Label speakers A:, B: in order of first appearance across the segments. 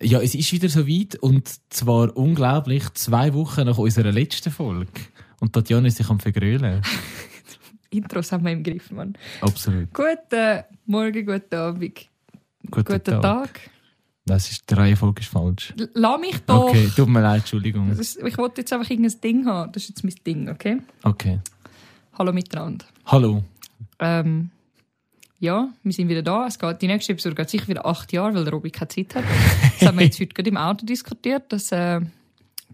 A: Ja, es ist wieder so weit und zwar unglaublich zwei Wochen nach unserer letzten Folge. Und Tatjana ist sich am Vergrölen.
B: Intros haben wir im Griff, Mann.
A: Absolut.
B: Guten Morgen, guten Abend,
A: Guten,
B: guten Tag.
A: Das ist, die Reihenfolge ist falsch.
B: L- Lass mich doch.
A: Okay, tut mir leid, Entschuldigung.
B: Das ist- Ich wollte jetzt einfach irgendein Ding haben. Das ist jetzt mein Ding, okay?
A: Okay.
B: Hallo miteinander.
A: Hallo.
B: Ähm, ja, wir sind wieder da. Es geht, die nächste Episode geht sicher wieder acht Jahre, weil der Robi keine Zeit hat. Das haben wir jetzt heute gerade im Auto diskutiert, dass, äh,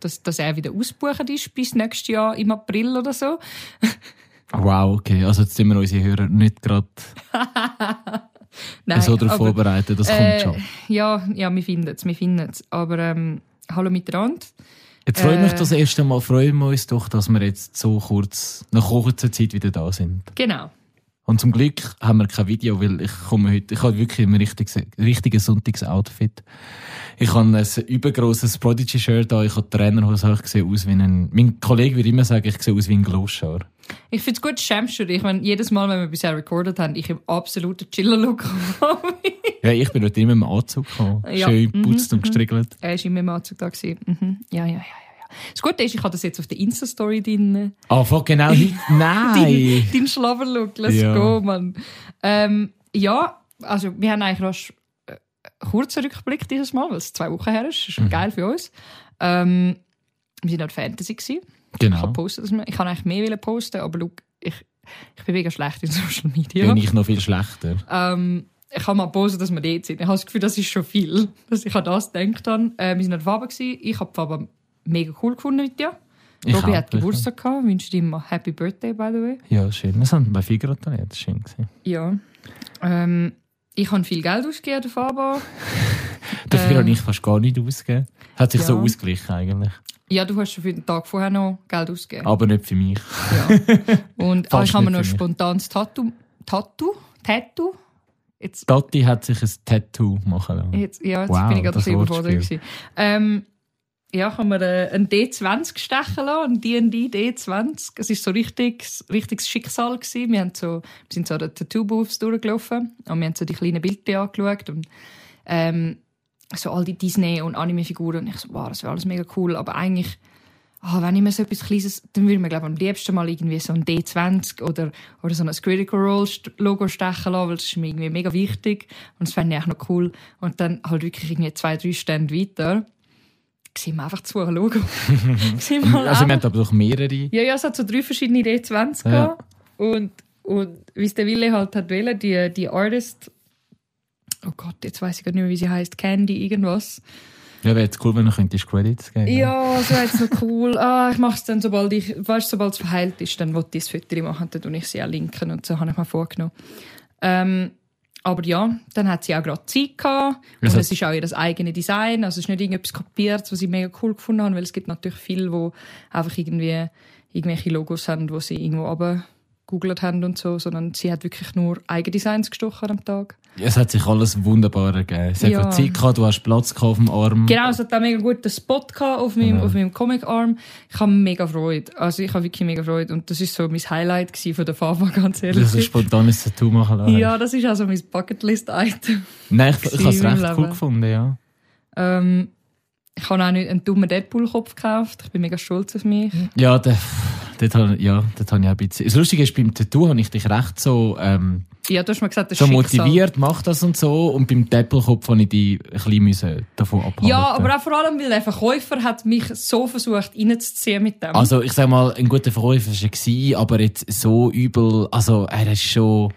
B: dass, dass er wieder ausgebucht ist bis nächstes Jahr im April oder so.
A: Wow, okay. Also jetzt sind wir unsere Hörer nicht gerade
B: Nein,
A: so Also darauf
B: aber-
A: vorbereitet. Das
B: Äh,
A: kommt schon.
B: Ja, ja, wir finden es, wir finden es. Aber ähm, hallo miteinander.
A: Jetzt freut mich
B: äh,
A: das erste Mal, freuen wir uns doch, dass wir jetzt so kurz, nach kurzer Zeit wieder da sind.
B: Genau.
A: Und zum Glück haben wir kein Video, weil ich komme heute, ich habe wirklich ein richtiges, richtiges Sonntagsoutfit. Ich habe ein übergroßes Prodigy-Shirt an, ich habe Trainerhose, an, ich sehe aus wie ein, mein Kollege würde immer sagen, ich sehe aus wie ein Gloschar.
B: Ich finde es gut, schämst du dich, wenn jedes Mal, wenn wir bisher recorded haben, ich im absoluten Chiller-Look komme.
A: Ja, ich bin heute immer im Anzug gekommen.
B: Ja. Mhm.
A: Schön geputzt und gestriegelt.
B: er war immer im Anzug da. gewesen. Mhm. Ja, ja, ja, ja. ja. Das Gute ist, ich habe das jetzt auf der Insta-Story, deinen
A: Ah, fuck, genau heute? Nein!
B: dein, dein Schlabber-Look. Let's
A: Ja.
B: go, Mann. Ähm, ja, also wir haben eigentlich rasch äh, kurzen Rückblick dieses Mal, weil es zwei Wochen her ist.
A: Mhm.
B: Das ist geil für uns. Ähm, wir waren an der Fantasy. Gewesen. Ich
A: genau.
B: habe gepostet, dass wir- ich kann eigentlich mehr wollen posten, aber look, ich, ich bin mega schlecht in Social Media.
A: Bin ich noch viel schlechter.
B: Ähm, ich habe mal posten, dass wir dort sind. Ich habe das Gefühl, das ist schon viel, dass ich an das gedacht habe. Äh, wir waren an der Faba. gewesen. Ich habe die Faba mega cool gefunden mit dir.
A: Ich
B: Robi
A: auch,
B: hat Geburtstag gehabt. Wünsche dir mal Happy Birthday, by the way.
A: Ja, schön. Wir sind bei viel gratuliert. Das war schön. gewesen.
B: Ja. Ähm, ich habe viel Geld ausgegeben an der Faba.
A: Dafür
B: Ähm.
A: habe ich fast gar nicht ausgegeben. Hat sich so
B: Ja.
A: ausgeglichen eigentlich.
B: Ja, du hast schon für den Tag vorher noch Geld ausgegeben.
A: Aber nicht für mich.
B: Ja. Und ah,
A: Fast
B: ich habe mir
A: nicht
B: noch
A: für mich.
B: spontan das Tattoo... Tattoo? Tattoo? Jetzt
A: Tati hat sich ein Tattoo machen lassen.
B: Jetzt, ja, jetzt
A: Wow,
B: bin ich gerade ein
A: das
B: bisschen überfordert.
A: Wortspiel.
B: gewesen. Ähm, ja, kann man äh, einen D20 stechen lassen, einen D&D D20. Es war so richtig, richtiges Schicksal. Gewesen. Wir, haben so, wir sind so an den Tattoo-Booths durchgelaufen und wir haben so die kleinen Bilder angeschaut und ähm, so all die Disney- und Anime-Figuren. Und ich so, wow, das wäre alles mega cool, aber eigentlich ah, wenn ich mir so etwas Kleines, dann würde ich mir glaube ich, am liebsten mal irgendwie so ein D20 oder, oder so ein Critical Role St- Logo stechen lassen, weil das ist mir irgendwie mega wichtig und das fände ich eigentlich noch cool. Und dann halt wirklich irgendwie zwei, drei Stände weiter sehen wir einfach zu ein Logo. sehen
A: Also,
B: wir halt
A: wir
B: einfach-
A: haben aber doch mehrere.
B: ja, ja, es hat so drei verschiedene D20
A: Ja.
B: gehabt. und Und wie es der Wille halt hat wollen, die, die Artist, oh Gott, jetzt weiß ich gar nicht mehr, wie sie heißt, Candy irgendwas.
A: Ja, wäre jetzt cool, wenn du könntest Credits geben
B: Ja, so jetzt noch cool. Ah, ich mache es dann, sobald ich, weißt, sobald es verheilt ist, dann will ich das Foto machen, dann tue ich sie auch linken und so habe ich mir vorgenommen. Ähm, aber ja, dann hat sie auch gerade Zeit gehabt. Und
A: Also-
B: es ist auch ihr eigenes Design. Also es ist nicht irgendetwas kopiert, was ich mega cool gefunden habe, weil es gibt natürlich viele, wo einfach irgendwie irgendwelche Logos haben, wo sie irgendwo aber googelt haben und so, sondern sie hat wirklich nur Eigendesigns gestochen am Tag.
A: Es hat sich alles wunderbar ergeben. Es hat
B: Ja.
A: ja. Zeit gehabt, du hast Platz gehabt auf dem Arm.
B: Genau, es hat einen mega guten Spot gehabt auf meinem,
A: Ja.
B: auf meinem Comic-Arm. Ich habe mega Freude. Also ich habe wirklich mega Freude. Und das ist so mein Highlight gewesen von der Fava, ganz
A: Dass du
B: ehrlich.
A: spontan ein Tattoo machen lassen.
B: Ja, das ist also mein Bucketlist-Item.
A: Nein, ich, ich habe es
B: Gewesen im
A: recht cool
B: Leben.
A: gefunden, ja.
B: Ähm, ich habe auch nicht einen dummen Deadpool-Kopf gekauft. Ich bin mega stolz auf mich.
A: Ja, da- dort habe ja, dort habe ich auch ein bisschen... Das Lustige ist, beim Tattoo habe ich dich recht so, ähm,
B: Ja, du hast mir gesagt, das
A: so
B: ist
A: motiviert, mach das und so. Und beim Deppelkopf habe ich dich ein bisschen müssen davon abhalten
B: Ja, aber auch vor allem, weil der Verkäufer hat mich so versucht, reinzuziehen mit dem.
A: Also, ich sag mal, ein guter Verkäufer war er, gewesen, aber jetzt so übel, also, er ist schon,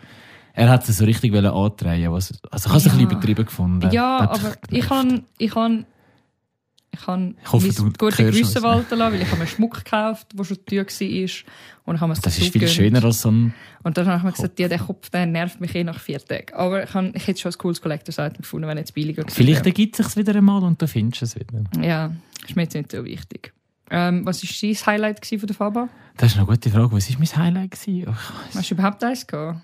A: er hat es so richtig wollen antreiben, was, also, ich habe es ein
B: Ja.
A: bisschen übertrieben gefunden.
B: Ja,
A: Hat-
B: aber ich kann, ich kann, ich kann
A: Ich hoffe, du
B: gute
A: hörst
B: Grüße
A: uns.
B: walten lassen, weil ich habe mir Schmuck gekauft, der schon teuer war. Und ich habe mir das
A: Das ist
B: Tattoo
A: viel
B: gegönnt.
A: schöner als so ein,
B: Und dann habe ich mir gesagt, ja, der Kopf der nervt mich eh nach vier Tagen. Aber ich, habe, ich hätte schon ein cooles Collectors-Item gefunden, wenn jetzt billiger gewesen
A: vielleicht
B: wäre.
A: ergibt es sich wieder einmal und du findest es wieder.
B: Ja, ist mir jetzt nicht so wichtig. Ähm, was war dein Highlight gewesen von der Faba?
A: Das ist eine gute Frage. Was war mein Highlight? Gewesen? Oh, Ach,
B: Hast du überhaupt eins gehabt?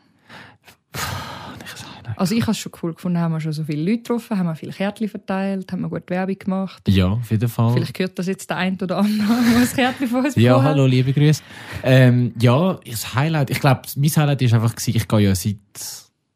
A: nicht ein Highlight.
B: Also ich habe es schon cool gefunden, haben wir schon so viele Leute getroffen, haben wir viele Kärtchen verteilt, haben wir gut Werbung gemacht.
A: Ja, auf jeden Fall.
B: Vielleicht hört das jetzt der ein oder andere, der ein Kärtchen von uns
A: Ja,
B: bekommen hat.
A: hallo, liebe Grüße. Ähm, ja, das Highlight, ich glaube, mein Highlight war einfach, gewesen, ich gehe ja seit,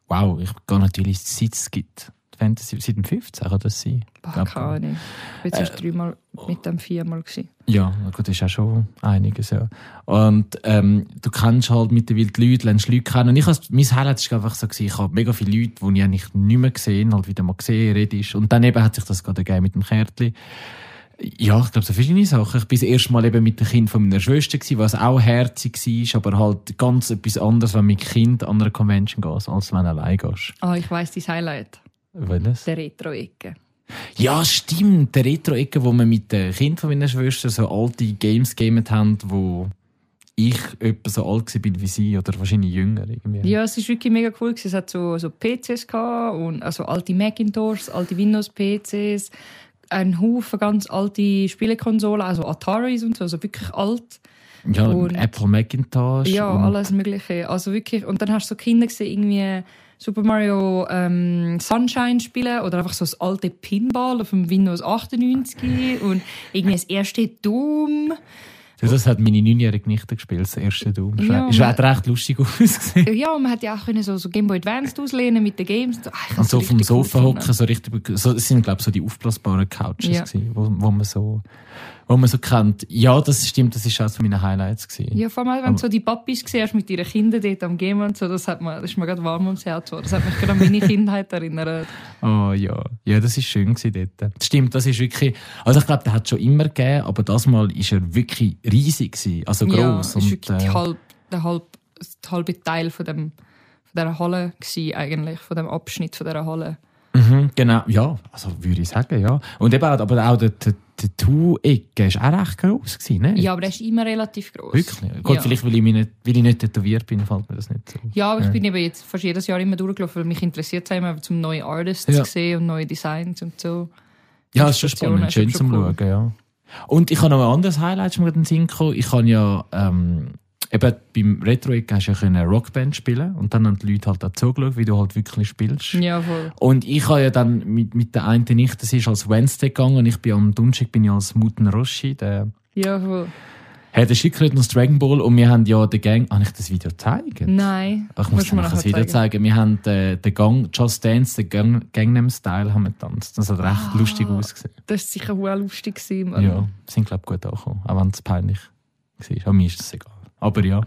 A: wow, ich gehe natürlich seit es gibt. Fantasy seit dem 15 kann das sein.
B: Boah,
A: Glaub-
B: keine Ahnung. Ich bin zuerst dreimal mit dem viermal. Gewesen.
A: Ja, na gut, das ist auch schon einiges, ja. Und ähm, du kennst halt mittlerweile die Leute, lernst Leute kennen. Und ich has, mein Highlight war einfach so, gewesen, ich habe mega viele Leute, die ich eigentlich nicht mehr gesehen halt wieder mal gesehen, redest. Und dann eben hat sich das gerade gegeben mit dem Kärtli. Ja, ich glaube, so verschiedene Sachen. Ich bin das erste Mal eben mit dem Kind von meiner Schwester gewesen, was auch herzig war, aber halt ganz etwas anderes, wenn du mit Kind an einer Convention gehst, als wenn du allein gehst.
B: Ah, ich weiss dein Highlight.
A: Welches?
B: Der Retro-Ecke.
A: Ja, stimmt. Der Retro-Ecke, wo wir mit den Kindern von meiner Schwester so alte Games gamet haben, wo ich etwa so alt war wie sie oder wahrscheinlich jünger. Irgendwie.
B: Ja, es war wirklich mega cool. gewesen. Es hat so, so PCs gehabt und also alte Macintoshs, alte Windows-PCs, einen Haufen ganz alte Spielekonsolen, also Ataris und so, also wirklich alt.
A: ja
B: und-
A: Apple Macintosh.
B: Ja,
A: und-
B: alles Mögliche. Also wirklich, und dann hast du so Kinder gesehen, irgendwie Super Mario ähm, Sunshine spielen oder einfach so das alte Pinball auf dem Windows 98 und irgendwie das erste Doom.
A: Ja, Das hat meine neunjährige Nichte gespielt, das erste Doom.
B: Ja,
A: Ja, es hat
B: man-
A: recht lustig ausgesehen.
B: Ja, und man hat ja auch können so, so Game Boy Advance auslehnen mit den Games. Ah, ich
A: Und
B: hab's
A: so vom
B: richtig cool
A: Sofa
B: gefunden.
A: hocken, so richtig, so, das sind, glaube ich, so die aufblasbaren Couches,
B: Ja.
A: gewesen, wo, wo, man so, wo man so kennt. Ja, das stimmt, das war eines meiner Highlights. Gewesen.
B: Ja, vor allem, wenn du so die Papis siehst mit ihren Kindern dort am Game und so, das, hat mir, das ist mir gerade warm ums Herz geworden. Das hat mich gerade an meine Kindheit erinnert.
A: Oh ja, ja, das ist schön gewesen dort. Das Stimmt, das ist wirklich. Also ich glaube, der hat schon immer gegeben, aber das Mal ist er wirklich riesig gewesen, also
B: ja,
A: groß
B: das war
A: und
B: wirklich die
A: äh,
B: halb, der, halb, der halbe Teil von, dem, von dieser Halle gewesen, eigentlich, von dem Abschnitt von dieser Halle.
A: mhm, genau, ja, also würde ich sagen, ja. Und eben auch, aber auch der der- der Tattoo-Ecke ist auch recht groß gewesen, ne?
B: Ja, aber der ist immer relativ groß.
A: Wirklich? Gut,
B: ja.
A: vielleicht, weil ich, mich nicht, weil ich nicht tätowiert bin, fällt mir das nicht so.
B: Ja, aber ich bin eben jetzt fast jedes Jahr immer durchgelaufen, weil mich interessiert hat, immer zum neue Artists
A: Ja.
B: zu sehen und neue Designs und so.
A: Ja, ist schon
B: Stationen
A: spannend,
B: ist
A: schön
B: schon
A: zum
B: cool.
A: Schauen, ja. Und ich habe noch ein anderes Highlight, das mir gerade in den Sinn gekommen. Ich habe ja, ähm, eben beim retro hast du ja können Rockband spielen und dann haben die Leute halt auch zugeschaut, wie du halt wirklich spielst.
B: Ja, voll.
A: Und ich habe ja dann mit, mit der einen Nichte, sie ist als Wednesday gegangen und ich bin am Donnerstag bin ich als Muten Roshi, der
B: Ja, voll.
A: Herr der Schickrit und das Dragon Ball und wir haben ja den Gang, habe ich das Video gezeigt?
B: Nein.
A: Ach, Ich muss
B: Musst du
A: dir
B: mir
A: nachher das
B: nachher
A: Video zeigen. Wir haben äh, den, den Gang Just Dance, den Gang, Gangnam Style haben wir getanzt. Das hat recht lustig ausgesehen.
B: Das war sicher sehr lustig. gewesen, Mann.
A: Ja, sind glaube ich gut angekommen, auch wenn es peinlich war. Aber mir ist das egal. Aber ja,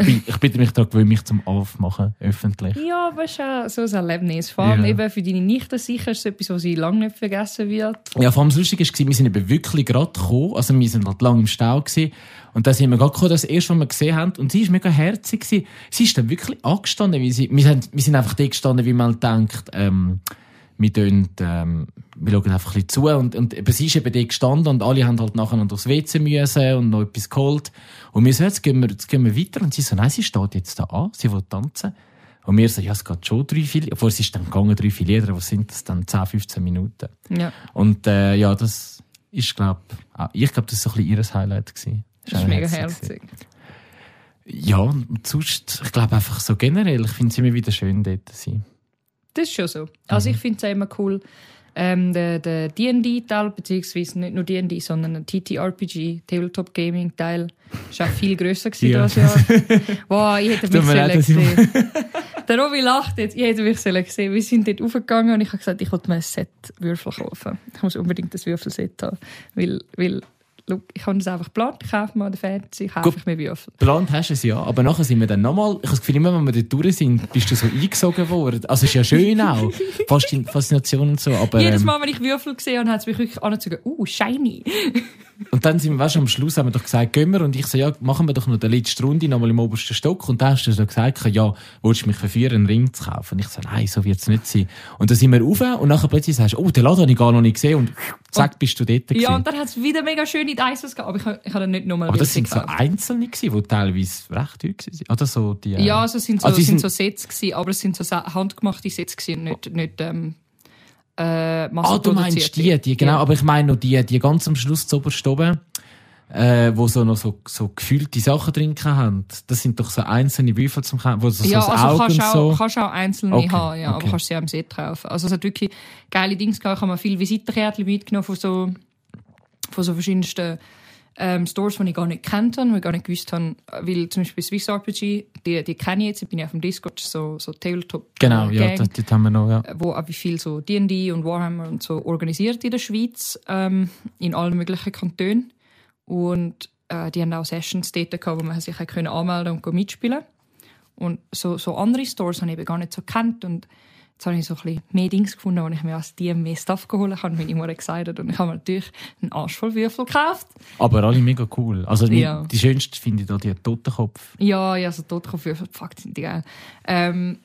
A: ich, bin, ich bitte mich daran gewöhnen, mich zum Aufmachen, öffentlich.
B: Ja, aber es ist auch so ein Erlebnis. Vor allem
A: Ja.
B: eben für deine Nichte sicher ist es etwas, was sie lange nicht vergessen wird.
A: Ja, vor allem das Lustige war, wir sind eben wirklich gerade gekommen. Also wir sind halt lange im Stau gewesen. Und dann sind wir gerade gekommen, das erste, was wir gesehen haben. Und sie war mega herzig. Gewesen. Sie ist dann wirklich angestanden. Wie sie, wir, sind, wir sind einfach da gestanden, wie man halt denkt, ähm, wir, tun, ähm, wir schauen einfach ein bisschen zu. Und, und eben, sie ist eben da gestanden und alle haben halt nachher noch durchs WC müssen und noch etwas geholt. Und wir so, jetzt gehen wir, jetzt gehen wir weiter. Und sie so, nein, sie steht jetzt da an, sie will tanzen. Und wir so, ja, es geht schon drei, vier, obwohl es ist dann gegangen, drei, vier Lieder, was sind das dann, 10, 15 Minuten.
B: Ja,
A: Und äh, ja, das ist, glaube ich, glaube, das war so ein bisschen ihr Highlight. Gewesen.
B: das ist
A: auch
B: mega
A: gewesen.
B: herzig.
A: Ja, und sonst, ich glaube einfach so generell, ich finde es immer wieder schön, dort zu sein.
B: Das ist schon so. Also
A: Mhm.
B: ich finde es auch immer cool, ähm, der der D&D-Teil, beziehungsweise nicht nur D&D, sondern der TTRPG, Tabletop Gaming-Teil, ist auch viel grösser gewesen
A: Ja.
B: dieses Jahr. Wow, ich hätte
A: Tut
B: mich
A: mir leid,
B: sollen
A: dass ich-
B: sehen Der Robi lacht jetzt, ich hätte mich sollen sehen Wir sind dort raufgegangen und ich habe gesagt, ich wollte mir ein Set Würfel kaufen. Ich muss unbedingt ein Würfelset haben, weil, weil look, ich habe das einfach geplant, ich kaufe mal den Fantasy, kaufe
A: Gut.
B: ich mir Würfel.
A: Geplant hast du es ja, aber nachher sind wir dann nochmal, ich habe das Gefühl, immer wenn wir dort durch sind, bist du so eingesogen worden. Also ist ja schön auch, Faszin- Faszination und so, aber...
B: Jedes
A: Ähm,
B: Mal, wenn ich Würfel gesehen habe, hat es mich wirklich angezogen, uh, shiny.
A: und dann sind wir, weißt, du, am Schluss haben wir doch gesagt, gehen wir, und ich so, ja, machen wir doch noch die letzte Runde, nochmal im obersten Stock, und dann hast du so gesagt, ja, willst du mich verführen, einen Ring zu kaufen? Und ich so, nein, so wird's nicht sein. Und dann sind wir rauf, und nachher plötzlich sagst du, oh, den Laden habe ich gar noch nicht gesehen, und zack, bist du dort gewesen.
B: Ja, und dann hat es wieder mega schöne Eisers gehabt, aber ich, ha- ich habe nicht nochmal
A: aber das
B: wirklich
A: sind so einzelne gewesen, die teilweise recht teuer waren. Oder so die... äh,
B: Ja, also es sind so,
A: also die
B: sind
A: sind-
B: so Sets gewesen, aber es sind so sa- handgemachte Sets gewesen, nicht, nicht ähm, äh,
A: Ah, du meinst die, die, genau. Aber ich meine noch die, die ganz am Schluss zu oberst oben, äh, wo so noch so, so gefühlte Sachen drin haben. Das sind doch so einzelne Büffel zum Kaufen, wo so,
B: Ja,
A: so das
B: also
A: Auge
B: kannst
A: und
B: auch,
A: so.
B: kannst auch einzelne
A: Okay,
B: haben, ja, aber
A: okay.
B: kannst sie auch im Set kaufen. Also es hat wirklich geile Dings gehabt. Ich habe mir viele Visitenkärtchen mitgenommen von so, von so verschiedensten ähm, Stores, die ich gar nicht kennt habe, die ich gar nicht gewusst habe, äh, weil zum Beispiel Swiss RPG, die, die kenne ich jetzt, ich bin ja auf dem Discord, so, so Tabletop.
A: Genau, ja,
B: Gang,
A: das, das haben wir noch, ja.
B: wo auch wie viel so D&D und Warhammer und so organisiert in der Schweiz, ähm, in allen möglichen Kantonen. Und äh, die haben auch Sessions dort gehabt, wo man sich auch können anmelden und go mitspielen Und so, so andere Stores habe ich eben gar nicht so gekannt. Und jetzt habe ich so ein bisschen mehr Dings gefunden, wo ich mir als DM mehr Stuff geholt habe, wie ich mal gesagt habe. Und ich habe mir natürlich einen Arsch voll Würfel gekauft.
A: Aber alle mega cool. Also mi-
B: Ja.
A: die schönste finde ich da die Totenkopf.
B: Ja, ja, so Totkopfwürfel, fuck, sind die geil. Ähm,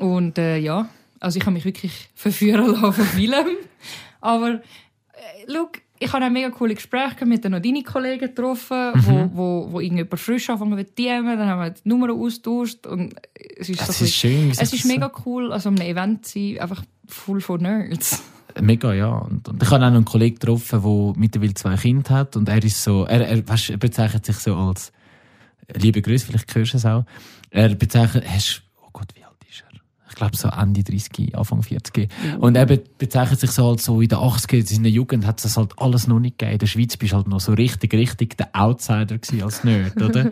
B: und äh, ja, also ich habe mich wirklich verführen lassen von Willem. Aber äh, look, ich habe auch mega coole Gespräche gehabt, mit den noch deine Kollegen getroffen,
A: Mhm.
B: wo, wo, wo irgendjemand frisch anfangen mit DM, dann haben wir die Nummern austauscht und es ist,
A: Das
B: so
A: ist schön.
B: es ist mega cool, also an einem Event zu sein, einfach full von Nerds.
A: Mega, ja. Und, und ich habe auch noch einen Kollegen getroffen, der mittlerweile zwei Kinder hat. Und er ist so, er, er, weißt, du, er bezeichnet sich so als, liebe Grüße, vielleicht hörst du es auch. Er bezeichnet, er ist, oh Gott, wie alt ist er? Ich glaube so Ende 30, Anfang 40. Und er be- bezeichnet sich so als so in den 80er, in seiner Jugend hat es das halt alles noch nicht gegeben. In der Schweiz bist du halt noch so richtig, richtig der Outsider gewesen als Nerd, oder?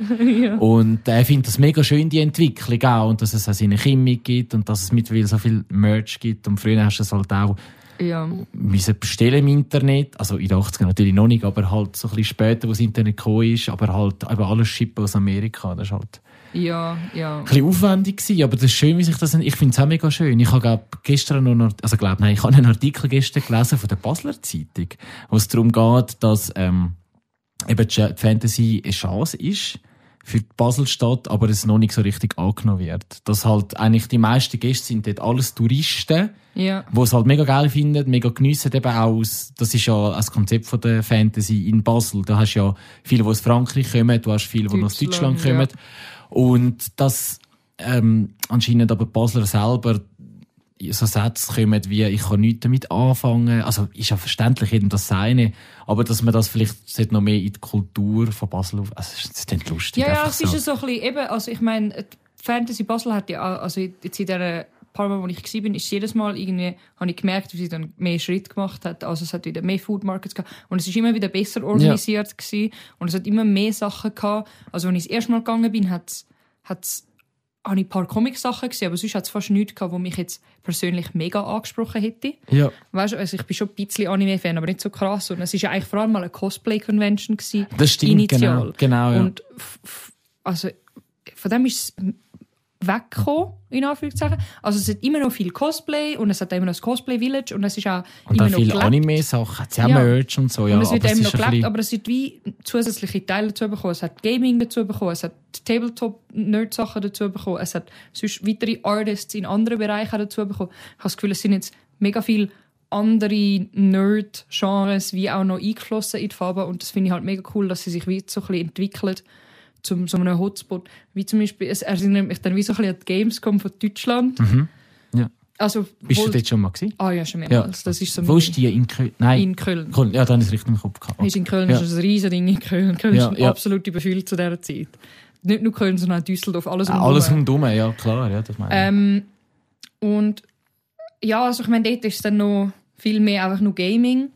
A: Und er findet das mega schön, die Entwicklung auch. Und dass es auch seine Chemie gibt und dass es mittlerweile so viel Merch gibt. Und früher hast du es halt auch
B: Ja,
A: müssen bestellen im Internet, also in den 80ern natürlich noch nicht, aber halt so ein bisschen später, wo das Internet gekommen ist, aber halt eben alles schippen aus Amerika, das war halt
B: ja, ja.
A: ein bisschen aufwendig gewesen, aber das ist schön, wie sich das, ich finde es auch mega schön. Ich habe glaub, gestern noch, einen Art- also glaub, nein, ich habe einen Artikel gestern gelesen von der Basler Zeitung, wo es darum geht, dass ähm, eben die Sch- die Fantasy eine Chance ist für die Baselstadt, aber es noch nicht so richtig angenommen wird. Dass halt eigentlich die meisten Gäste sind dort alles Touristen,
B: ja.
A: wo es halt mega geil findet, mega geniessen eben auch, aus- das ist ja das Konzept von der Fantasy in Basel. Da hast du ja viele, die aus Frankreich kommen, du hast viele, die aus
B: Deutschland,
A: Deutschland kommen. Und das ähm, anscheinend aber die Basler selber so Sätze kommen wie «Ich kann nichts damit anfangen». Also ist ja verständlich, jedem das seine. Aber dass man das vielleicht sollte noch mehr in die Kultur von Basel auf... Also das ist dann lustig.
B: Ja, ja,
A: einfach
B: es ist
A: so.
B: ja so ein bisschen, eben, also ich meine, die Fantasy Basel hat ja, auch- also jetzt in den paar Mal, wo ich war, ist jedes Mal irgendwie, habe ich gemerkt, wie sie dann mehr Schritt gemacht hat, also es hat wieder mehr Food Markets gehabt und es ist immer wieder besser organisiert gewesen und es hat immer mehr Sachen gehabt, also wenn ich das erste Mal gegangen bin, hat es habe ich ein paar Comic-Sachen gesehen, aber sonst hat es fast nichts gehabt, wo mich jetzt persönlich mega angesprochen hätte.
A: ja.
B: Weißt du, also ich bin schon ein bisschen Anime-Fan, aber nicht so krass. Und es war ja eigentlich vor allem mal eine Cosplay-Convention. gewesen,
A: Das stimmt, genau.
B: Initial.
A: genau ja.
B: Und f- f- also, von dem ist es weggekommen, in Anführungszeichen. Also es hat immer noch viel Cosplay und es hat immer noch das Cosplay-Village und es ist auch
A: Und
B: immer
A: dann
B: noch
A: viele
B: gelebt.
A: Anime-Sachen, sie haben
B: Ja.
A: Merch und so, ja.
B: und es wird
A: aber
B: eben
A: es ist
B: noch
A: ein
B: gelebt,
A: bisschen-
B: aber es hat wie zusätzliche Teile dazu bekommen. Es hat Gaming dazu bekommen, es hat Tabletop-Nerd-Sachen dazu bekommen, es hat sonst weitere Artists in anderen Bereichen auch dazu bekommen. Ich habe das Gefühl, es sind jetzt mega viele andere Nerd-Genres wie auch noch eingeflossen in die Farbe und das finde ich halt mega cool, dass sie sich wie so ein bisschen entwickeln zum so einem Hotspot. Wie zum Beispiel, es erinnert mich dann wie so ein bisschen an die Gamescom von Deutschland.
A: Mhm. Ja.
B: Also,
A: Bist du
B: wohl-
A: dort schon mal gewesen?
B: Ah ja, schon mehrmals. das ist so
A: Wo
B: meine-
A: ist die in Köln? Nein.
B: in Köln.
A: Köln. Ja, dann ist es richtig im Kopf gehabt.
B: Ist in Köln
A: Ja.
B: ist ein riesiges Ding in Köln. Köln
A: Ja,
B: ist
A: ja.
B: absolut überfüllt zu dieser Zeit. Nicht nur Köln, sondern auch Düsseldorf, alles
A: Äh,
B: um
A: Alles rundum, ja, klar. Ja, das meine ich.
B: ähm, Und ja, also ich meine, dort ist dann noch viel mehr einfach nur Gaming.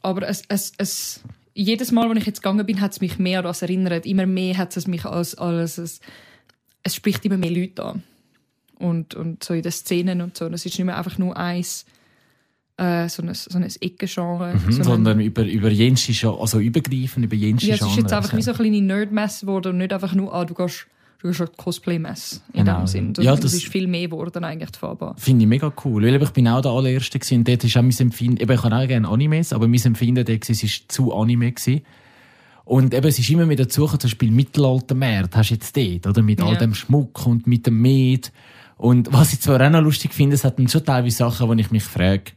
B: Aber es, es, es, jedes Mal, wenn ich jetzt gegangen bin, hat es mich mehr an das erinnert. Immer mehr hat es mich als, als es, es spricht immer mehr Leute an. Und, und so in den Szenen und so. Und es ist nicht mehr einfach nur eins, äh, so ein, so ein Eckengenre.
A: Mhm,
B: sondern-
A: sondern über, über jenste Gen- also übergreifend über jenste
B: Ja, es ist jetzt
A: Genres,
B: einfach
A: ja.
B: wie so eine kleine Nerdmesse geworden und nicht einfach nur, ah, du gehst, du gehst an die Cosplay-Messe. In
A: Genau,
B: dem Sinn.
A: ja. Ja,
B: das
A: das-
B: ist viel mehr geworden eigentlich, die Faba.
A: Finde ich mega cool. Weil eben, ich bin auch der allererste gewesen, und dort ist auch mein Empfinden, eben, ich kann auch gerne Animes, aber mein Empfinden dort war, es ist zu Anime gewesen. Und eben, es ist immer wieder zu suchen, zum Beispiel Mittelaltermärkte hast du jetzt dort, oder? Mit all
B: Ja.
A: dem Schmuck und mit dem Met. Und was ich zwar auch noch lustig finde, es hat dann schon teilweise Sachen, wo ich mich frage,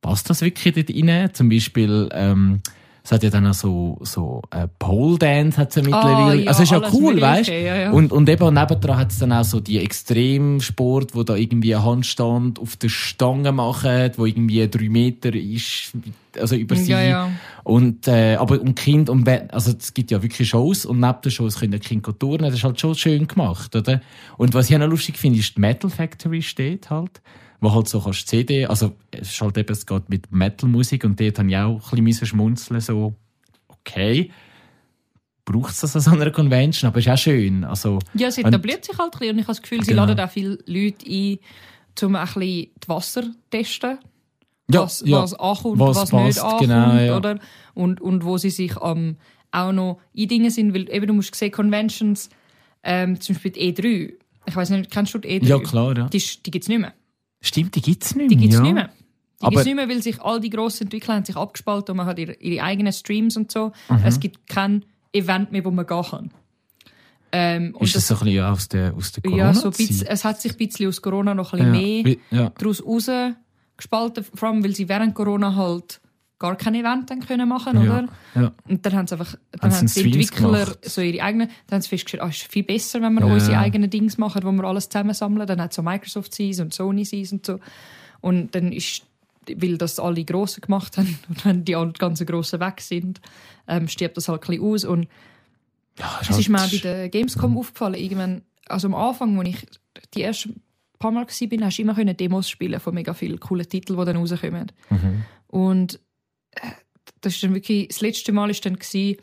A: passt das wirklich dort rein? Zum Beispiel, ähm, es hat ja dann auch so, so äh, Pole Dance hat es ja mittlerweile.
B: Ah, ja,
A: also ist ja
B: alles
A: cool,
B: Mögliche,
A: weißt du?
B: ja, ja.
A: Und, und eben nebendran hat es dann auch so die Extremsport, wo da irgendwie einen Handstand auf der Stange machen, wo irgendwie drei Meter ist, also über sie.
B: Ja, ja.
A: Und, äh, aber und Kind, und, we- also es gibt ja wirklich Shows und neben den Shows können Kinder turnen, das ist halt schon schön gemacht, oder? Und was ich auch noch lustig finde, ist die Metal Factory steht halt, wo halt so kannst CD, also es ist halt eben, es geht mit Metal-Musik und dort habe ich auch ein bisschen müssen schmunzeln, so okay, braucht es das an so einer Convention, aber ist auch schön. Also,
B: Ja, es etabliert sich halt ein bisschen und ich habe das Gefühl, sie
A: Genau.
B: laden auch viele Leute ein, um ein bisschen die Wasser zu testen. was, was ankommt,
A: Was
B: was,
A: passt,
B: nicht ankommt,
A: genau, ja.
B: oder? Und, und wo sie sich am auch noch in Dingen sind, weil eben, du musst sehen, Conventions, ähm, zum Beispiel die E3, ich weiß nicht, kennst du die E3?
A: ja, klar, ja.
B: Die, ist- die gibt es nicht mehr.
A: Stimmt, die gibt es nicht mehr.
B: Die gibt es
A: ja.
B: nicht mehr. Die gibt
A: Aber-
B: es nicht mehr, weil sich all die grossen Entwickler haben sich abgespalten und man hat ihre, ihre eigenen Streams und so.
A: Mhm.
B: Es gibt kein Event mehr, wo man gehen kann. Ähm, und
A: Ist das so ein bisschen aus der, aus der corona
B: ja, so ein bisschen, es hat sich ein bisschen aus Corona noch ein bisschen mehr
A: Ja.
B: daraus rausgespalten, vor allem, weil sie während Corona halt gar kein Event haben können machen,
A: Ja.
B: oder?
A: Ja.
B: Und dann haben sie einfach, dann
A: Haben's
B: haben
A: in
B: die
A: Streams
B: Entwickler
A: gemacht.
B: so ihre eigenen, dann haben sie festgestellt, ah, es ist viel besser, wenn wir
A: Ja.
B: unsere eigenen Dings machen, wo wir alles zusammensammeln. Dann hat es so Microsoft Seas und Sony Seas und so. Und dann ist, weil das alle Grossen gemacht haben, und wenn die all- ganzen Grossen weg sind, ähm, stirbt das halt ein bisschen aus. Und
A: Ja,
B: es ist mir auch bei
A: halt-
B: der Gamescom aufgefallen, irgendwann, also am Anfang, als ich die ersten paar Mal gewesen bin, hast du immer können Demos spielen von mega vielen coolen Titeln, die dann rauskommen.
A: Mhm.
B: Und äh, das ist dann wirklich, das letzte Mal ist dann gewesen,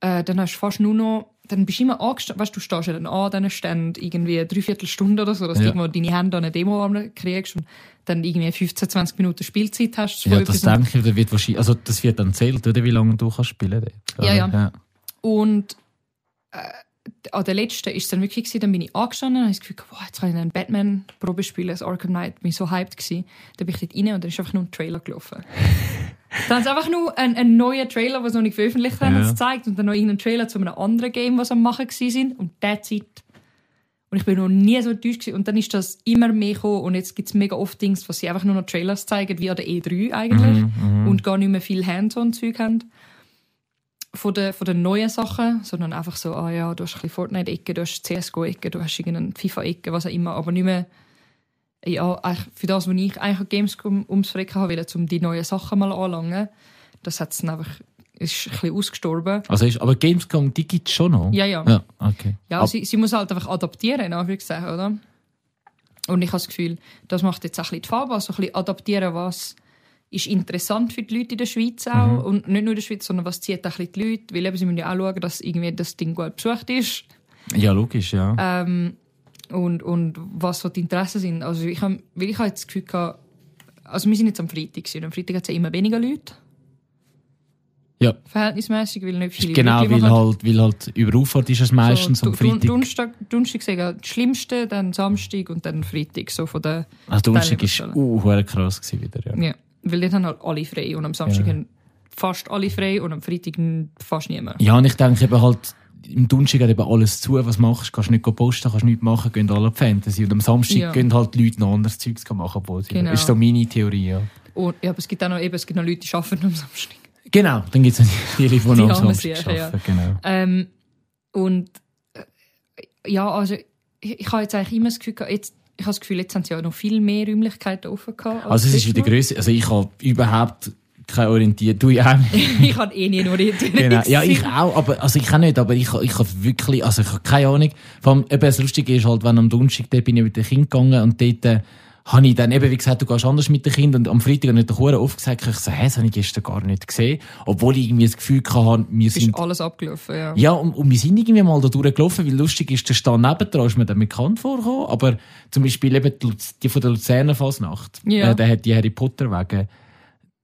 B: äh, dann hast du fast nur noch, dann bist du immer angestanden, weißt du, du stehst ja dann an diesen Ständen irgendwie dreiviertel Stunde oder so, dass
A: Ja.
B: du irgendwo deine Hände an eine Demo am- kriegst und dann irgendwie 15, 20 Minuten Spielzeit hast. von
A: Ja, das
B: etwas. Und-
A: denke ich, da wird wahrscheinlich, also das wird dann zählt, oder wie lange du kannst spielen dort.
B: Ja, ja.
A: ja.
B: Und äh, an der letzten ist es dann wirklich, gewesen, dann bin ich angestanden und habe das Gefühl, gehabt, wow, jetzt kann ich dann Batman Probe spielen, das Arkham Knight, bin ich so hyped gewesen. Dann bin ich dort rein und dann ist einfach nur ein Trailer gelaufen. dann haben sie einfach nur einen, einen neuen Trailer, den sie noch nicht veröffentlicht haben,
A: Ja.
B: haben sie gezeigt und dann noch irgendeinen Trailer zu einem anderen Game, was sie am machen waren und that's it. Und ich bin noch nie so enttäuscht gewesen. und dann ist das immer mehr gekommen und jetzt gibt es mega oft Dings, was sie einfach nur noch Trailers zeigen, wie an der E3 eigentlich Mhm.
A: Mhm,
B: und gar nicht mehr viel Hands-on-Zeug haben von den, von den neuen Sachen, sondern einfach so, ah ja, du hast ein bisschen Fortnite-Ecke, du hast CSGO-Ecke, du hast irgendeine FIFA-Ecke, was auch immer, aber nicht mehr ja, eigentlich für das, was ich eigentlich an Gamescom ums Frecken habe, um die neuen Sachen mal anlangen, das hat es dann einfach, ist ein bisschen ausgestorben.
A: Also ist, aber Gamescom, die gibt es schon noch?
B: Ja, ja.
A: Ja, okay.
B: Ja,
A: Ab-
B: sie, sie muss halt einfach adaptieren, in Anführungszeichen, oder? Und ich habe das Gefühl, das macht jetzt auch ein bisschen die Farbe, also ein bisschen adaptieren, was ist interessant für die Leute in der Schweiz auch.
A: Mhm.
B: Und nicht nur in der Schweiz, sondern was zieht auch ein bisschen die Leute, weil eben, sie müssen ja auch schauen, dass irgendwie das Ding gut besucht ist
A: ja, logisch, ja.
B: ähm, und, und was so die Interessen sind. Also ich habe, weil ich habe jetzt das Gefühl gehabt, also wir sind jetzt am Freitag gewesen. und am Freitag hat es ja immer weniger Leute,
A: ja.
B: verhältnismäßig, weil nicht viele
A: Genau,
B: Leute
A: weil
B: machen.
A: halt, weil halt über Auffahrt ist es meistens
B: so,
A: am
B: Du- Dun-
A: Freitag.
B: Donnerstag, Donnerstag sagen das Schlimmste, dann Samstag und dann Freitag. So von der,
A: also Donnerstag war
B: Teilnehmerzahl.
A: uh, verdammt krass gewesen wieder, ja.
B: ja. Weil dann haben halt alle frei und am Samstag
A: Ja.
B: haben fast alle frei und am Freitag fast niemand.
A: Ja, und ich denke eben halt, im Donnerstag geht eben alles zu, was machst, kannst nicht posten, kannst nichts machen, gehen alle auf Fantasy. Und am Samstag
B: Ja.
A: gehen halt die Leute noch anderes Zeugs machen, obwohl sie
B: Genau.
A: ist so meine Theorie, ja.
B: Und, ja, aber es gibt auch noch, eben, es gibt noch Leute, die arbeiten am Samstag.
A: Genau, dann gibt es die Leute, die noch am
B: armen
A: Samstag
B: Sicher, ja.
A: arbeiten, genau.
B: Ähm, und äh, ja, also ich, ich habe jetzt eigentlich immer das Gefühl, gehabt, jetzt, ich habe das Gefühl, jetzt haben sie ja noch viel mehr Räumlichkeiten offen gehabt. als
A: Also es ist
B: letztes
A: wieder grösser, also ich habe überhaupt keine Orientierung, du ja auch nicht.
B: Mal. ich habe eh nie nur
A: Genau. Ja, ich auch, aber, also ich auch nicht, aber ich, ich habe wirklich, also ich habe keine Ahnung. Vor allem, eben, das Lustige ist halt, wenn am Donnerstag, dort bin ich mit den Kindern gegangen und dort, äh, habe ich dann eben, wie gesagt, du gehst anders mit den Kindern und am Freitag habe ich den Huren aufgesagt, ich so, hä, das habe ich gestern gar nicht gesehen. Obwohl ich irgendwie das Gefühl hatte, wir
B: ist
A: sind,
B: alles abgelaufen, ja.
A: ja, um, und, und wir sind irgendwie mal da durchgelaufen, weil lustig ist, der Stand nebendran ist mir dann bekannt vorgekommen, aber zum Beispiel eben die, Luz- die von der Luzerner Fasnacht,
B: Ja.
A: äh, der hat die Harry Potter wegen,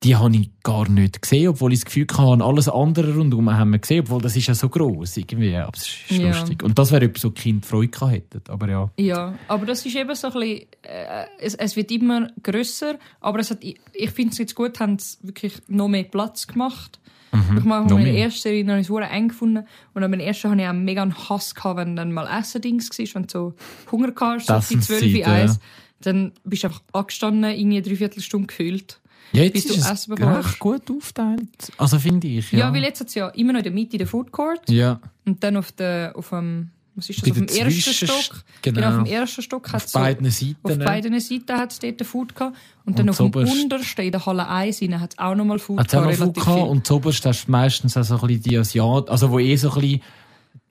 A: die habe ich gar nicht gesehen, obwohl ich das Gefühl hatte, alles andere rundherum haben wir gesehen, obwohl das ist ja so gross irgendwie, aber es ist
B: Ja.
A: lustig. Und das wäre etwas, so Kind Freude gehabt hätten, aber ja.
B: Ja, aber das ist eben so ein bisschen, äh, es, es wird immer grösser, aber es hat, ich, ich finde es jetzt gut, haben sie wirklich noch mehr Platz gemacht. ich mache
A: Mhm. noch
B: meine
A: mehr.
B: erste Serie, habe ich es verdammt eng gefunden und an meiner ersten hatte ich auch mega einen Hass, gehabt, wenn dann mal Essen-Dings war, wenn du so Hunger hast, so
A: Das
B: die 12
A: sind
B: Uhr
A: sie, ja.
B: eins, dann bist du einfach angestanden, irgendwie eine Dreiviertelstunde gefüllt.
A: ja jetzt
B: Bis
A: ist
B: du
A: es
B: Essen bekommst.
A: recht gut aufteilt, also finde ich,
B: Ja.
A: ja.
B: weil jetzt hat es ja immer noch in der Mitte in der Food Court
A: ja.
B: und dann auf, der, auf dem, was ist
A: Bei
B: das, auf dem
A: der
B: ersten
A: Zwischenst-
B: Stock.
A: genau.
B: auf dem ersten Stock
A: Auf
B: hat's so-
A: beiden
B: Auf
A: Seiten.
B: beiden Seiten hat es dort Food gehabt. Und dann
A: äh, Und
B: auf dem
A: zuoberst-
B: untersten, in der Halle 1, hat es auch nochmal Food
A: Hat es auch noch Food
B: relativ
A: gehabt
B: viel.
A: und zuoberst hast du meistens auch so ein bisschen die Asiaten, also wo eh so ein bisschen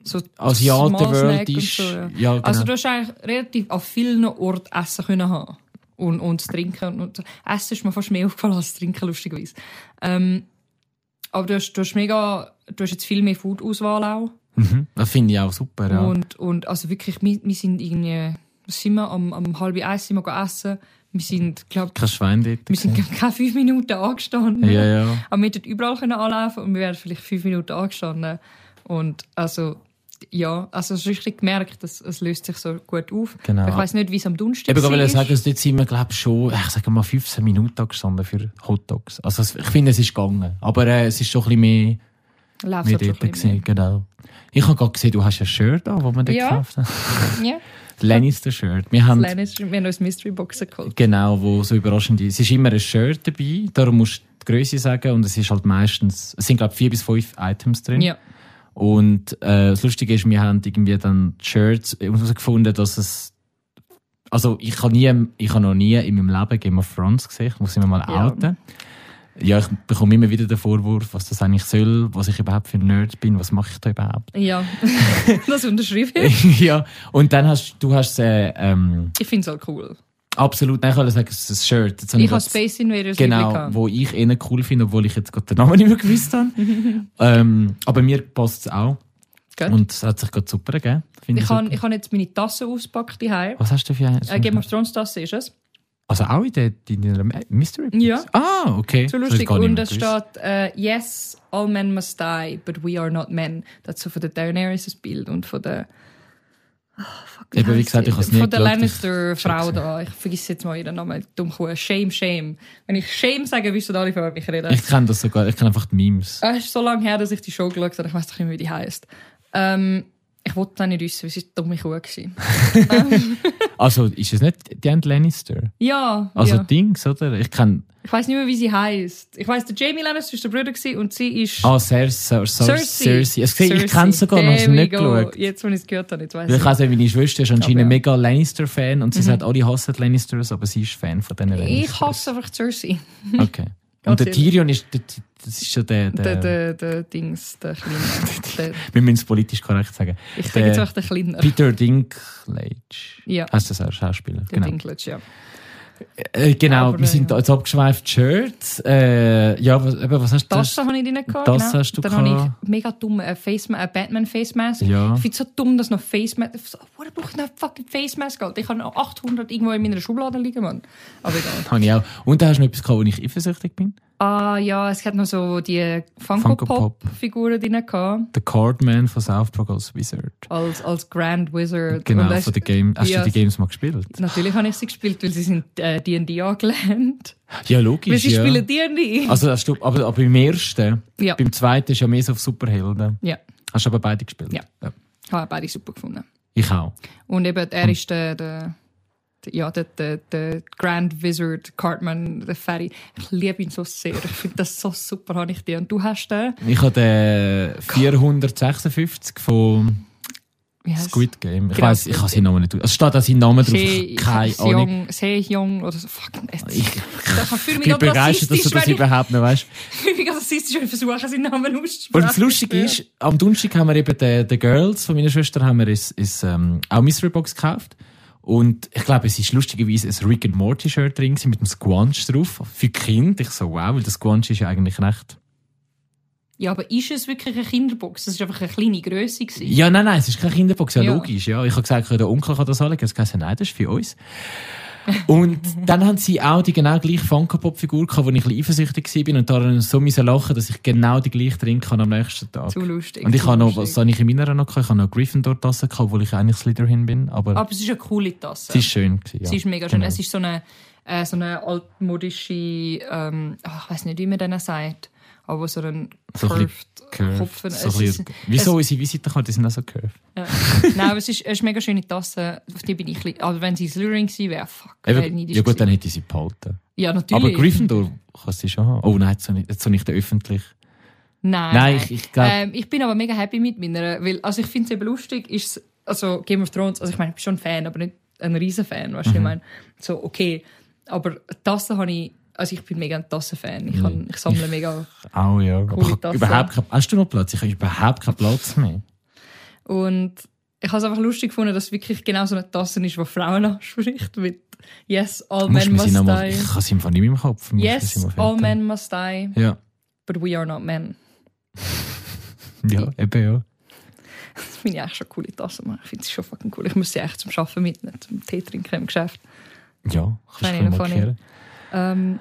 B: so Small
A: Asiaten-World
B: Snack und
A: ist.
B: so, ja.
A: ja, genau.
B: Also du hast eigentlich relativ an vielen Orten Essen können haben. Und, und das Trinken. Und, und, Essen ist mir fast mehr aufgefallen als das Trinken, lustigerweise. Ähm, Aber du hast, du hast mega, du hast jetzt viel mehr Food-Auswahl auch.
A: Mhm. Das finde ich auch super, ja.
B: Und, und also wirklich, wir, wir sind irgendwie, was sind wir, am, am halb eins sind wir gegangen essen. Wir sind, glaube
A: Kein Schwein dort.
B: wir sind
A: gewesen.
B: glaub, keine fünf Minuten angestanden.
A: ja, ja.
B: Aber wir hätten überall können anlaufen und wir wären vielleicht fünf Minuten angestanden. Und also, ja, also es ist richtig gemerkt, dass es löst sich so gut auf.
A: Genau.
B: Ich weiß nicht, wie es am Donnerstag
A: Eben, ich will
B: war.
A: sagen, also dort sind wir, glaube ich, schon, ich sage mal, 15 Minuten gestanden für Hotdogs. Also, es- ich finde, es ist gegangen. Aber äh, es ist schon ein bisschen mehr,
B: Läuft's
A: mehr
B: halt so
A: dort
B: ein bisschen
A: gewesen, genau. Ich habe gerade gesehen, du hast ein Shirt an, das wir dort
B: Ja.
A: gekauft haben.
B: mehr. Ja,
A: Lannister-Shirt. Wir
B: das
A: haben,
B: Lane ist, wir haben uns Mystery Boxen geholt.
A: genau, wo so überraschend ist. Es ist immer ein Shirt dabei, darum musst du die Größe sagen und es ist halt meistens, es sind, glaube ich, vier bis fünf Items drin.
B: Ja.
A: Und äh, das Lustige ist, wir haben irgendwie dann die Shirts herausgefunden, dass es. Also ich habe nie, ich habe noch nie in meinem Leben Game of Thrones gesehen. Ich muss immer mal
B: Ja.
A: outen. Ja, ich bekomme immer wieder den Vorwurf, was das eigentlich soll, was ich überhaupt für ein Nerd bin, was mache ich da überhaupt.
B: Ja, das unterschrieb ich.
A: ja, und dann hast du hast äh, ähm,
B: Ich finde es halt cool.
A: absolut, nein, ich wollte sagen, es ist ein Shirt. Jetzt habe
B: Ich habe
A: das-
B: Space Invaders wirklich
A: Genau,
B: gehabt.
A: wo ich eher cool finde, obwohl ich jetzt gerade den Namen nicht mehr gewusst habe. ähm, aber mir passt es auch.
B: Gell?
A: Und es hat sich gerade super gegeben. Finde
B: Ich
A: super.
B: habe ich hab jetzt meine Tasse ausgepackt daheim.
A: Was hast du für eine?
B: Äh, Game of Thrones Tasse ist es.
A: also auch in der, in der Mystery Box?
B: Ja.
A: Ah, okay.
B: So
A: Das hab ich
B: lustig.
A: gar nicht
B: Und
A: mehr
B: es
A: gewusst.
B: steht, äh, yes, all men must die, but we are not men. Das ist so von der Daenerys das Bild und von der... Ah, fuck,
A: Eben, wie
B: heisst
A: gesagt,
B: sie?
A: ich hab's nie
B: Von der
A: geschaut, ich-
B: Lannister-Frau
A: ich-
B: da. Ich vergesse jetzt mal ihren Namen. Dummkuh. Shame, shame. Wenn ich shame sage, wissen alle, von wem ich rede.
A: Ich kenne das sogar. Ich kenne einfach die Memes.
B: Ah, Es ist so lange her, dass ich die Show geschaut habe. Ich weiß doch nicht mehr, wie die heisst. Ähm, ich wollte das nicht wissen, weil sie eine dumme Kuh war.
A: Also ist es nicht die Ant Lannister?
B: ja,
A: Also
B: ja.
A: Dings, oder? Ich kenne...
B: Ich weiß nicht mehr, wie sie heißt. Ich weiß, der Jamie Lannister war der Bruder gewesen und sie ist
A: Ah, Cer Cer Cer Cersei. Es- Ich kenne es sogar, noch
B: There
A: habe es
B: we
A: nicht
B: go.
A: geschaut.
B: Jetzt, wo ich es gehört habe, jetzt weiß
A: Weil ich
B: ich.
A: auch sehe, meine Schwester ist anscheinend
B: Aber ja. Mhm.
A: mega Lannister-Fan und sie sagt, alle hassen die Lannisters, aber sie ist Fan von diesen Lannisters.
B: Ich hasse einfach Cersei.
A: Okay. Und
B: Ganz
A: der Tyrion ist, der- das ist ja der, der,
B: Der, der, der Dings, der Kleine. der,
A: wir müssen es politisch korrekt sagen.
B: ich sage
A: Der-
B: jetzt einfach der Kleine.
A: Peter Dinklage.
B: Ja.
A: Heißt das auch, Schauspieler?
B: Der
A: genau.
B: Dinklage, ja.
A: Äh, genau,
B: Aber,
A: wir sind
B: ja.
A: jetzt abgeschweift. Shirt. Äh, ja, was, eben, was hast du?
B: Das habe ich drin gehabt.
A: Das hast du
B: Dann habe
A: gehabt.
B: ich mega dumm ein, Face ein Batman Face Mask.
A: Ja.
B: Ich finde es so dumm, dass noch Face Mask. So, Woher brauche ich noch ein nou fucking Face Mask? Alter? Ich habe noch 800 irgendwo nou in meiner Schublade liegen, Oh, Mann. Aber egal.
A: Habe ich auch. Und da hast du noch etwas gehabt, wo ich eifersüchtig bin?
B: Ah ja, es hat noch so die eh, Funko
A: Funko Pop.
B: Pop Figuren drin gehabt.
A: Der Cardman von South Park als Wizard.
B: Als, als Grand Wizard. Und
A: Genau,
B: das-
A: von den Game. Hast
B: Ja.
A: du die Games mal gespielt?
B: Natürlich habe ich sie gespielt, weil sie sind äh, D&D angelernt.
A: Ja,
B: Weil
A: logisch.
B: sie
A: Ja.
B: spielen D&D.
A: Also, hast du, aber, aber beim ersten,
B: Ja.
A: beim zweiten ist ja mehr so auf Superhelden.
B: Ja,
A: Hast du aber beide gespielt?
B: Ja. habe ich beide super gefunden.
A: Ich auch.
B: Und eben,
A: Hm.
B: er ist der, der, der ja, der, der, der Grand Wizard Cartman, der Ferry. Ich liebe ihn so sehr. Ich finde das so super, habe ich den. Und du hast den,
A: Ich habe den 456 von
B: wie heisst
A: Squid Game. Ich
B: Genau,
A: weiss, ich
B: Squid
A: kann seinen Namen nicht aus. Es steht auch sein Name drauf.
B: Se-
A: Ich habe Keine Ahnung.
B: Seong- Sejong oder so. Fuck, jetzt.
A: Ich-
B: das kann für
A: Ich
B: mich
A: bin
B: auch
A: begeistert, dass
B: rassistisch,
A: du das
B: wenn ich
A: überhaupt nicht weißt.
B: für mich rassistisch, wenn ich versuche, seinen Namen auszusprechen.
A: Und das Lustige
B: Ja.
A: ist, am Donnerstag haben wir eben den, den Girls von meiner Schwester haben wir ist, ist, ähm, auch Mystery Box gekauft. Und ich glaube, es ist lustigerweise ein Rick and Morty Shirt drin gewesen mit dem Squanch drauf. Für Kind. Ich so, wow, weil der Squanch ist ja eigentlich recht.
B: Ja, aber ist es wirklich eine Kinderbox? Das war einfach eine kleine Grösse. gewesen.
A: Ja, nein, nein, es ist keine Kinderbox, ja,
B: Ja.
A: logisch. Ja. Ich habe gesagt, der Onkel kann das anlegen. Er hat gesagt, nein, das ist für uns. Und dann haben sie auch die genau gleiche Funko Pop Figur gehabt, wo ich ein bisschen eifersüchtig war und daran so müssen lachen, dass ich genau die gleiche trinken kann am nächsten Tag.
B: Zu lustig.
A: Und ich
B: zu
A: habe noch,
B: lustig.
A: was habe ich in meiner noch gehabt? Ich habe noch Gryffindor-Tasse gehabt, obwohl ich eigentlich Slytherin bin. Aber
B: Aber es ist eine coole Tasse.
A: sie ist schön gewesen, ja.
B: Sie ist mega schön.
A: Genau.
B: Es ist so eine, äh, so eine altmodische, ähm, ah, ich weiß nicht, wie man denen sagt, aber so ein
A: So ein
B: curved
A: Curved,
B: Kopf.
A: so
B: es
A: ein
B: ist,
A: bisschen- Wieso unsere Visitenkarte, die sind auch so curved?
B: ja. Nein, aber es ist, es ist eine mega schöne Tasse, auf die bin ich ein bisschen, aber wenn sie Slytherin gewesen wäre, fuck, wäre ich
A: Eben,
B: neidisch
A: Ja gut,
B: gewesen.
A: dann hätte ich sie behalten.
B: Ja, natürlich.
A: Aber Gryffindor kannst du schon haben. Oh nein, jetzt so nicht, jetzt so nicht öffentlich.
B: Nein,
A: Nein, ich- ich glaub-
B: ähm, ich bin aber mega happy mit meiner, weil also ich finde es eben lustig, ist also Game of Thrones, also ich meine, ich bin schon ein Fan, aber nicht ein riesen Fan, weißt du,
A: Mhm.
B: ich meine, so okay, aber Tassen habe ich, also ich bin mega ein Tassenfan, ich,
A: Mhm.
B: kann, ich sammle mega
A: Auch ja. Aber
B: Coole
A: ich habe
B: Tasse.
A: überhaupt kein, hast du noch Platz? Ich habe überhaupt keinen Platz mehr.
B: und ich habe es einfach lustig gefunden, dass es wirklich genau so eine Tasse ist, die Frauen anspricht mit Yes, all
A: Musst
B: men
A: mir sie
B: must
A: noch mal, ich
B: die,
A: habe es einfach nicht mehr im Kopf. Musst mir sie
B: Yes, oh,
A: mal
B: all
A: finden.
B: men must die
A: Ja.
B: But we are not men.
A: Ja, eben ja.
B: Das finde ich echt schon eine coole Tasse. Mann. Ich finde sie schon fucking cool. Ich muss sie echt zum Arbeiten mitnehmen, zum Tee trinken im Geschäft.
A: Ja,
B: Kann
A: kannst
B: ich
A: du
B: noch
A: markieren.
B: Ähm,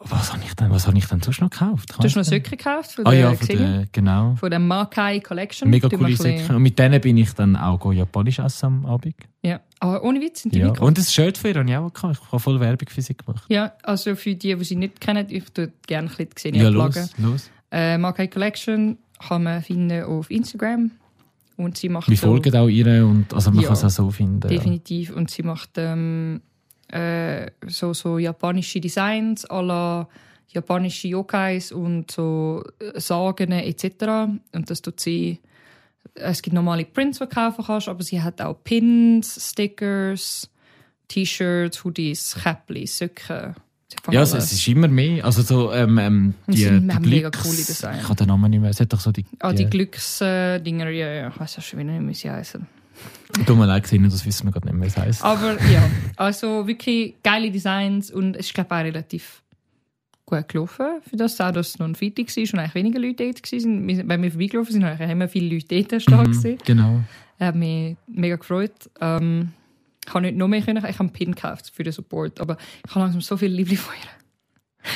A: Was habe ich denn, was habe ich denn sonst noch gekauft?
B: du hast noch äh, Söcke gekauft von
A: Ah
B: der,
A: ja, von
B: Xenia?
A: der, genau.
B: von der Makai Collection.
A: Mega
B: Tun wir
A: coole
B: ein bisschen-
A: Säcke. Und mit denen bin ich dann auch go japanisch essen am Abend.
B: Ja, aber ohne Witz sind die
A: Ja.
B: wirklich
A: Und das Shirt von ihr habe ich auch gehabt. Ich habe voll Werbung für sie gemacht.
B: Ja, also für die, die sie nicht kennen, ich tue gerne ein bisschen gesehen
A: Ja,
B: ablagen.
A: los, los.
B: Äh, Makai Collection kann man finden auf Instagram und sie macht
A: Wir
B: so-
A: folgen auch ihr und also man
B: Ja.
A: kann es auch so finden. Ja.
B: definitiv und sie macht ähm, äh, so so japanische Designs, à la japanische Yokais und so äh, Sagen etc. Und das tut sie. äh, Es gibt normale Prints, die du kaufen kannst, aber sie hat auch Pins, Stickers, T-Shirts, Hoodies, Käppli, Socken. Sie hat
A: Ja, es,
B: alles.
A: es ist immer mehr. Also so, ähm, ähm,
B: Und
A: die,
B: sie
A: die
B: haben mega
A: Glücks-
B: coole Design.
A: Ich kann den Namen nicht mehr. Es hat doch so die...
B: Ah, die Glücksdinger, ja, ja, ich weiß ja schon wieder nicht, wie sie heißen.
A: Tut mir leid, Xenia, das wissen wir gerade nicht mehr, wie es heisst.
B: Aber ja, also wirklich geile Designs und es ist, glaube ich, auch relativ gut gelaufen. Für das auch, dass es noch ein Freitag war und eigentlich weniger Leute dort waren. Wir sind- Wenn wir vorbeigelaufen sind, waren eigentlich immer viele Leute dort da.
A: Mhm,
B: gewesen.
A: genau.
B: Das hat mich mega gefreut. Ähm, ich habe nicht noch mehr können, ich habe einen Pin gekauft für den Support, aber ich habe langsam so viel Liebling von ihr.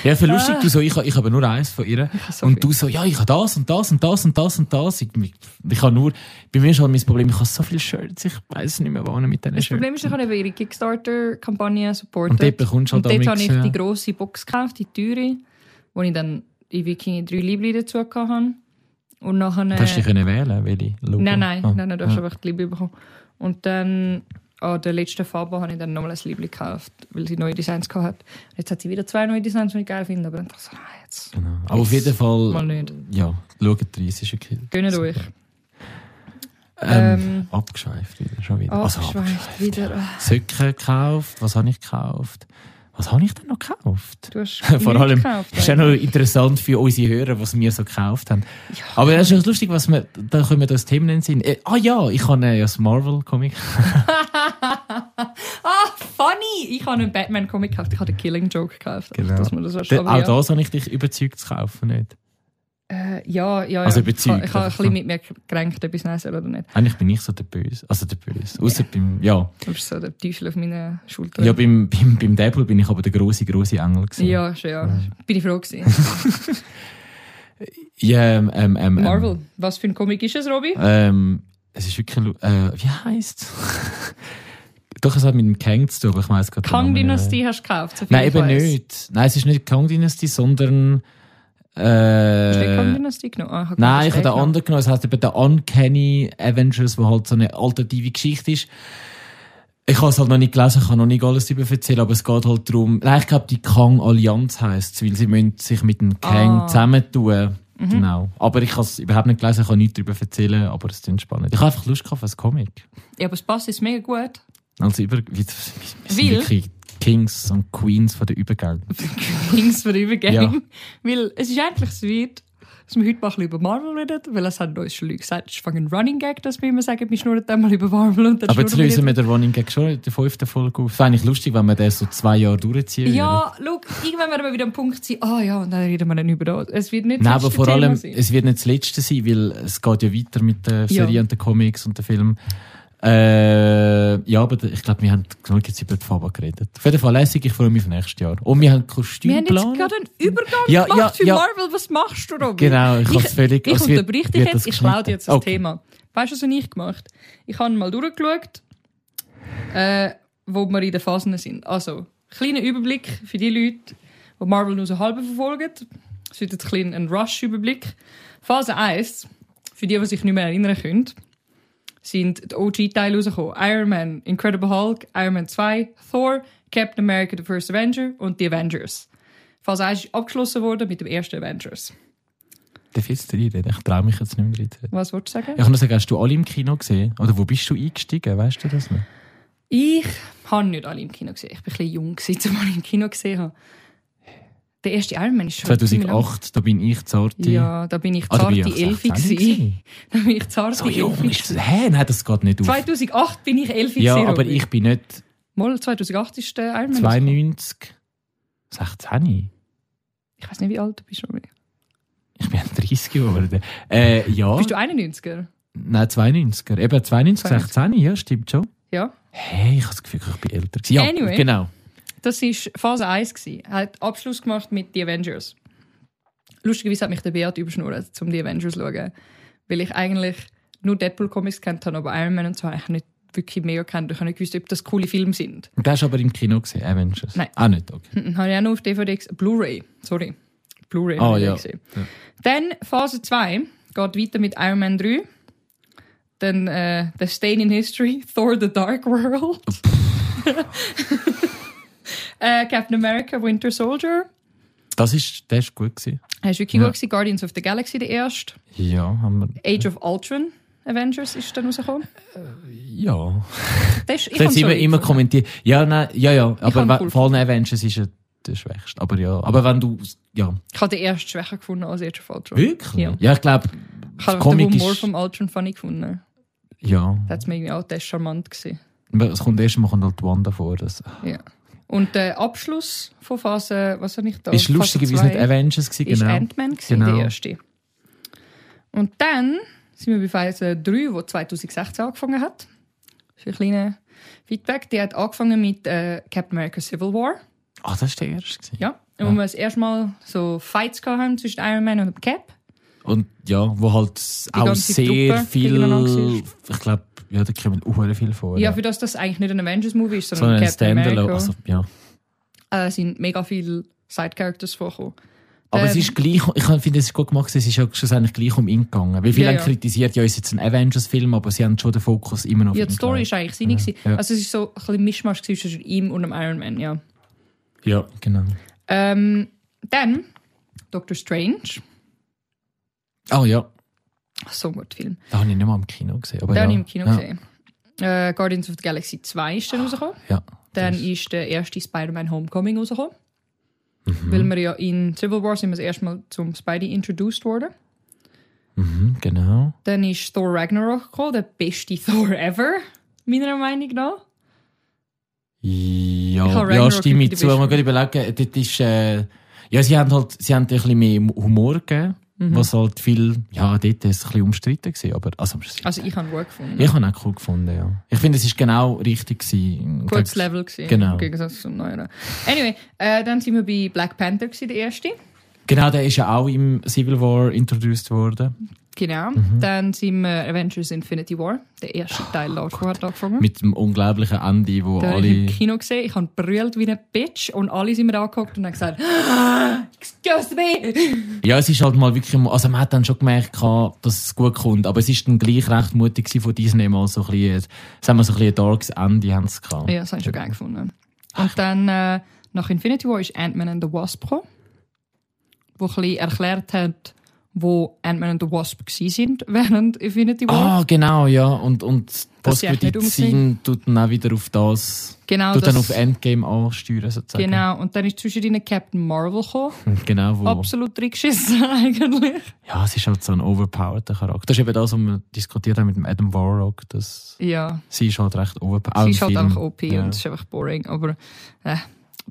A: Ja, für lustig,
B: Ah.
A: du so, ich, ich habe nur eins von ihr.
B: Ich habe so
A: und
B: viel.
A: du so, ja, ich habe das und das und das und das und das. Ich, ich habe nur, bei mir ist halt mein Problem, ich habe so viele Shirts, ich weiß nicht mehr, wohin mit diesen
B: Das
A: Shirts.
B: Problem ist, ich habe eben ihre Kickstarter-Kampagne supportet.
A: Und dort bekommst du halt
B: Und dort habe
A: amigs,
B: ich
A: ja.
B: die grosse Box gekauft, die teure, wo ich dann in Viking drei Libri dazu hatte. Und nachher...
A: Und Hast du dich können wählen, welche Logo?
B: äh, Nein, nein,
A: Ah,
B: nein, nein, du hast
A: ah.
B: einfach die Libri bekommen. Und dann an der letzten Farbe habe ich dann nochmal ein Libri gekauft, weil sie neue Designs gehabt hat. Und Jetzt hat sie wieder zwei neue Designs, die ich geil finde, aber dann dachte ich so, nein, jetzt
A: Genau. Aber auf jeden
B: mal
A: Fall,
B: nicht.
A: ja, schaut rein, es ist okay.
B: Gönnt euch.
A: Ähm,
B: Ähm,
A: abgeschweift wieder, schon wieder. Also
B: Abgeschweift Ah, wieder. Ah,
A: Socken gekauft, was habe ich gekauft? Was habe ich denn noch gekauft?
B: Du hast
A: Vor
B: nichts
A: allem
B: gekauft,
A: ist auch noch interessant für unsere Hörer, was wir so gekauft haben. Aber das ist ganz lustig, was wir, da können wir das Thema nennen. Sinn. Äh, ah ja, ich habe äh, ja das Marvel-Comic.
B: Oh, Ah, funny! Ich habe einen Batman-Comic gekauft, ich habe den Killing Joke gekauft.
A: Genau.
B: Dass man das weißt,
A: Da-
B: aber
A: Auch
B: ja.
A: das habe ich dich überzeugt zu kaufen, nicht?
B: Äh, ja, ja, ja.
A: Also
B: ich ha-
A: überzeugt
B: Ich habe ein
A: einfach.
B: bisschen mit mir gekränkt, ob ich es nehmen soll oder nicht.
A: Eigentlich bin ich so der Böse. Also der Böse. Außer beim, ja.
B: Du bist so der Teufel auf meiner Schulter.
A: Ja, beim, beim, beim Deadpool bin ich aber der große, große Engel gewesen.
B: ja, schon, ja. Bin ich froh gewesen.
A: Ja, ähm, ähm, ähm,
B: Marvel, was für ein Comic ist es, Robi?
A: Ähm, es ist wirklich, lu- äh, wie heisst's? Doch, es hat mit dem Kang zu tun, aber ich weiss gerade den Namen nicht mehr.
B: Kang-Dynastie hast du gekauft? so viel
A: Nein,
B: ich
A: eben
B: weiss.
A: nicht. Nein, es ist nicht Kang Dynasty, sondern.
B: Hast du die
A: Äh,
B: Kang-Dynastie genommen? Ah, habe
A: nein, ich habe
B: gedacht,
A: den anderen genommen. Es heißt eben der Uncanny Avengers, wo halt so eine alternative Geschichte ist. Ich habe es halt noch nicht gelesen, ich kann noch nicht alles darüber erzählen, aber es geht halt darum. Nein, ich glaube, die Kang Allianz heisst weil sie müssen sich mit dem Kang
B: Ah. Mhm.
A: zusammentun. Genau. Aber ich habe es überhaupt nicht gelesen, ich kann nichts darüber erzählen, aber es klingt spannend. Ich habe einfach Lust gehabt auf ein Comic.
B: Ja, aber es passt jetzt mega gut.
A: Also, über, wir wir sind
B: Weil-
A: wirklich Kings und Queens von den Übergängen.
B: Links für Übergang.
A: Ja.
B: Weil es ist eigentlich sweet, dass wir heute mal ein bisschen über Marvel reden, weil es haben uns schon Leute gesagt, es ist fucking Running Gag, dass wir immer sagen, wir schnurren dann mal über Marvel und dann
A: Aber jetzt
B: schnurren
A: lösen
B: wieder-
A: wir den Running Gag schon in der fünften Folge auf. Es wäre eigentlich lustig, wenn wir den so zwei Jahre durchziehen würden.
B: Ja, schau, irgendwann werden wir wieder am Punkt sein, ah ja, und dann reden wir dann über das. Es wird nicht
A: Nein,
B: das
A: aber
B: letzte
A: vor
B: Thema
A: allem,
B: sein.
A: es wird nicht das Letzte sein, weil es geht ja weiter mit der
B: Ja.
A: Serie und den Comics und den Filmen. Äh, ja, aber ich glaube, wir haben genug jetzt über die Faba geredet. Auf jeden Fall lässig, ich freue mich auf nächstes Jahr. Und wir haben
B: Wir haben
A: Kostümplan.
B: jetzt gerade einen Übergang
A: Ja,
B: gemacht
A: ja,
B: für
A: ja.
B: Marvel. Was machst du, Robin?
A: Genau, ich hab's völlig-
B: Ich
A: es wird-
B: unterbreche dich
A: wird das
B: jetzt. Ich klaue
A: geschnitten.
B: dir jetzt das
A: Okay.
B: Thema. Weißt du, was habe ich gemacht Ich habe mal durchgeschaut, äh, wo wir in den Phasen sind. Also, kleiner Überblick für die Leute, die Marvel nur so halb verfolgen. Es wird jetzt ein kleiner- ein Rush-Überblick. Phase 1, für die, die sich nicht mehr erinnern können, sind die OG-Teile rausgekommen. Iron Man, Incredible Hulk, Iron Man 2, Thor, Captain America The First Avenger und The Avengers. Phase 1 ist abgeschlossen worden mit dem ersten Avengers.
A: Darf ich jetzt reinreden? Ich traue mich jetzt nicht mehr reinreden.
B: Was wolltest du sagen?
A: Ich kann nur sagen, hast du alle im Kino gesehen? Oder wo bist du eingestiegen? Weißt du das noch?
B: Ich habe nicht alle im Kino gesehen. Ich war ein bisschen jung, als ich alle im Kino gesehen habe. Der erste Iron Man ist schon ziemlich lang-
A: 2008, da bin ich zarte.
B: Ja, da bin ich
A: Ah, da bin
B: zarte
A: ich
B: Elfi.
A: 16
B: gewesen.
A: gewesen.
B: Da bin ich zarte
A: So jung
B: Elfi.
A: ist das. Hä? Nein, das geht nicht auf.
B: 2008 bin ich Elfi.
A: Ja,
B: gewesen,
A: aber
B: Robin.
A: ich bin nicht
B: Mal 2008 ist der Iron Man.
A: 92, 16.
B: Ich weiß nicht, wie alt du bist, Robin.
A: 30 geworden. Äh, ja.
B: Bist du 91er?
A: Nein, 92er. Eben 92,
B: 92.
A: 16, ja, stimmt schon.
B: Ja.
A: Hey, ich habe das Gefühl, ich bin älter. gewesen. Ja,
B: Anyway.
A: genau.
B: Das war Phase 1. gewesen. Er hat Abschluss gemacht mit The Avengers. Lustigerweise hat mich der Beat überschnurrt, um die Avengers zu schauen. Weil ich eigentlich nur Deadpool-Comics kennt habe, aber Iron Man und so eigentlich nicht wirklich mehr kennt. Ich habe nicht gewusst, ob das coole Filme sind.
A: Und das hast du aber im Kino gesehen, Avengers?
B: Nein.
A: Auch nicht, okay.
B: Mhm, Habe ich auch noch auf DVD gesehen. Blu-ray, sorry. Blu-ray
A: Ah,
B: habe ich
A: ja.
B: gesehen.
A: Ja.
B: Dann Phase 2 geht weiter mit Iron Man 3. Dann äh, The Stain in History, Thor The Dark World. äh, Captain America Winter Soldier.
A: Das ist, das ist gut gewesen.
B: Hast du wirklich
A: Ja.
B: gut gesehen? Guardians of the Galaxy, der erste.
A: Ja, haben wir.
B: Age of Ultron Avengers ist dann rausgekommen.
A: Ja.
B: Das ist, ich
A: Ich das
B: hab's
A: ist immer,
B: sorry
A: immer
B: gefunden.
A: kommentiert. Ja, nein, ja, ja. Aber
B: hab's
A: we-
B: cool
A: vor allem Avengers ist er der Schwächste. Aber ja, aber wenn du, ja.
B: Ich habe den ersten schwächer gefunden als Age of Ultron.
A: Wirklich?
B: Ja.
A: Ja, ich glaube,
B: Ich
A: das
B: habe den
A: Comic
B: Humor
A: ist,
B: vom Ultron funny gefunden.
A: ja.
B: Das hat mir irgendwie auch das charmant gesehen.
A: Es kommt erst mal kommt halt Wanda vor. Das
B: Ja. Und der Abschluss von Phase, was habe ich da?
A: ist lustigerweise nicht
B: Avengers.
A: Avengers gewesen,
B: Ist
A: genau.
B: Ant-Man gewesen,
A: Genau.
B: der erste. Und dann sind wir bei Phase 3, die 2016 angefangen hat. Für ein kleines Feedback. Die hat angefangen mit äh, Captain America Civil War.
A: Ah, das ist der erste gewesen.
B: Ja, wo wir das erste Mal so Fights gehabt haben zwischen Iron Man und Cap.
A: Und ja, wo halt auch
B: ganze
A: sehr
B: Truppe gegeneinander
A: viel,
B: war.
A: ich glaube, ja, da kommen auch viel vor.
B: Ja, für das das eigentlich nicht ein Avengers-Movie ist,
A: so
B: sondern
A: Oh ein
B: Captain
A: Standalone.
B: America.
A: Also, ja.
B: äh, sind mega viele Side-Characters vorgekommen.
A: Aber es
B: Ähm.
A: ist gleich, ich finde, es ist gut gemacht, es ist ja schlussendlich gleich um ihn gegangen. Weil viele
B: Ja,
A: haben
B: ja.
A: kritisiert, ja, ist jetzt ein Avengers-Film, aber sie haben schon den Fokus immer noch auf
B: Ja,
A: ihn
B: die Story
A: gelegt.
B: war eigentlich seine. gewesen.
A: ja.
B: Also es ist so ein bisschen Mischmasch gewesen zwischen ihm und dem Iron Man, ja.
A: Ja, genau.
B: Ähm, dann Doctor Strange.
A: Ah ja,
B: So ein guter Film.
A: da habe ich nicht mal im Kino gesehen. Aber Oh
B: Den
A: ja.
B: habe ich im Kino
A: ja.
B: gesehen. Äh, Guardians of the Galaxy 2 ist dann rausgekommen.
A: Ja.
B: Dann
A: Das-
B: ist der erste Spider-Man Homecoming rausgekommen.
A: Mhm.
B: Weil wir ja in Civil War sind wir das erste Mal zum Spidey introduced worden.
A: Mhm, genau.
B: Dann ist Thor Ragnarok gekommen, der beste Thor ever, meiner Meinung nach. Ich
A: Ja,
B: habe
A: ja
B: Ragnarok
A: stimme ich
B: über die
A: zu. Man
B: Best-
A: kann überlegen, dort ist, äh, ja, sie haben halt, sie haben ein bisschen mehr Humor gegeben,
B: Mhm.
A: was halt viel, ja, dort ist es ein bisschen umstritten gewesen, aber, also,
B: Also ich habe ihn gut gefunden.
A: ich habe ihn auch cool gefunden, ja. Ich finde, es ist genau richtig gewesen.
B: Gutes
A: Gegen-
B: Level gewesen,
A: Genau.
B: im Gegensatz zum neueren. Anyway, äh, dann sind wir bei Black Panther gewesen, der erste.
A: Genau, der ist ja auch im Civil War introduced worden.
B: Genau. Dann sind wir Avengers Infinity War, der erste Teil davon hat angefangen.
A: Mit dem unglaublichen Ende, wo
B: Den habe ich im
A: alle.
B: Kino gesehen, ich habe brüllt wie ein Bitch und alle sind mir angeguckt und haben gesagt, excuse me!
A: Ja, es ist halt mal wirklich. mal- Also, man hat dann schon gemerkt, gehabt, dass es gut kommt. Aber es ist dann gleich recht mutig gewesen von Disney mal so ein bisschen, sagen wir so ein bisschen ein darkes Ende haben sie gehabt.
B: Ja, das habe ich schon geil gefunden.
A: Ah.
B: Und dann äh, nach Infinity War ist Ant-Man and the Wasp gekommen, wo ein bisschen erklärt hat, wo Ant-Man and the Wasp gewesen sind während Infinity War.
A: Ah, genau, ja. Und, und
B: Dass sie echt nicht
A: Postmedizin tut dann auch wieder auf das,
B: genau,
A: tut dann auf
B: das-
A: Endgame ansteuern, sozusagen.
B: Genau, und dann ist zwischen ihnen Captain Marvel gekommen.
A: Genau, wo.
B: Absolut reingeschissen eigentlich.
A: Ja, es ist halt so ein overpowerter Charakter. Das ist eben das, was wir diskutiert haben mit dem Adam Warrock. Dass
B: Ja,
A: sie ist halt recht overpowered.
B: sie ist halt einfach OP
A: ja.
B: und es ist einfach boring. Aber äh,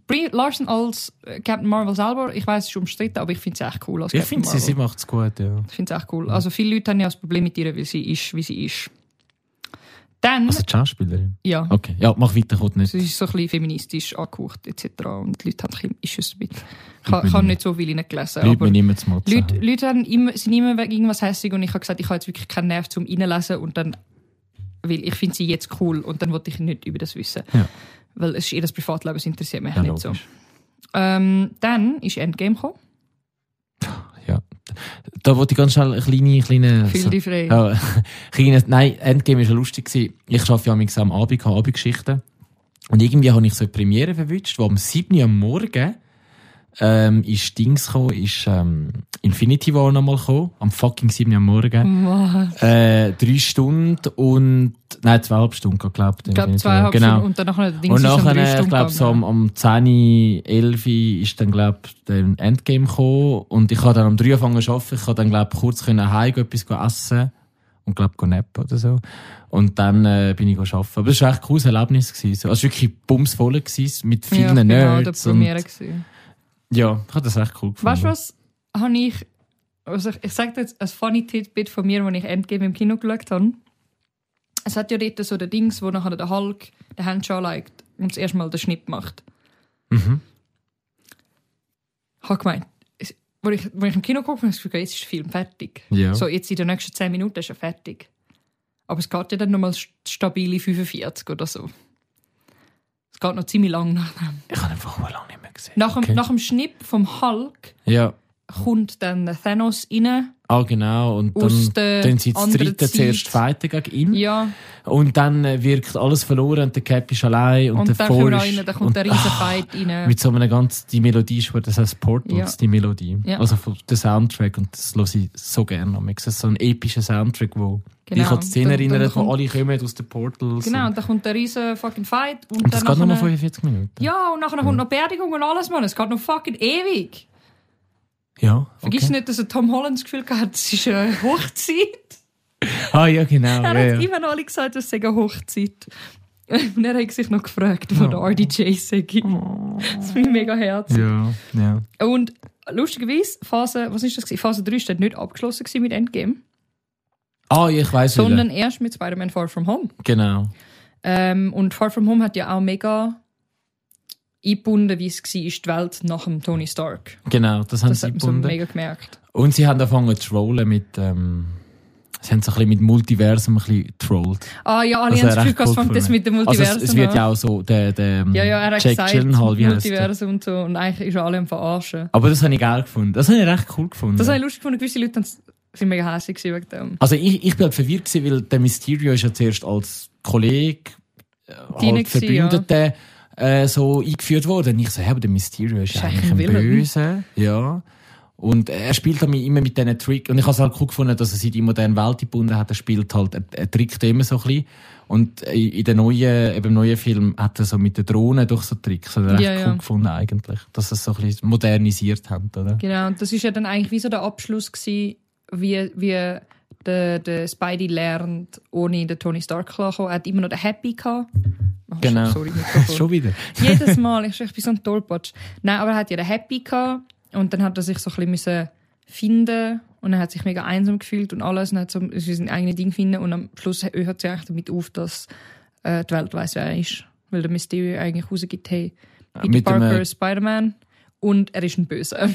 B: Brie Larson als äh, Captain Marvel selber, ich weiß, es ist umstritten, aber ich finde sie echt cool als
A: Ich
B: Captain
A: finde, sie,
B: Marvel.
A: sie macht es gut, ja.
B: ich finde sie echt
A: Mhm.
B: cool. Also viele Leute haben ja das Problem mit ihr, weil sie ist, wie sie ist. Dann,
A: Also ah. die Schauspielerin.
B: ja,
A: Okay, ja, mach weiter, kommt nicht.
B: sie ist so ein bisschen feministisch angehaucht etc. Und die Leute haben ein bisschen Issues damit. Ich ha- ich habe nicht so viel gelesen,
A: Leute
B: aber...
A: mir niemand zu motzen.
B: Leute, Leute haben immer, sind immer wegen irgendwas hässig und ich habe gesagt, ich habe jetzt wirklich keinen Nerv zum Reinlesen und dann, weil ich finde sie jetzt cool und dann wollte ich nicht über das wissen.
A: Ja.
B: Weil es ist ihr das Privatleben, es interessiert mich
A: Ja,
B: nicht so.
A: logisch.
B: Ähm, dann ist Endgame gekommen.
A: Ja. Da wollte ich ganz schnell eine kleine, kleine...
B: Fühl dich frei.
A: Ja, kleine, nein, Endgame war ja lustig. gewesen. Ich arbeite ja manchmal am Abend, habe Abendgeschichten. Und irgendwie habe ich so eine Premiere verwünscht, wo am 7 Uhr am Morgen ähm, ist Dings gekommen, ist ähm, Infinity War nochmal gekommen, am fucking 7 Uhr am Morgen.
B: Mann.
A: Äh, drei Stunden und... Nein, zweieinhalb Stunden, glaube ich.
B: Ich glaube,
A: Infinity War.
B: zweieinhalb
A: Genau.
B: Stunden und dann nachher Ding
A: Und
B: ist um drei
A: nachher,
B: Stunden
A: ich glaube, so
B: gegangen.
A: um, um 10, 11 Uhr ist dann, glaube ich, der Endgame gekommen. Und ich habe dann um 3 Uhr angefangen zu arbeiten. Ich habe dann, glaube ich, kurz können heim etwas go essen und, glaube ich, nappen oder so. Und dann äh, bin ich go arbeiten. Aber es war echt ein cooles Erlebnis. Gewesen. So, Es war wirklich bumsvoll gewesen, mit
B: ja,
A: vielen
B: genau, der
A: Nerds.
B: Premiere
A: Und,
B: gewesen.
A: ja, ich habe das echt cool gefunden.
B: Weißt du was? Habe ich Also ich, ich sage dir jetzt ein funny Tidbit von mir, als ich Endgame im Kino geschaut habe. Es hat ja dort so den Dings, wo nachher der Hulk den Handschuh anlegt und das erste Mal den Schnitt macht.
A: Mhm.
B: Ich habe gemeint, es- wo ich, wo ich im Kino geguckt habe, habe ich das Gefühl, jetzt ist der Film fertig.
A: Ja.
B: So, jetzt in den nächsten 10 Minuten ist er fertig. Aber es geht ja dann nochmal st- stabile 45 oder so. Es geht noch ziemlich lang nach dem.
A: Ich habe einfach lange nicht mehr gesehen.
B: Nach dem,
A: Okay.
B: nach dem Schnipp vom Hulk
A: Ja.
B: kommt dann der Thanos rein.
A: Ah, genau. Und
B: Aus der
A: dann, dann sind sie
B: anderen
A: dritte
B: Zeit.
A: zuerst fighten gegen ihn.
B: Ja,
A: Und dann äh, wirkt alles verloren und der Cap ist allein. Und,
B: und,
A: der
B: dann kommt
A: Vor
B: noch
A: ist-
B: rein, dann kommt
A: und- Ah,
B: der Riesenfight rein.
A: Mit so einer ganz, die Melodie ist, das heißt Portals,
B: Ja.
A: die Melodie.
B: Ja.
A: Also vom- der Soundtrack und das höre ich so gerne. am Es ist so ein epischer Soundtrack, wo
B: Genau.
A: ich an die Szene
B: Dann- dann
A: erinnert, wo
B: kommt-
A: alle kommen aus den Portals.
B: Genau,
A: Und,
B: und dann kommt der riesen fucking Fight. Und,
A: und das
B: dann
A: geht nur
B: nachher-
A: noch 45 Minuten.
B: Ja, und nachher kommt noch Beerdigung und alles, Mann. Es geht noch fucking ewig.
A: ja okay.
B: Vergiss nicht, dass er Tom Holland das Gefühl hatte, es ist eine Hochzeit.
A: Ah ja, genau.
B: Er
A: Ja,
B: hat
A: ja.
B: immer noch alle gesagt, es sei eine Hochzeit. Und er hat sich noch gefragt, wo der RDJ sei. Das finde ich mega herzig.
A: ja, Oh. ja.
B: Und lustigerweise, Phase, was ist das? gewesen? Phase 3 war nicht abgeschlossen gewesen mit Endgame,
A: Ah, ich weiß
B: sondern
A: wieder.
B: erst mit Spider-Man Far From Home.
A: Genau.
B: Ähm, und Far From Home hat ja auch mega eingebunden, wie es war, die Welt nach dem Tony Stark.
A: Genau, das haben
B: Das
A: sie
B: hat man so
A: gefunden.
B: mega gemerkt.
A: Und sie haben angefangen zu trollen mit. Ähm, sie haben so ein bisschen mit Multiversum ein bisschen trollt.
B: Ah ja, alle
A: Also
B: haben
A: recht
B: das Gefühl, gehabt, es
A: cool
B: fängt das
A: gefunden.
B: mit dem
A: Also
B: Multiversum
A: es, es wird
B: an.
A: ja auch so der, der ähm,
B: Ja, ja, er hat
A: Jack
B: gesagt,
A: Gyllenhaal, wie heißt der?
B: Multiversum und so. Und eigentlich ist er alle am Verarschen.
A: Aber das habe ich geil gefunden. Das habe ich recht cool gefunden.
B: Das habe ich lustig gefunden. Gewisse Leute haben's- sind mega hässlich gewesen wegen dem.
A: also ich, ich bin halt verwirrt gewesen, weil der Mysterio ist ja zuerst als Kollege, äh,
B: Deine
A: halt
B: gewesen,
A: Verbündete äh, so eingeführt worden. Und ich so, hä, aber der Mysterio ist,
B: Ist
A: eigentlich ein
B: eigentlich ein Villain.
A: Böse. Ja. Und er spielt halt immer mit diesen Trick. Und ich habe es halt cool gefunden, dass er sich in die moderne Welt gebunden hat. Er spielt halt, er, er trickt immer so ein bisschen. Und in in den neuen, eben neuen Film hat er so mit den Drohnen durch so Tricks. Das habe ich
B: Ja,
A: recht
B: ja.
A: cool gefunden eigentlich. Dass sie es so ein bisschen modernisiert haben, oder?
B: Genau, und das ist ja dann eigentlich wie so der Abschluss gewesen, wie, wie der, der Spidey lernt, ohne den Tony Stark klarzukommen. Er hat immer noch den Happy gehabt. Oh,
A: Genau.
B: Sorry, Mikrofon.
A: Schon wieder.
B: Jedes Mal. Ich, ich bin so ein Tollpatsch. Nein, aber er hat ja den Happy gehabt und dann hat er sich so ein bisschen müssen finden und er hat sich mega einsam gefühlt und alles und hat so so sein eigenes Ding finden und am Schluss hört es ja eigentlich damit auf, dass äh, die Welt weiß wer er ist. Weil der Mysterio eigentlich rausgibt, hey, Peter
A: mit dem,
B: Parker
A: äh,
B: ist Spider-Man und er ist ein Böser.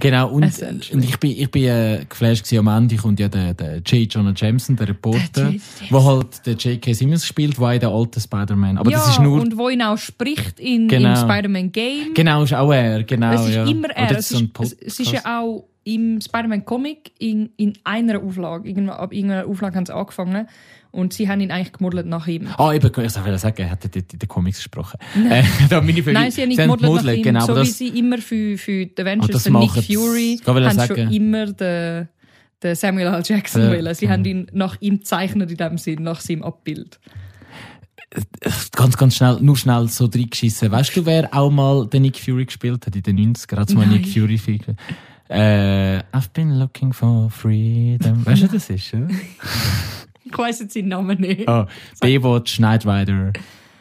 A: Genau, und,
B: Essentially.
A: und ich bin, ich bin äh, geflasht gewesen, am Ende kommt ja der, der J. Jonah Jameson, der
B: Der
A: Reporter,
B: J.
A: wo halt der J.K. Simmons spielt, war der alte Spider-Man. Aber
B: ja,
A: das ist nur,
B: und wo ihn auch spricht in,
A: Genau.
B: im Spider-Man-Game.
A: genau, ist auch er, genau,
B: Es ist
A: ja.
B: immer
A: Und
B: er.
A: das
B: Es
A: so ein
B: ist, es, es ist ja
A: Podcast.
B: auch im Spider-Man-Comic in, in einer Auflage. Irgendwann, ab irgendeiner Auflage haben sie angefangen. Und sie haben ihn eigentlich gemodelt nach ihm.
A: Ah, eben, ich wollte sagen, er hat dort in den Comics gesprochen. Äh, da meine Verwirrung.
B: Nein, sie haben ihn gemodelt nach ihm.
A: genau,
B: so
A: aber
B: wie
A: das,
B: sie immer für, für die
A: Ah, das
B: Avengers, den Nick
A: machen sie.
B: Fury,
A: Ich wollte
B: haben sie
A: sagen.
B: schon immer den, den Samuel L. Jackson
A: Ja. genau.
B: wollen. Sie haben ihn nach ihm gezeichnet in dem Sinn, nach seinem Abbild.
A: ganz, ganz schnell, nur schnell so reingeschissen. Weißt du, wer auch mal den Nick Fury gespielt hat in den 90ern? Als mal
B: Nein.
A: Nick Fury Film. Äh, I've been looking for freedom. Weißt du, wer das ist, oder?
B: Ich weiss jetzt seinen Namen nicht.
A: Oh, Baywatch, Knight Rider.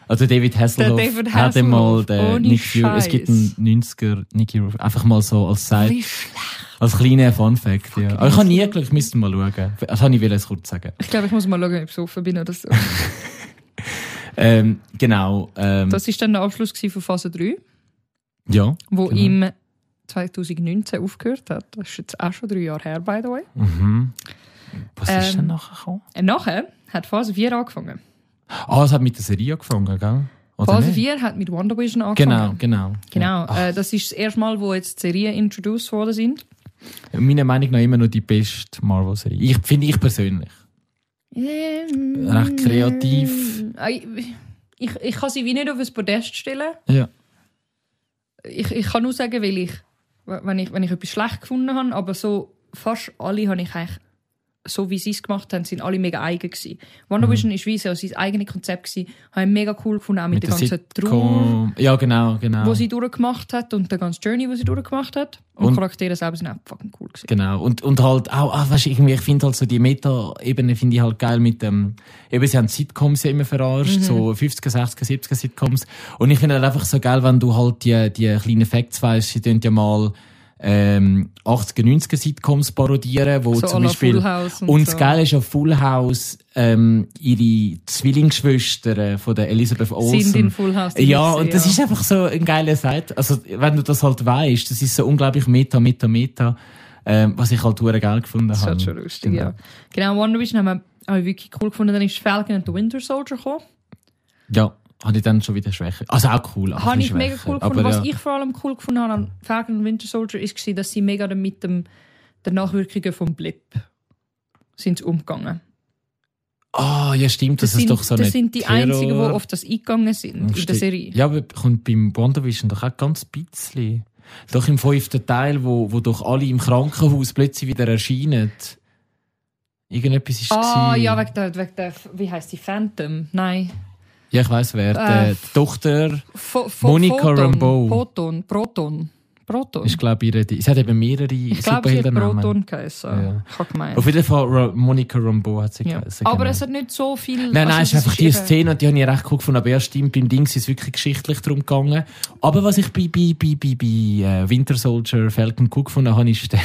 A: Also David Hasselhoff,
B: Der David
A: hat einmal
B: Hasselhoff,
A: den
B: ohne
A: Nick Fury. Es gibt einen 90er Nick Fury. Einfach mal so als Side,
B: Wie schlecht.
A: als kleiner Fun Fact. Ja. Aber ich habe nie geschaut, ich müsste mal schauen. Das wollte ich will es kurz sagen.
B: Ich glaube, ich muss mal schauen, ob ich besoffen bin oder so.
A: Ähm, genau. Ähm,
B: Das war dann der Abschluss gewesen von Phase 3.
A: ja.
B: wo
A: Genau.
B: im 2019 aufgehört hat. Das ist jetzt auch schon drei Jahre her, by the way.
A: Mhm. Was ist
B: Ähm.
A: denn nachher gekommen?
B: Und nachher hat Phase 4 angefangen.
A: Ah, es hat mit der Serie angefangen, gell? Oder
B: Phase
A: nicht?
B: 4 hat mit WandaVision
A: Genau,
B: angefangen.
A: genau.
B: Genau,
A: Ja.
B: äh, das ist das erste Mal, wo jetzt die Serien introduced worden sind.
A: Ach, meiner Meinung nach immer noch die beste Marvel-Serie. Ich finde ich persönlich. Recht
B: Recht
A: kreativ.
B: Ähm, Ich, ich kann sie wie nicht auf ein Podest stellen.
A: Ja.
B: Ich, ich kann nur sagen, weil ich, wenn ich, wenn ich etwas schlecht gefunden habe, aber so fast alle habe ich eigentlich, so wie sie es gemacht haben, sind alle mega eigen gewesen.
A: Mhm.
B: WandaVision war wie so sein eigenes Konzept gewesen, habe ich mega cool gefunden, auch mit, der ganzen Trauer,
A: Sitcom. Ja, genau, genau.
B: die sie durchgemacht hat und der ganzen Journey, die sie durchgemacht hat. Und,
A: Und-
B: die Charaktere selber sind auch fucking cool gewesen.
A: Genau. Und, und halt auch, ah, weißt, irgendwie, ich finde halt so die Meta-Ebene finde ich halt geil mit dem, eben sie haben Sitcoms ja immer verarscht,
B: Mhm.
A: so 50er, 60er, 70er Sitcoms. Und ich finde halt einfach so geil, wenn du halt die, die kleinen Facts weißt, sie tun ja mal, äh, ähm, 80er, 90er Sitcoms parodieren, wo
B: so à
A: zum
B: la
A: Beispiel.
B: Also Full House und,
A: Und, das
B: so.
A: Geile ist auf Full House, ähm, ihre Zwillingsschwestern von der Elizabeth Olsen.
B: sind in Full House. die
A: Ja,
B: Mixer,
A: und das
B: ja.
A: ist einfach so ein geiler Set. Also, wenn du das halt weißt, das ist so unglaublich meta, meta, meta, ähm, was ich halt hure geil gefunden
B: Das ist
A: habe.
B: halt schon lustig, ja. Genau, Wonder Vision haben wir habe ich wirklich cool gefunden. Dann ist Falcon and the Winter Soldier gekommen.
A: Ja, habe ich dann schon wieder Schwäche. Also auch cool. aber
B: Habe ich
A: Schwäche.
B: mega cool gefunden.
A: Aber
B: Was
A: ja.
B: ich vor allem cool gefunden habe an Falcon and Winter Soldier ist, gewesen, dass sie mega dann mit dem, den Nachwirkungen vom Blip sind sie umgegangen.
A: Ah, ja, stimmt, das, ist
B: sind,
A: doch so
B: das
A: eine
B: sind die
A: Terror- Oh,
B: einzigen, die auf das eingegangen sind in der
A: Stimmt.
B: Serie.
A: Ja, aber kommt beim WandaVision doch auch ganz bisschen. Doch im fünften Teil, wo, wo doch alle im Krankenhaus plötzlich wieder erscheinen. Irgendetwas ist
B: Ah,
A: gewesen.
B: ja, wegen der, wegen der, wie heißt die, Phantom? Nein.
A: Ja, ich weiss wer.
B: Äh,
A: die Tochter
B: Fo Fo
A: Monica
B: Photon,
A: Rambeau.
B: Photon, Proton. Proton.
A: ist, glaube ich, ihre. Sie hat eben mehrere
B: Ich glaube, sie hat
A: Superheldennamen.
B: Proton geheißen.
A: Ja.
B: Ich habe gemeint.
A: Auf jeden Fall Ro Monica Rambeau hat sie
B: Ja.
A: geheißen.
B: Aber
A: genau.
B: es hat nicht so viel.
A: Nein, nein,
B: also
A: es ist
B: das
A: einfach die
B: eben-
A: Szene und die habe ich recht cool gefunden. Aber ja, stimmt, beim Ding ist es wirklich geschichtlich darum gegangen. Aber was ich bei, bei, bei, bei, bei äh, Winter Soldier Falcon cool gefunden habe, ist, den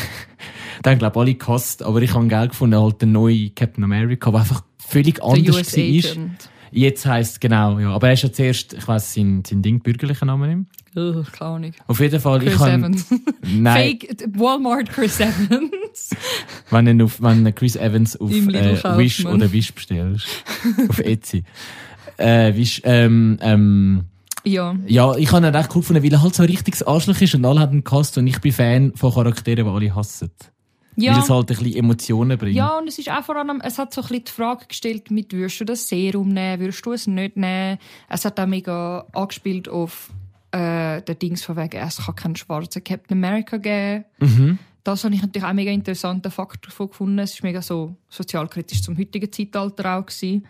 A: haben, glaube ich, alle gehasst, aber ich habe geil gefunden, halt den neuen Captain America, der einfach völlig
B: Der
A: anders
B: US
A: war.
B: Agent.
A: Jetzt heisst genau, ja. Aber er ist ja zuerst, ich weiss sein, sein Ding, bürgerlicher Name nicht. mehr.
B: Ugh, Keine Ahnung.
A: Auf jeden Fall,
B: Chris
A: ich habe...
B: Evans.
A: Nein,
B: Fake Walmart Chris Evans.
A: wenn du auf, wenn du Chris Evans auf
B: Im Lidl
A: äh,
B: kauft
A: Wish
B: man.
A: oder Wish bestellst. auf Etsy. Äh, Wish, ähm, ähm,
B: ja.
A: Ja, ich habe ihn recht cool gefunden, weil er halt so ein richtiges Arschloch ist und alle haben ihn gehasst und ich bin Fan von Charakteren, die alle hassen. Weil
B: Ja.
A: es halt ein bisschen Emotionen bringt.
B: ja, und es ist auch vor allem, es hat so ein bisschen die Frage gestellt, mit, würdest du das Serum nehmen, würdest du es nicht nehmen? Es hat auch mega angespielt auf äh, den Dings von wegen, es kann keinen schwarzen Captain America geben.
A: Mhm.
B: Das habe ich natürlich auch einen mega interessanten Fakt davon gefunden. Es ist mega so sozialkritisch zum heutigen Zeitalter auch gewesen.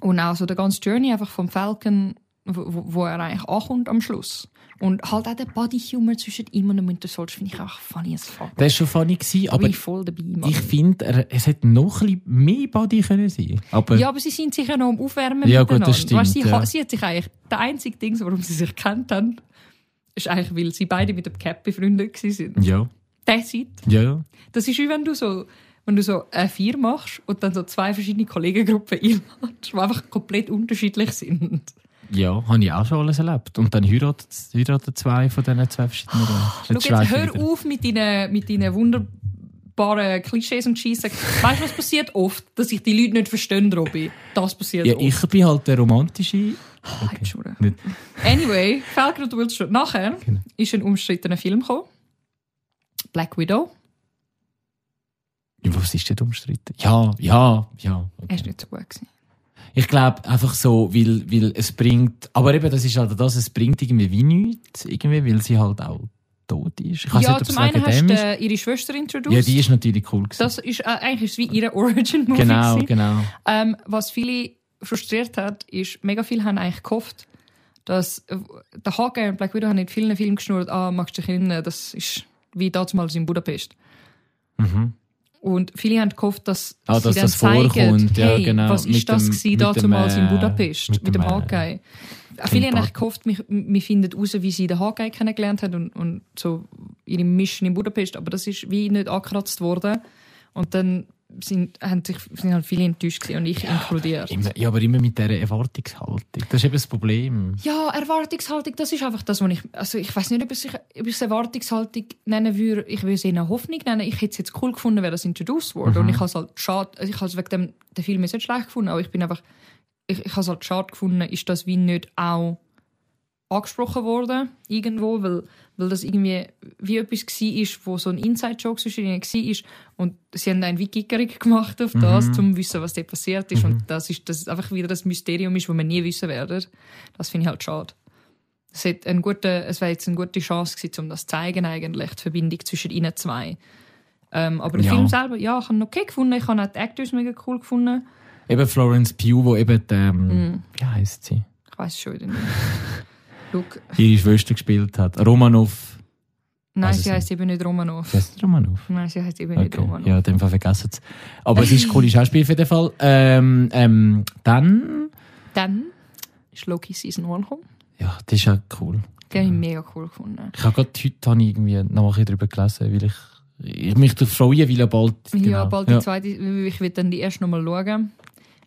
B: Und auch so der ganze Journey einfach vom Falcon, wo, wo- wo er eigentlich ankommt am Schluss. Und halt auch der Body Humor zwischen ihm und dem Winter Soldier finde ich auch funny as fuck.
A: Das war schon funny, gewesen, aber
B: Wie voll dabei, Mann.
A: ich finde, er- es hätte noch ein bisschen mehr Body können sein Aber
B: ja, aber sie sind sicher noch am Aufwärmen
A: Ja, gut,
B: miteinander.
A: das stimmt,
B: Weißt, sie,
A: ja.
B: ha- sie hat sich eigentlich, der einzige Ding, warum sie sich kennt haben, ist eigentlich, weil sie beide mit dem Cap befreundet waren.
A: ja,
B: That's it.
A: ja, ja.
B: Das ist wie wenn du so, wenn du so eine vier machst und dann so zwei verschiedene Kollegengruppen einladest, die einfach komplett unterschiedlich sind.
A: ja habe ich auch schon alles erlebt. Und dann heiraten, heiraten zwei von diesen zwei verschiedenen.
B: Ah, Schau jetzt,
A: schweife ich
B: hör
A: wieder.
B: auf mit deinen, mit deinen wunderbaren Klischees und Scheissen. Weißt du, was passiert oft? Dass ich die Leute nicht verstehen, Robby. Das passiert
A: Ja,
B: oft.
A: ich bin halt der romantische.
B: Ah, jetzt schon.
A: Nicht.
B: Anyway, Falcon und Wilson. Nachher
A: Genau.
B: ist ein umstrittener Film gekommen. Black Widow.
A: Ja, Was ist denn umstritten? Ja, ja, ja.
B: Er
A: Okay.
B: ist nicht so gut. Gewesen.
A: Ich glaube einfach so, weil, weil es bringt, aber eben das ist halt das, es bringt irgendwie wie nichts, irgendwie, weil sie halt auch tot ist. Ich weiß
B: Ja,
A: nicht, ob
B: zum
A: es
B: einen
A: wegen
B: hast
A: dem
B: du
A: ist.
B: äh, ihre Schwester introduced.
A: Ja, die ist natürlich cool gewesen.
B: das ist, äh, eigentlich ist es wie ihre Origin-Movie.
A: genau,
B: gewesen.
A: genau.
B: Ähm, was viele frustriert hat, ist, mega viele haben eigentlich gehofft, dass äh, der Hawkeye und Black Widow haben in vielen Filmen geschnurrt, ah, magst du dich erinnern, das ist wie damals in Budapest.
A: Mhm.
B: Und viele haben gehofft, dass
A: Ah,
B: sie
A: dass
B: dann
A: das
B: zeigen,
A: vorkommt. Ja,
B: hey,
A: genau.
B: was
A: Mit
B: ist das
A: dem-
B: gewesen
A: mit dem,
B: damals in
A: äh,
B: Budapest
A: mit
B: mit,
A: dem,
B: dem
A: äh,
B: Hawkeye. viele haben
A: Bart.
B: eigentlich gehofft, wir, wir finden raus, wie sie den Hawkeye kennengelernt hat und, und so ihre Mission in Budapest, aber das ist wie nicht angekratzt worden. Und dann sind, haben sich, sind halt viele enttäuscht gewesen und ich inkludiert.
A: Immer, ja, aber immer mit dieser Erwartungshaltung. Das ist eben das Problem.
B: Ja, Erwartungshaltung, das ist einfach das, was ich. Also ich weiß nicht, ob ich, ob ich es Erwartungshaltung nennen würde. Ich würde es eher Hoffnung nennen. Ich hätte es jetzt cool gefunden, wäre das introduced worden. Und ich habe es halt schade. Also ich habe es wegen dem den Film jetzt nicht schlecht gefunden, aber ich bin einfach. Ich, ich habe es halt schade gefunden, ist das wie nicht auch angesprochen worden irgendwo, weil, weil das irgendwie wie etwas war, ist, wo so ein Inside-Joke zwischen ihnen war. Und sie haben einen wie gickerig gemacht auf das, um zu wissen, was da passiert ist. Und das ist, das ist einfach wieder das Mysterium ist, das wir nie wissen werden. Das finde ich halt schade. Es, hat einen guten, es wäre jetzt eine gute Chance gewesen, um das zu zeigen, eigentlich, die Verbindung zwischen ihnen zwei. Ähm, aber den
A: Ja.
B: Film selber, ja, ich habe ihn okay gefunden. Ich habe auch die Actors mega cool gefunden.
A: Eben Florence Pugh, wo eben, die, ähm,
B: Mhm.
A: wie heisst sie?
B: Ich weiß es schon wieder nicht. Look,
A: Ihre Schwester gespielt hat. Romanov.
B: nein,
A: Weiss es
B: sie heißt eben nicht Romanov.
A: Weißt du Romanov?
B: Nein, sie heißt eben nicht
A: Also Okay.
B: Romanov.
A: Ja, in dem Fall vergessen es. Aber es ist ein cooles Schauspiel auf jeden Fall. Ähm, ähm, dann.
B: Dann ist Loki Season 1 gekommen.
A: Ja, das ist ja cool.
B: Game mega cool gefunden.
A: Ich habe gerade heute habe ich irgendwie noch ein bisschen darüber gelesen, weil ich, ich mich darauf freue, weil er bald.
B: Ja,
A: genau-
B: bald die zweite. Ich will dann die erste nochmal schauen.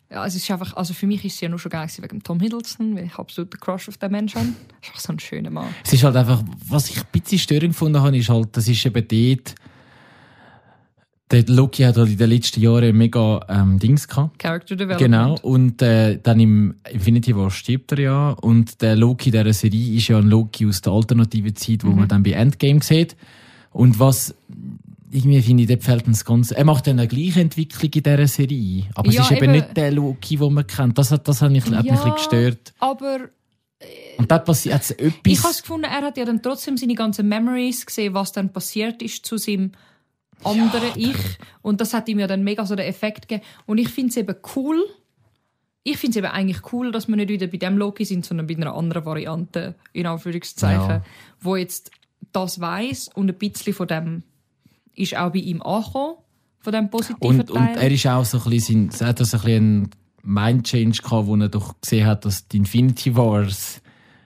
B: Ja, es ist einfach, also für mich ist es ja nur schon geil gewesen wegen Tom Hiddleston, weil ich absolut den Crush auf den Menschen habe. Das ist einfach so ein schöner Mann.
A: Es ist halt einfach, was ich ein bisschen störend gefunden habe, ist halt, das ist eben dort, der Loki hat halt in den letzten Jahren mega ähm, Dings gehabt.
B: Character Development.
A: Genau, und äh, dann im Infinity War stirbt er ja. Und der Loki dieser Serie ist ja ein Loki aus der alternativen Zeit,
B: Mhm.
A: wo man dann bei Endgame sieht. Und was irgendwie finde ich, dort fehlt uns ganz. Er macht dann eine gleiche Entwicklung in dieser Serie. Aber
B: Ja,
A: es ist eben,
B: eben.
A: nicht der Loki, den man kennt. Das hat, das hat mich, hat mich ein bisschen
B: Ja.
A: gestört.
B: Aber
A: Und dort passiert hat's
B: ich habe
A: etwas.
B: gefunden, er hat ja dann trotzdem seine ganzen Memories gesehen, was dann passiert ist zu seinem anderen Ich. Und das hat ihm ja dann mega so den Effekt gegeben. Und ich finde es eben cool. Ich finde es eben eigentlich cool, dass wir nicht wieder bei dem Loki sind, sondern bei einer anderen Variante, in Anführungszeichen,
A: Ja.
B: wo jetzt das weiß und ein bisschen von dem ist auch bei ihm angekommen, von dem positiven
A: Und, und
B: Teil.
A: er ist auch so ein bisschen, sein- er hat auch so ein bisschen einen Mindchange gehabt, wo er doch gesehen hat, dass die Infinity Wars,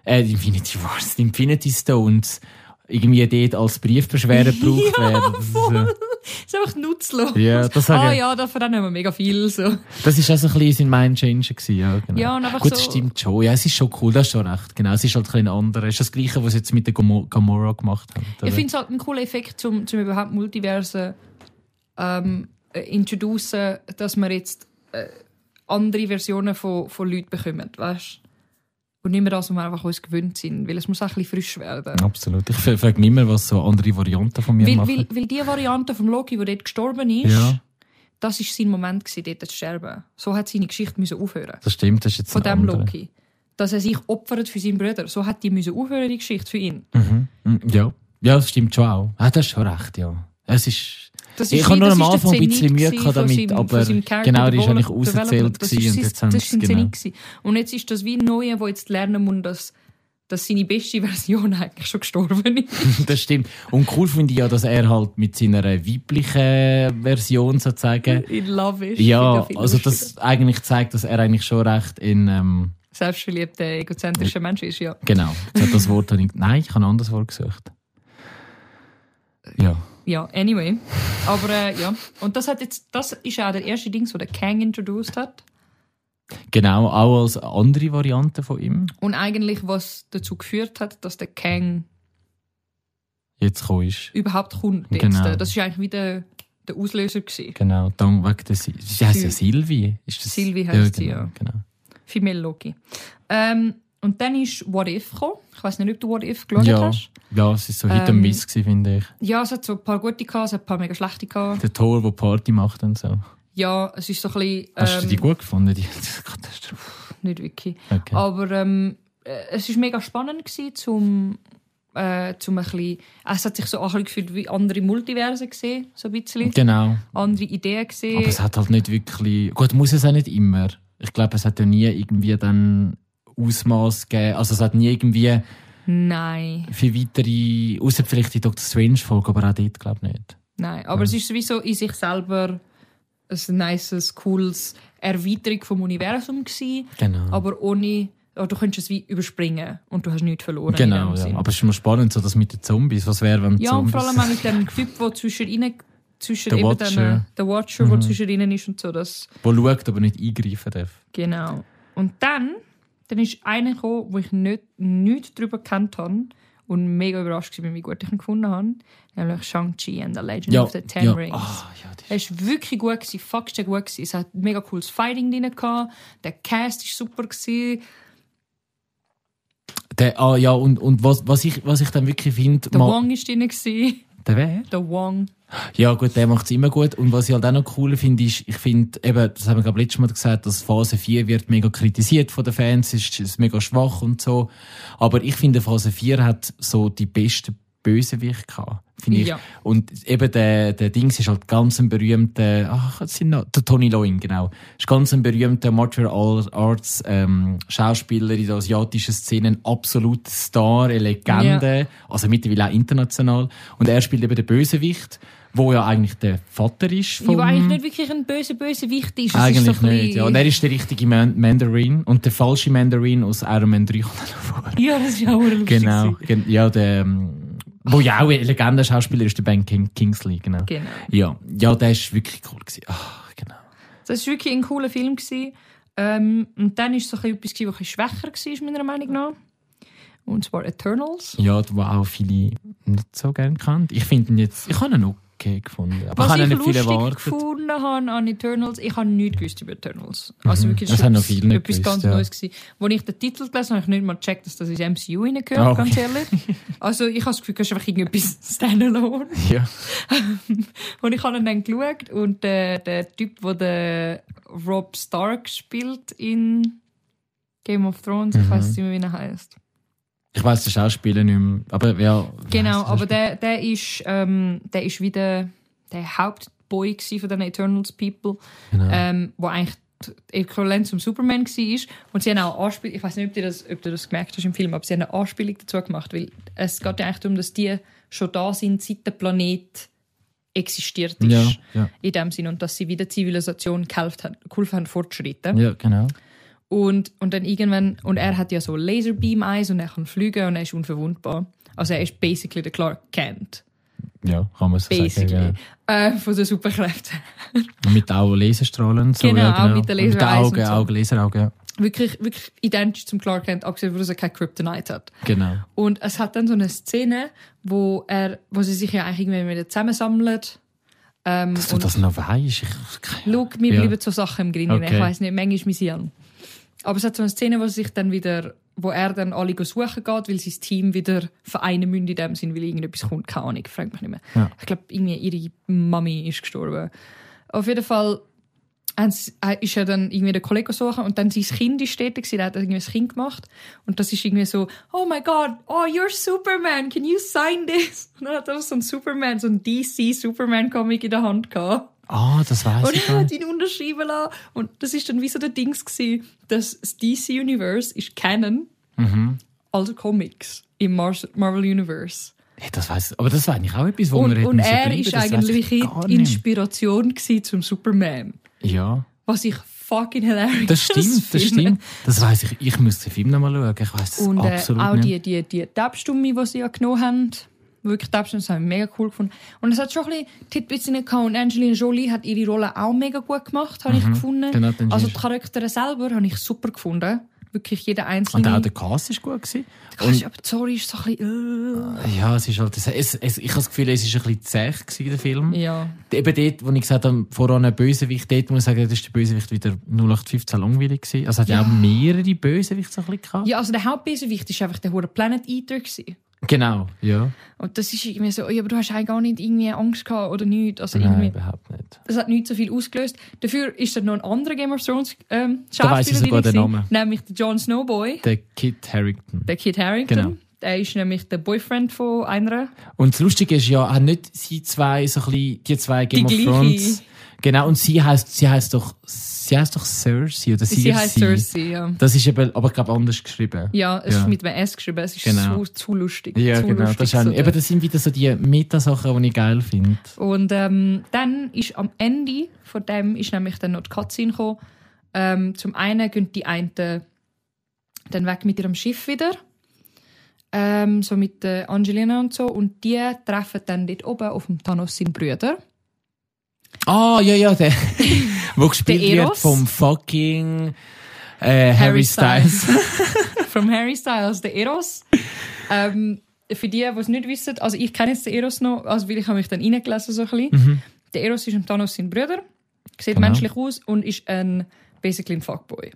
A: äh, die Infinity Wars, die Infinity Stones irgendwie dort als Briefbeschwerer gebraucht werden. Das ist, äh,
B: ist einfach nutzlos.
A: Ja, das sage
B: ah
A: ich.
B: ja, davon haben wir mega viel. So.
A: Das ist auch so ein bisschen sein Mindchanger gewesen, ja, genau.
B: Ja, und einfach
A: Gut, das
B: so-
A: stimmt schon. Ja, es ist schon cool, das ist schon recht. Genau, es ist halt ein bisschen anders. Es ist das Gleiche, was sie jetzt mit der Gomo- Gamora gemacht haben.
B: Ich finde es halt einen coolen Effekt, um zum überhaupt Multiversen ähm, äh, introducen, dass man jetzt äh, andere Versionen von, von Leuten bekommt, weißt Und nicht mehr das, was wir einfach uns gewöhnt sind, weil es muss auch ein bisschen frisch werden.
A: Absolut. Ich frage nicht mehr, was so andere Varianten von mir
B: Weil,
A: machen.
B: weil, weil die Variante vom Loki, die dort gestorben ist,
A: Ja.
B: das war sein Moment, gewesen, dort zu sterben. So hat seine Geschichte müssen aufhören
A: das stimmt, das ist jetzt
B: von
A: ein
B: dem
A: anderer.
B: Loki. Dass er sich opfert für seinen Bruder. So hat die müssen aufhören, die Geschichte für ihn.
A: Mhm. Mm, Ja. ja, das stimmt schon auch. Ah, das ist schon recht, ja. Es ist,
B: Das
A: ich
B: ist
A: habe
B: wie-
A: nur
B: das
A: am
B: ist der
A: Anfang ein bisschen
B: Zenit
A: Mühe
B: gewesen
A: gehabt
B: von
A: damit,
B: seinem-
A: aber
B: von seinem Charakter
A: genau, die ist eigentlich
B: Development.
A: auserzählt
B: Das
A: gewesen
B: ist
A: und
B: sein-
A: jetzt haben
B: das
A: sie
B: ist sein
A: es
B: Zenit
A: genau.
B: gewesen. Und jetzt ist das wie ein Neuer, der jetzt lernen muss, dass, dass seine beste Version eigentlich schon gestorben ist.
A: Das stimmt. Und cool finde ich ja, dass er halt mit seiner weiblichen Version sozusagen,
B: In Love ist.
A: ja,
B: Wieder viel
A: also
B: lustiger.
A: das eigentlich zeigt, dass er eigentlich schon recht in, ähm,
B: Selbstverliebter, egozentrischer Mensch ist, ja.
A: genau, Jetzt hat das Wort habe ich, nein, ich habe ein anderes Wort gesucht. Ja.
B: Ja, anyway. Aber äh, ja. Und das hat jetzt, das ist auch der erste Ding, so der Kang introduced hat.
A: Genau, auch als andere Variante von ihm
B: Und eigentlich, was dazu geführt hat, dass der Kang
A: jetzt gekommen ist.
B: überhaupt kommt. Jetzt.
A: Genau.
B: Das ist eigentlich wieder der Auslöser gewesen.
A: Genau, dann wegen der Sil Sie heisst ja Silvi. Ist das?
B: Silvi heisst sie,
A: genau,
B: ja.
A: Genau.
B: Female Loki. Ähm, und dann ist What If gekommen. Ich weiß nicht, ob du What If geschaut
A: Ja,
B: hast.
A: ja, es war so Hit and
B: Ähm,
A: Miss, gewesen, finde ich.
B: Ja, es hat so ein paar gute gehabt, es hat ein paar mega schlechte gehabt.
A: Der Tor, der Party macht und so.
B: Ja, es ist so ein bisschen.
A: Hast du die
B: Ähm,
A: gut gefunden? Die Katastrophe.
B: nicht wirklich.
A: Okay.
B: Aber ähm, äh, es war mega spannend, gewesen, zum, äh, zum ein bisschen. Es hat sich so auch ein bisschen gefühlt wie andere Multiversen gesehen, so ein bisschen.
A: Genau.
B: Andere Ideen gesehen.
A: Aber es hat halt nicht wirklich. Gut, muss es auch nicht immer. Ich glaube, es hat ja nie irgendwie dann Ausmaß gegeben. Also, es hat nie irgendwie
B: Nein.
A: viel weitere. Außer vielleicht die Doctor Strange-Folge, aber auch dort, glaube ich, nicht.
B: Nein, aber es ist wie so in sich selber ein nices, cooles Erweiterung vom Universum gewesen,
A: Genau.
B: aber ohne, oh, du könntest es wie überspringen und du hast nichts verloren. in
A: genau,
B: dem
A: ja.
B: Sinn.
A: Aber es ist immer spannend, so das mit den Zombies. Was wäre, wenn die
B: ja, und
A: Zombies.
B: vor allem auch mit dem Typ, der zwischen ihnen zwischen
A: Der
B: eben
A: Watcher. Mhm.
B: den, der Watcher, der zwischen ihnen ist und so, das,
A: wo schaut, aber nicht eingreifen darf.
B: genau. Und dann, dann ist einer gekommen, wo ich nicht, nichts darüber gekannt habe und mega überrascht war, wie gut ich ihn gefunden habe, nämlich Shang-Chi and the Legend of the Ten
A: ja.
B: Rings.
A: Ah, ja, das ist-
B: Er war wirklich gut, gewesen, fuck, sehr gut. Gewesen. Es hat mega cooles Fighting drin, gehabt, der Cast war super. Gewesen.
A: Der, ah, ja, und, und was, was, ich, was ich dann wirklich finde,
B: Der
A: mal-
B: Wong war drin, gewesen.
A: der wer?
B: der Wong.
A: Ja, gut, der macht's immer gut. Und was ich halt auch noch cool finde, ist, ich finde eben, das haben wir, glaube letztes Mal gesagt, dass Phase 4 wird mega kritisiert von den Fans, ist, ist mega schwach und so. Aber ich finde, Phase 4 hat so die besten Bösewicht gehabt, finde ich.
B: Ja.
A: Und eben der, der Dings ist halt ganz ein berühmter, ach, was sind noch, der Tony Loin, genau. Ist ganz ein berühmter Martial Arts ähm, Schauspieler in der asiatischen Szene, ein absoluter Star, eine Legende, also mittlerweile auch international. Und er spielt eben den Bösewicht. wo ja eigentlich der Vater ist
C: Vom...
A: vom...
C: Ja, eigentlich nicht wirklich ein böser, böser Wicht ist. Es
A: Eigentlich
C: ist so ein
A: nicht,
C: bisschen-
A: ja. Und er ist der richtige Man Mandarin und der falsche Mandarin aus Iron Man 3 kommt dann vor.
C: Ja, das ist ja auch lustig.
A: Genau,
C: gewesen.
A: gen- ja, der, ähm, wo ja auch ein Legendenschauspieler ist, der Ben King Kingsley, genau.
B: Genau.
A: Ja, ja, der ist wirklich cool gewesen. Ah, genau.
B: Das war wirklich ein cooler Film. Gewesen. Ähm, und dann war es so ein bisschen etwas, gewesen, was ein bisschen schwächer war, meiner Meinung nach. Und nou? zwar Eternals.
A: Ja, den auch viele nicht so gerne kennt. Ich finde ihn jetzt, ich habe ihn okay gefunden. Aber ich
B: Was
A: habe ihn
B: ich
A: nicht viel
B: lustig
A: erwartet.
B: gefunden habe an Eternals, ich habe nichts gewusst über Eternals.
A: Mhm.
B: Also wirklich,
A: Das
B: ist
A: haben noch
B: etwas-
A: viele nicht
B: etwas ganz
A: gewusst, ja.
B: Neues gewesen. Als ich den Titel gelesen habe, habe ich nicht mal gecheckt, dus dass das ins MCU reingehört,
A: Ah, okay.
B: ganz ehrlich. Also ich habe das Gefühl, das ist einfach irgendetwas standalone.
A: Ja.
B: Und ich habe ihn dann geschaut und der, der Typ, der den Rob Stark spielt in Game of Thrones, ich
A: Mhm.
B: weiß nicht mehr, wie er heißt.
A: Ich weiß den Schauspieler nicht mehr, aber ja.
B: Genau,
A: weiss
B: aber der, der ist, ähm, der ist wie der, der Hauptboy gewesen von den Eternals People,
A: Genau.
B: ähm, wo eigentlich die Äquivalent zum Superman war. Und sie haben auch eine Anspielung, ich weiß nicht, ob du, das, ob du das gemerkt hast im Film, aber sie haben eine Anspielung dazu gemacht, weil es geht ja eigentlich darum, dass die schon da sind, seit der Planet existiert ist.
A: Ja, ja,
B: In dem Sinn, und dass sie wieder Zivilisation geholfen haben, geholfen haben fortzuschreiten.
A: ja, genau.
B: Und, und dann irgendwann, und er hat ja so Laserbeam-Eyes und er kann fliegen und er ist unverwundbar. Also er ist basically der Clark Kent.
A: Ja, kann man so
B: Basically.
A: sagen.
B: Äh, von den Superkräften.
A: Ja. Mit auch Laserstrahlen. und So,
B: Genau,
A: ja,
B: auch mit den
A: Und
B: Lasereyes und
A: Augen,
B: so.
A: Augen, Laseraugen. ja.
B: Wirklich, wirklich identisch zum Clark Kent, abgesehen davon, dass er keine Kryptonite hat.
A: Genau.
B: Und es hat dann so eine Szene, wo, er, wo sie sich ja eigentlich irgendwie wieder zusammensammeln. Ähm,
A: Dass du
B: und
A: das noch weißt. Ich, keine
B: Schau, mir
A: Ja.
B: bleiben so Sachen im Grinnen.
A: Okay.
B: Ich weiß nicht, manchmal mein Hirn. Aber es hat so eine Szene, wo sie sich dann wieder, wo er dann alle go suchen geht, weil sein Team wieder vereinen müssen in dem Sinn, weil irgendetwas kommt. Keine Ahnung, fragt mich nicht mehr.
A: Ja.
B: Ich glaube, irgendwie ihre Mami ist gestorben. Auf jeden Fall haben sie- äh, ist er dann irgendwie den Kollegen suchen und dann sein Kind ist dort gewesen, der hat irgendwie ein Kind gemacht und das ist irgendwie so, oh my god, oh you're Superman, can you sign this? Und dann hat er so einen Superman, so einen DC Superman-Comic in der Hand gehabt.
A: Ah, das weiß
B: Und
A: ich
B: er
A: gar
B: hat
A: nicht.
B: ihn unterschrieben lassen. Und das ist dann wie so der Dings gewesen, dass das DC Universe ist Canon,
A: Mhm.
B: also Comics im Mar Marvel Universe.
A: Hey, das weiß aber das war eigentlich auch etwas, wo
B: Und,
A: wir
B: und er ist eigentlich die
A: in
B: Inspiration gewesen zum Superman.
A: Ja,
B: Was ich fucking hilarious
A: das stimmt, das
B: finde.
A: stimmt. Das weiß ich. Ich muss den Film nochmal schauen. Ich weiß das
B: Und äh,
A: absolut
B: auch
A: nicht.
B: die, die, die Tabstumme, die sie ja genommen haben. Wirklich, Tabstumme, das habe ich mega cool gefunden. Und es hat schon ein bisschen Titbits drin gehabt. Und Angelina Jolie hat ihre Rolle auch mega gut gemacht, habe ich gefunden.
A: genau, den
B: also die
A: Gist.
B: Charaktere selber habe ich super gefunden. Wirklich jeder
A: und
B: einzelne.
A: auch der Cast ist gut gewesen.
B: Kannst, aber sorry, ist so ein bisschen...
A: Ja, es ist halt, es, es, es, ich habe das Gefühl, es ist ein bisschen zäh gewesen, der Film.
B: Äh. Ja.
A: Eben dort, wo ich gesagt habe, voran ein Bösewicht, dort muss ich sagen, das ist der Bösewicht wieder 0815 langweilig gewesen. Also es hat ja,
B: Ja.
A: auch mehrere Bösewichte so ein bisschen gehabt.
B: ja, also der Hauptbösewicht war einfach der hure Planet Eater. Gewesen.
A: Genau, ja.
B: Und das ist irgendwie so, ja, aber du hast eigentlich gar nicht irgendwie Angst gehabt oder nichts. Also
A: Nein,
B: irgendwie,
A: überhaupt nicht.
B: das hat nicht so viel ausgelöst. Dafür ist dann noch ein anderer Game of Thrones ähm,
A: Da weiss ich
B: Schauspieler
A: sogar den
B: gewesen,
A: Namen.
B: nämlich der Jon Snowboy,
A: Der Kit Harington.
B: der Kit Harington.
A: Genau.
B: Der ist nämlich der Boyfriend von einer.
A: Und das Lustige ist ja, haben nicht sie zwei, so ein bisschen, die zwei Game
B: Die
A: of
B: gleiche.
A: Thrones. Genau, und sie heißt, sie heißt doch, sie heißt doch Cersei oder
B: Sie,
A: Cersei.
B: heißt Cersei, ja.
A: Das ist eben, aber ich glaube anders geschrieben.
B: Ja, es
A: Ja.
B: ist mit einem S geschrieben. Es ist
A: Genau.
B: so, zu lustig.
A: Ja,
B: zu
A: genau.
B: lustig,
A: das, ist auch,
B: so
A: eben, das sind wieder so die Metasachen, die ich geil finde.
B: Und ähm, dann ist am Ende von dem ist nämlich dann noch die Cutscene gekommen. Ähm, zum einen gehen die einen dann weg mit ihrem Schiff wieder. Ähm, so mit der Angelina und so. Und die treffen dann dort oben auf dem Thanos seinen Brüder.
A: Ah, ja, ja, der, wo gespielt
B: Der
A: wird
B: Eros.
A: vom fucking äh, Harry,
B: Harry
A: Styles.
B: From Harry Styles, der Eros. Ähm, für die, die es nicht wissen, also ich kenne jetzt den Eros noch, also weil ich habe mich dann reingelesen so ein bisschen. Der Eros ist im Thanos sein Bruder, sieht
A: Mhm. Genau.
B: menschlich aus und ist ein, basically ein Fuckboy.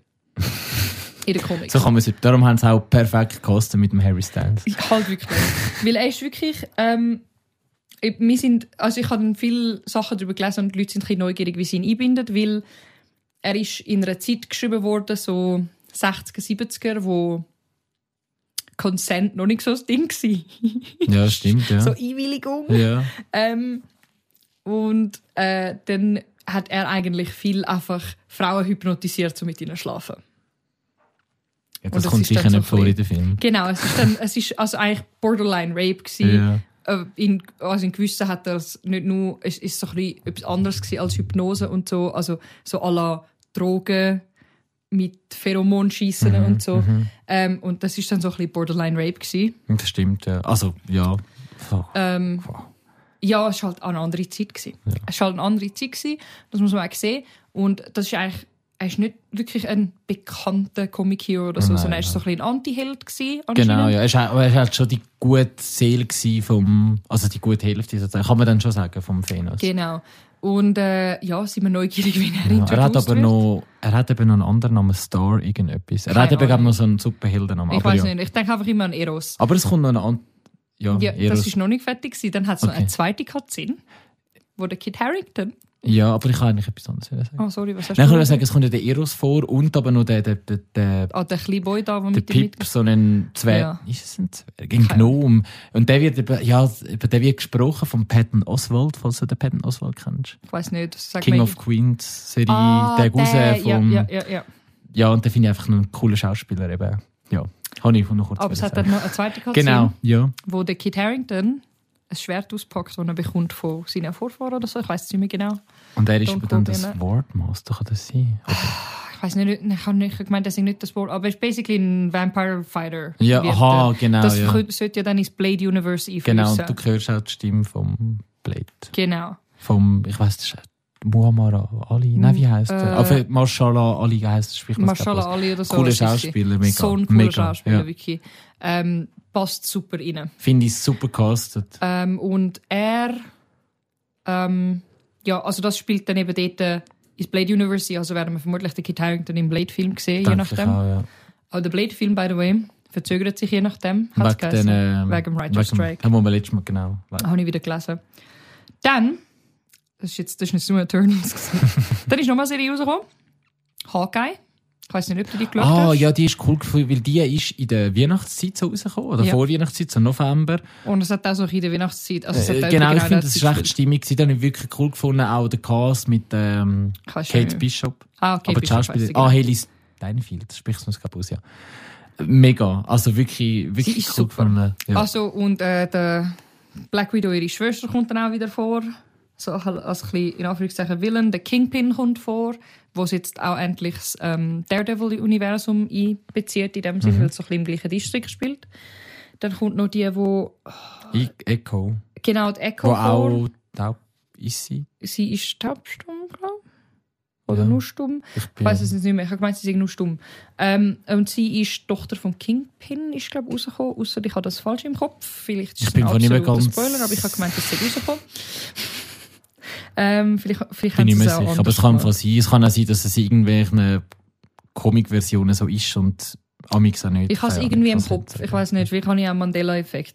B: In der Comics.
A: so kann man es, darum haben sie auch perfekt gekostet mit dem Harry Styles.
B: Halt wirklich. nicht. Weil er ist wirklich. Ähm, ich- wir sind, also ich habe viele Sachen darüber gelesen und die Leute sind ein bisschen neugierig, wie sie ihn einbinden, weil er ist in einer Zeit geschrieben worden, so 60er, 70er, wo Consent noch nicht so das Ding war.
A: Ja, stimmt, ja.
B: So Einwilligung.
A: ja.
B: Ähm, und äh, dann hat er eigentlich viel einfach Frauen hypnotisiert, um mit ihnen zu schlafen.
A: ja das,
B: das
A: kommt
B: ist dann
A: sicher
B: so
A: nicht vor
B: ein
A: in den Film.
B: Genau, es ist dann, es ist also eigentlich Borderline Rape gewesen.
A: Ja.
B: äh, in, also in gewissen hat er es nicht nur, es ist so ein bisschen etwas anderes gewesen als Hypnose und so, also so à la Drogen mit Pheromonschiessen
A: Mhm,
B: und so. Ähm, und das ist dann so ein bisschen Borderline Rape gewesen.
A: Das stimmt, ja. Also, ja. So.
B: Ähm, ja, es war halt eine andere Zeit. Gewesen. Es war halt eine andere Zeit, gewesen, das muss man auch sehen. Und das ist eigentlich, er ist nicht wirklich ein bekannter Comic-Hero oder so,
A: Nein,
B: sondern er war so ein bisschen ein Anti-Held. gewesen,
A: Genau,
B: anscheinend.
A: ja. Er ist, auch- er ist halt schon die gute Seele gewesen vom, also die gute Hälfte sozusagen, kann man dann schon sagen, vom Phenos.
B: Genau. Und äh, ja, sind wir neugierig, wie er
A: Ja, er hat
B: introduced
A: aber
B: wird.
A: noch, er hat eben noch einen anderen Namen, Star irgendetwas. Er
B: Keine
A: hat eben glaub,
B: Ahnung.
A: noch so einen Superheldennamen.
B: Ich
A: Ah, Aber,
B: weiß
A: ja.
B: nicht, ich denke einfach immer an Eros.
A: aber es kommt noch ein an ja,
B: Ja, das
A: Eros.
B: ist noch nicht fertig gewesen. Dann hat es noch
A: Okay.
B: eine zweite Cutscene, wo der Kid Harington.
A: ja, aber ich kann eigentlich etwas anderes wieder sagen.
B: Oh, sorry, was hast
A: Dann kann
B: du?
A: ich sagen, es kommt ja der Eros vor und aber noch der, der, der, der
B: Ah, der kleine Boy da, der
A: der
B: mit dem
A: Pip, so ein Zwerg.
B: Ja.
A: Ist es ein Zwerg? Ein Gnom. Und der wird, eben- ja, über den wird gesprochen von Patton Oswald, falls du den Patton Oswald kennst.
B: Ich weiß nicht, das sagt
A: King
B: mir-
A: of Queens Serie,
B: ah,
A: der Guse
B: ja,
A: vom.
B: ja, ja, ja.
A: Ja, und den finde ich einfach noch einen coolen Schauspieler eben. Ja, habe ich noch kurz
B: Aber es hat dann
A: sagen.
B: noch eine zweite Cutscene,
A: Genau, ja.
B: wo der Kid Harington ein Schwert auspackt, das er bekommt von seinen Vorfahren oder so. Ich weiß es nicht mehr genau.
A: Und er ist
B: Don't
A: eben dann
B: quote me
A: das
B: on that.
A: Wortmaster, kann das sein?
B: Ich weiß nicht, ich habe nicht gemeint, dass ich nicht das Wort, aber es ist basically ein Vampire Fighter.
A: Ja,
B: wird
A: aha,
B: er.
A: genau,
B: Das
A: ja.
B: könnte- sollte ja dann ins Blade Universe einfließen.
A: Genau, und du hörst auch die Stimme vom Blade.
B: Genau.
A: Vom, ich weiß nicht, Muammar Ali. Nein, wie heißt
B: äh,
A: er? Äh, Marshallah Ali heißt spricht man es, glaub ich,
B: Marshallah Ali oder so.
A: Cooler
B: das ist sie.
A: Schauspieler, mega.
B: So ein cooler
A: Mega,
B: Schauspieler,
A: ja.
B: wirklich. Ähm, passt super rein.
A: Finde ich super castet.
B: Ähm, und er, ähm, ja, also das spielt dann eben dort äh, ins Blade Universe, ein, also werden wir vermutlich den Kit Harington im Blade-Film sehen, je
A: Denke ich
B: nachdem.
A: Auch, ja.
B: Aber der Blade-Film, by the way, verzögert sich je nachdem. hat's
A: Wegen, den,
B: geheißen.
A: ähm,
B: Wegen dem Writer's Strike.
A: Haben wir letztes Mal genau.
B: Ah, Habe ich wieder gelesen. Dann, das ist jetzt das ist nicht nur Eternals gewesen. Dann ist nochmal eine Serie rausgekommen. Hawkeye. Ich weiß nicht, ob du die geschaut
A: Ah,
B: hast.
A: ja, die ist cool, gefühlt, weil die ist in der Weihnachtszeit so rausgekommen, oder
B: Ja.
A: vor Weihnachtszeit, so November.
B: Und es hat auch so ein bisschen in der Weihnachtszeit. Also es hat
A: Äh,
B: auch
A: genau,
B: in
A: ich
B: der
A: finde, das ist
B: Zeit
A: recht stimmig. gewesen. Die habe ich wirklich cool gefunden, auch der Cast mit ähm,
B: Ich weiss
A: Kate
B: nicht.
A: Bishop.
B: Ah, okay,
A: Aber die Schauspielerin, ah,
B: Ah,
A: Haley Steinfeld, sprichst du es gerade aus, ja. Mega, also wirklich, wirklich
B: ist
A: cool
B: super.
A: gefunden. Ja.
B: Also, und äh, der Black Widow, ihre Schwester, kommt dann auch wieder vor. So als ein bisschen, in Anführungszeichen, Villain. Der Kingpin kommt vor, wo sie jetzt auch endlich das ähm, Daredevil-Universum einbezieht, in dem
A: Mhm.
B: Sinne, weil es so ein bisschen im gleichen Distrikt spielt. Dann kommt noch die, wo
A: I- Echo,
B: genau die Echo
A: wo
B: vor.
A: auch taub ist sie.
B: sie ist taubstumm, glaube ich. Oder
A: Ja.
B: nur stumm.
A: Ich
B: Ich
A: bin,
B: weiß es jetzt nicht mehr. Ich habe gemeint, sie sei nur stumm. Ähm, und sie ist die Tochter von Kingpin, ist, glaube ich, rausgekommen. Außer ich habe das falsch im Kopf. Vielleicht ist
A: Ich
B: es
A: bin
B: ein
A: von nicht mehr
B: absoluter
A: ganz-
B: Spoiler, aber ich habe gemeint, dass sie rausgekommen. ähm, vielleicht vielleicht
A: bin
B: haben
A: ich
B: sie
A: mir
B: es auch
A: sicher.
B: anders
A: Aber es kann
B: gemacht.
A: von sein. Es kann auch sein, dass es in irgendwelchen Comic-Versionen so ist und Amix auch nicht.
B: Ich habe es
A: Keine Ahnung,
B: irgendwie im
A: kann's nicht
B: Kopf.
A: sagen.
B: Ich weiß nicht, vielleicht habe ich auch einen Mandela-Effekt.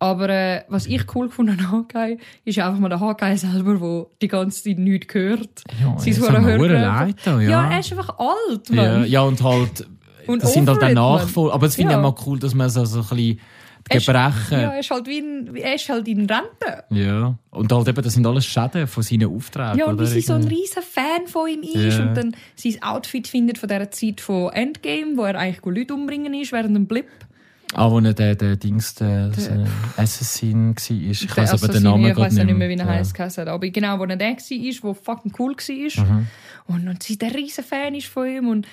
B: Aber äh, was ich cool fand an Hawkeye, ist einfach mal der Hawkeye selber, der die ganze Zeit nichts hört.
A: Ja,
B: Sie
A: es
B: ist
A: hat mir
B: verdammt
A: verdammt
B: hört-
A: leid da, ja.
B: Ja, er ist einfach alt, Mann.
A: ja, ja, und halt,
B: Und
A: das sind halt
B: over
A: dann
B: it, man.
A: Nachfolger. Aber das finde
B: Ja.
A: ich auch mal cool, dass man so, so ein bisschen die
B: Es-
A: Gebrechen.
B: Ja,
A: Ja.
B: er ist halt wie in, er ist halt in Rente.
A: Und halt eben, das sind alles Schäden von seinen Aufträgen.
B: Ja, und
A: oder?
B: wie sie so ein
A: Irgendwie.
B: riesen Fan von ihm ist
A: Ja.
B: und dann sein Outfit findet von dieser Zeit von Endgame, wo er eigentlich Leute umbringen ist während einem Blip.
A: Ah, wo nicht der, der Dings, der, so ein Assassin war. Ich
B: Der
A: weiß aber den
B: Assassin,
A: Namen
B: Ich
A: gerade
B: weiß ja nicht mehr, wie er
A: Ja.
B: heisst, geheißen hat. Aber genau, wo er der war, wo fucking cool war.
A: Mhm.
B: Und, und sie der riesen Fan ist von ihm und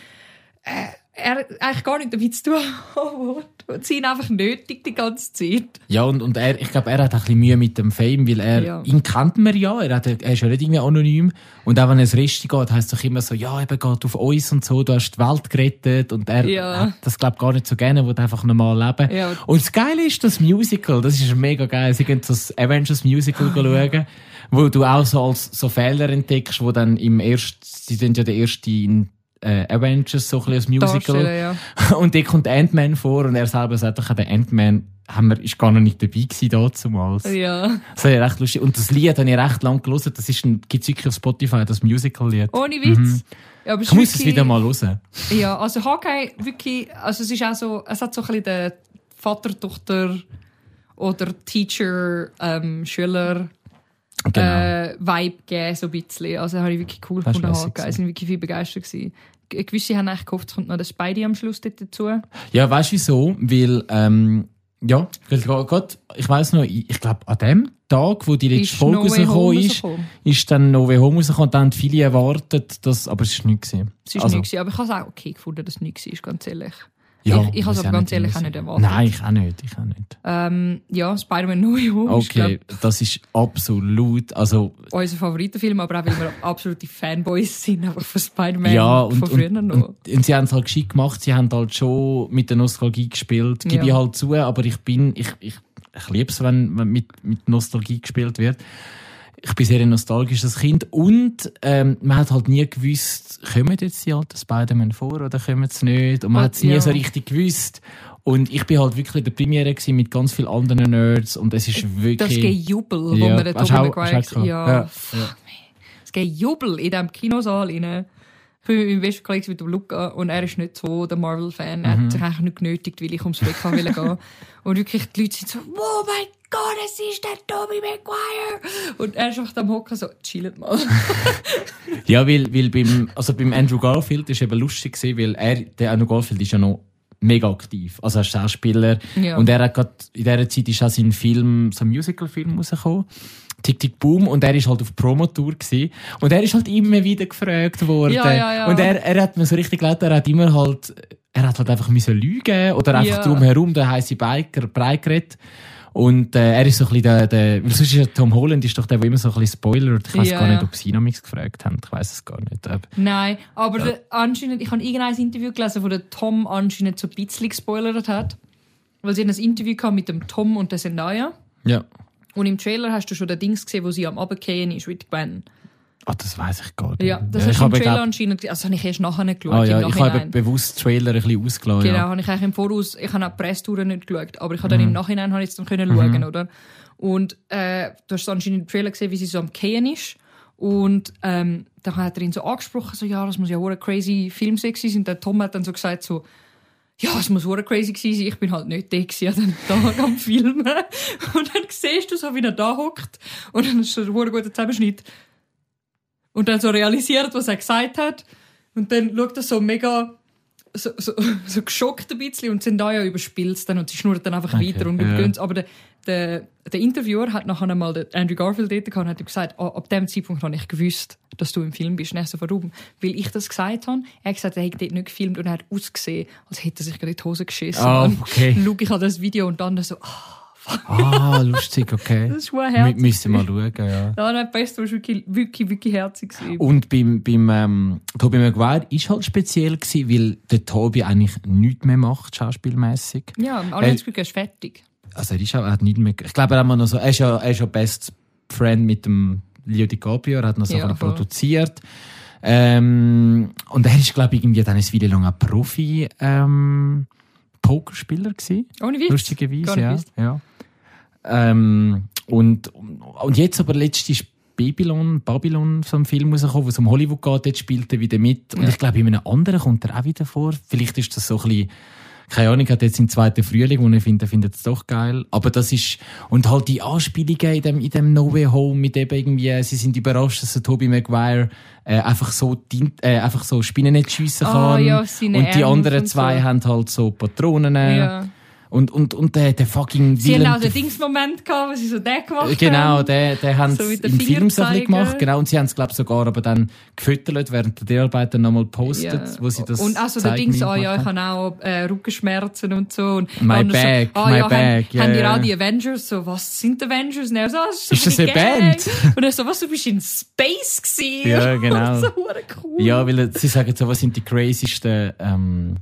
B: äh, er eigentlich gar nicht damit zu tun hat. Und sie ihn einfach nötig die ganze Zeit.
A: Ja, und, und er, ich glaube, er hat auch ein bisschen Mühe mit dem Fame, weil er,
B: Ja.
A: ihn kennt man ja, er, hat, er ist ja nicht irgendwie anonym. Und auch wenn es richtig geht, heisst es doch immer so, ja, eben geht auf uns und so, du hast die Welt gerettet. Und er
B: Ja.
A: hat das, glaube ich, gar nicht so gerne, will einfach normal leben.
B: Ja.
A: Und das Geile ist das Musical, das ist mega geil. Sie gehen so das Avengers Musical
B: Ah.
A: schauen, wo du auch so als so Fehler entdeckst, wo dann im ersten, sie sind ja der erste in äh, Avengers so ein bisschen als Musical.
B: Darstellen, ja.
A: Und dort kommt Ant-Man vor und er selber sagt, doch, der Ant-Man haben wir- ist gar noch nicht dabei gewesen damals.
B: Ja.
A: Das habe ich recht lustig. Und das Lied habe ich recht lang gelesen. Das ist ein, gibt's wirklich auf Spotify, das Musical-Lied.
B: Ohne Witz. Aber
A: Mhm. ich muss es
B: wirklich-
A: wieder mal hören.
B: Ja, also Hawkeye wirklich, also es ist auch so, es hat so ein bisschen den Vater-Tochter oder Teacher-Schüler-Vibe
A: Genau.
B: äh, Vibe gegeben, so ein bisschen. Also habe ich wirklich cool
A: Das ist
B: gefunden,
A: lässig
B: Hawkeye. Es sind wirklich viel begeistert gewesen. G- Gewisse haben echt gehofft, es kommt noch der Spidey am Schluss dort dazu.
A: Ja, weißt du wieso? Weil ähm, Ja, weil Gott, Gott, ich weiß noch, ich, ich glaube, an dem Tag, wo die letzte Folge
B: No Way Home
A: rausgekommen ist,
B: rausgekommen.
A: ist dann No Way Home rausgekommen und dann haben viele erwartet, dass, aber es war nichts. gewesen.
B: Es war
A: Also,
B: nichts, aber ich habe es auch okay gefunden, dass es nichts ist, ganz ehrlich.
A: ja,
B: ich ich habe
A: weiss
B: es aber ganz
A: wie
B: ehrlich
A: das-
B: auch nicht erwartet.
A: Nein, ich auch nicht, ich auch nicht.
B: Ähm, ja, Spider-Man No Way Home ist glaub,
A: Okay, das ist absolut, also
B: unser Favoritenfilm, aber auch weil wir absolute Fanboys sind, einfach von Spider-Man
A: ja, und,
B: von früher
A: und,
B: noch.
A: und, und sie haben es halt geschickt gemacht, sie haben halt schon mit der Nostalgie gespielt, gebe
B: Ja.
A: ich halt zu, aber ich bin, ich, ich, ich liebe es, wenn, wenn mit, mit Nostalgie gespielt wird. Ich bin sehr ein nostalgisches Kind und ähm, man hat halt nie gewusst, kommen jetzt die alten Spider-Man vor oder kommen sie nicht und man
B: Ah,
A: hat es nie
B: ja.
A: so richtig gewusst und ich bin halt wirklich in der Premiere gewesen mit ganz vielen anderen Nerds und es ist wirklich...
B: Das Gejubel,
A: Ja,
B: wo wir den
A: hast
B: Tobey
A: du auch-
B: Maguire
A: hast du auch
B: gesehen
A: gehabt? Ja,
B: ja, fuck me. Das Gejubel in diesem Kinosaal. Rein. Ich bin mit meinem besten Kollegen mit dem Luca und er ist nicht so der Marvel-Fan. Er
A: Mhm.
B: hat sich eigentlich nicht genötigt, weil ich ums Weg gehen wollte. Und wirklich, die Leute sind so, oh mein Gott, es ist der Tobey Maguire. Und er ist einfach am Hocken so, chillt mal.
A: Ja, weil, weil beim, also beim altså, Andrew Garfield ist eben lustig gewesen, weil er, der Andrew Garfield ist ja noch mega aktiv, Altså, also er ist Schauspieler
B: Ja.
A: und er hat grad, in dieser Zeit ist auch sein Film, so ein Musical-Film rausgekommen, Tick Tick Boom und er ist halt auf Promotour gewesen. und er ist halt immer wieder gefragt worden
B: Ja, ja, ja.
A: und er, er hat mir so richtig gelernt, er hat immer halt, er hat halt einfach müssen lügen oder einfach
B: Ja.
A: drumherum der heiße Biker breit geredet und äh, er ist so ein bisschen der, der weil sonst ist ja Tom Holland ist doch der, der immer so ein bisschen spoilert, ich weiß
B: Ja,
A: gar nicht,
B: ja.
A: ob sie noch nichts gefragt haben. Ich weiß es gar nicht. Aber
B: Nein, aber der, anscheinend, ich habe irgendein Interview gelesen, wo der Tom anscheinend so ein bisschen gespoilert hat. Weil sie haben ein Interview gehabt mit dem Tom und der Zendaya.
A: ja.
B: Und im Trailer hast du schon den Dings gesehen, wo sie am Abgehen ist mit Ben.
A: Ah, das weiß ich gar nicht.
B: Ja, das
A: ich
B: hast du im
A: habe
B: Trailer
A: glaub-
B: anscheinend gesehen. Also habe ich erst nachher nicht geschaut.
A: ah,
B: im
A: ja, ich habe eben
B: Nachhinein.
A: bewusst die Trailer ein bisschen ausgelassen.
B: Genau,
A: Ja.
B: habe ich eigentlich im Voraus, ich habe auch die Presstouren nicht geschaut, aber ich habe dann im Nachhinein habe ich jetzt dann können schauen, oder? Und äh, du hast anscheinend im Trailer gesehen, wie sie so am Gehen ist. Und ähm, dann hat er ihn so angesprochen, so, ja, das muss ja ein crazy Film sein. gewesen sein. Und der Tom hat dann so gesagt, so, ja, es muss hure crazy gewesen sein. Ich bin halt nicht da gewesen an dem Tag am Filmen. Und dann siehst du so, wie er da hockt. Und dann ist so ein hure guter Zusammenschnitt. Und dann so realisiert, was er gesagt hat. Und dann schaut er so mega, so, so, so geschockt ein bisschen und Zendaya überspielt es dann und sie schnurrt dann einfach
A: Okay,
B: weiter und
A: ja.
B: übergehen's. Aber der, der, der Interviewer hat nachher einmal den Andrew Garfield dort gehabt und hat ihm gesagt, oh, ab dem Zeitpunkt habe ich gewusst, dass du im Film bist. Und er so, warum? Weil ich das gesagt habe. Er hat gesagt, er hätte dort nicht gefilmt und er hat ausgesehen, als hätte er sich gerade in die Hose geschissen.
A: Ah,
B: Und
A: okay.
B: Dann schaue ich an das Video und dann so, ah,
A: Ah, lustig, okay.
B: das ist hure
A: Wir
B: herzig.
A: müssen mal schauen, ja.
B: Ja, nein, Best war wirklich, wirklich, wirklich herzig. gewesen.
A: Und beim, beim ähm, Toby Maguire ist halt speziell gewesen, weil der Toby eigentlich nichts mehr macht, schauspielmässig.
B: Ja, alle haben
A: Weil-
B: das Gefühl, er ist fertig.
A: Also er ist auch, er hat nichts mehr, ich glaube, er hat mal noch so, er ist ja, er ist ja Best Friend mit dem Leo DiCaprio, er hat noch so
B: Ja,
A: ja,
B: voll.
A: produziert. Ähm, und er ist, glaube ich, irgendwie dann ein Video lang ein Profi, ähm, Pokerspieler gewesen.
B: Ohne Witz. Gar
A: Lustigerweise,
B: nicht
A: ja.
B: gewusst.
A: ja. Ähm, und, und jetzt aber letztens ist Babylon, Babylon, so ein Film rausgekommen, wo es um Hollywood geht, dort spielt er wieder mit. Und
B: Ja.
A: ich glaube, in einem anderen kommt er auch wieder vor. Vielleicht ist das so ein bisschen, keine Ahnung, hat jetzt im zweiten Frühling, wo ich finde, findet es doch geil. Aber das ist, und halt die Anspielungen in dem, in dem No Way Home, mit eben irgendwie, äh, sie sind überrascht, dass der Tobey Maguire äh, einfach so, Tint- äh, einfach so Spinnen nicht schiessen kann.
B: Ah, ja, seine
A: und die
B: Ärmel
A: anderen
B: und so.
A: zwei haben halt so Patronen. äh,
B: Ja.
A: und, und, und der, der fucking
B: Sie
A: Willem
B: haben auch den
A: Dafoe-
B: Dingsmoment gehabt, was sie so den gemacht haben.
A: äh, Genau, der, der haben
B: So
A: es
B: mit äh.
A: im
B: den
A: Film so ein bisschen
B: Fingerzeigen.
A: gemacht. Genau, und sie haben es, glaube ich, sogar aber dann gefüttert, während der Dreharbeit dann nochmal postet,
B: Ja.
A: wo sie das
B: Und also der
A: zeigen,
B: Dings,
A: wie
B: ah ja, ich
A: gemacht haben.
B: habe auch äh, Rückenschmerzen und so. Und
A: My
B: dann so,
A: bag,
B: ah,
A: my
B: ja,
A: bag,
B: Haben, haben die
A: ja,
B: auch
A: ja.
B: die Avengers? So, was sind Avengers? Und er so, ah, das ist, so
A: Ist das
B: meine
A: eine
B: Gang.
A: Band?
B: Und er so, was, du bist in Space gewesen?
A: Ja, genau.
B: so hure cool.
A: Ja, weil sie sagen so, was sind die crazysten ähm,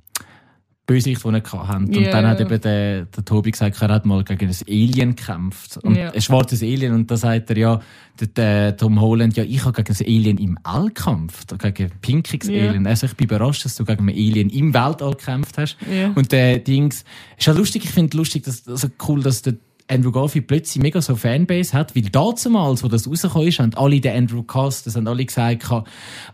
A: Bösewichte, die sie hatten. Und
B: Ja.
A: dann hat eben der, der Tobi gesagt, er hat mal gegen ein Alien gekämpft. Und
B: Ja.
A: Ein schwarzes Alien. Und da sagt er, ja, der, der Tom Holland, ja, ich habe gegen ein Alien im All gekämpft. Gegen pinkiges
B: Ja.
A: Alien. Also ich bin überrascht, dass du gegen ein Alien im Weltall gekämpft hast.
B: Ja.
A: Und der Dings, ist ja lustig, ich finde lustig, dass, also cool, dass der Andrew Garfield plötzlich mega so Fanbase hat, weil damals, wo das rausgekommen ist, haben alle den Andrew Cast, das haben alle gesagt,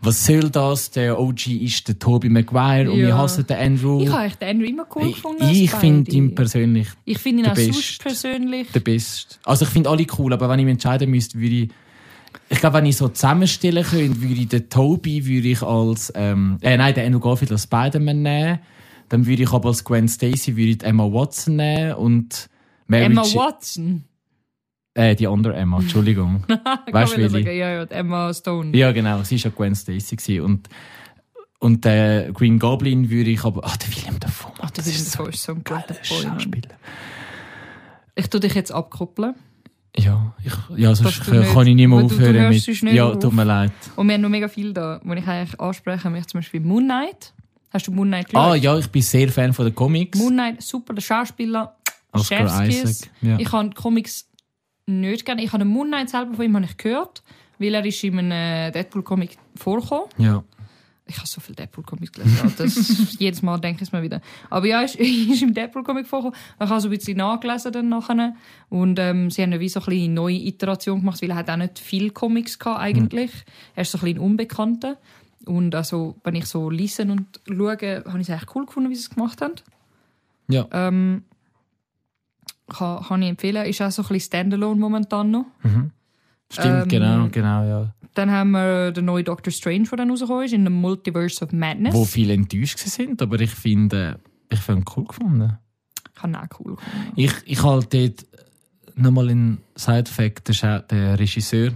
A: was soll das, der OG ist der Toby Maguire und
B: Ja.
A: wir hassen den Andrew. Äh,
B: Ich habe echt den Andrew immer cool gefunden. als
A: ich ich finde
B: beide.
A: ihn persönlich
B: Ich finde ihn
A: der
B: auch
A: Beste.
B: sonst persönlich.
A: der Beste. Also ich finde alle cool, aber wenn ich mich entscheiden müsste, würde ich, ich glaube, wenn ich so zusammenstellen könnte, würde ich den Toby würde ich als, ähm, äh, nein, den Andrew Garfield als Spider-Man nehmen, dann würde ich aber als Gwen Stacy würde ich die Emma Watson nehmen und Mary
B: Emma
A: J-
B: Watson.
A: Äh, die andere Emma, Entschuldigung.
B: Kann
A: Weißt
B: man
A: du,
B: das
A: welche?
B: sagen? Ja, ja, die Emma Stone.
A: ja, genau, sie war ja Gwen Stacy. gewesen. Und, und äh, Green Goblin würde ich aber. Ah, der William davon.
B: Ach, das, ist so, so ein guter Boy. Mann.
A: Schauspieler.
B: Ich tue dich jetzt abkoppeln.
A: Ja, ich, ja sonst
B: Dass du
A: kann
B: nicht-
A: ich nicht mehr
B: aber du- du
A: aufhören
B: hörst
A: mit.
B: sonst nicht
A: Ja,
B: auf.
A: tut mir leid.
B: Und wir haben noch mega viel da, wo ich eigentlich ansprechen möchte. Zum Beispiel Moon Knight. Hast du Moon Knight
A: Ah, ja, ich bin sehr Fan von den Comics.
B: Moon Knight, super, der Schauspieler.
A: Oscar
B: Chefskiss.
A: Isaac. Ja.
B: Ich habe die Comics nicht gerne. Ich habe den Moon Knight selber von ihm habe ich gehört, weil er ist in einem äh, Deadpool-Comic vorgekommen.
A: ja.
B: Ich habe so viel Deadpool-Comics gelesen. Alter. Das, jedes Mal denke ich es mir wieder. Aber ja, ist, ist im Deadpool-Comic vorgekommen. Ich habe so ein bisschen nachgelesen dann nachher. Und ähm, sie haben ja wie so ein bisschen eine neue Iteration gemacht, weil er hat auch nicht viele Comics gehabt eigentlich. Er ist so ein bisschen ein Unbekannter. Und also, wenn ich so lese und schaue, habe ich es eigentlich cool gefunden, wie sie es gemacht haben.
A: Ja.
B: Ähm, kann, kann ich empfehlen. Ist auch so ein bisschen Standalone momentan noch.
A: Mhm. Stimmt,
B: ähm,
A: genau, genau, ja.
B: Dann haben wir den neuen Doctor Strange, der dann rausgekommen ist, in dem Multiverse of Madness.
A: Wo viele enttäuscht gewesen sind, aber ich finde, ich finde cool gefunden.
B: Ich habe ihn auch cool gefunden.
A: Ich, ich halte dort nochmal einen Side-Fact, der, Scha- der Regisseur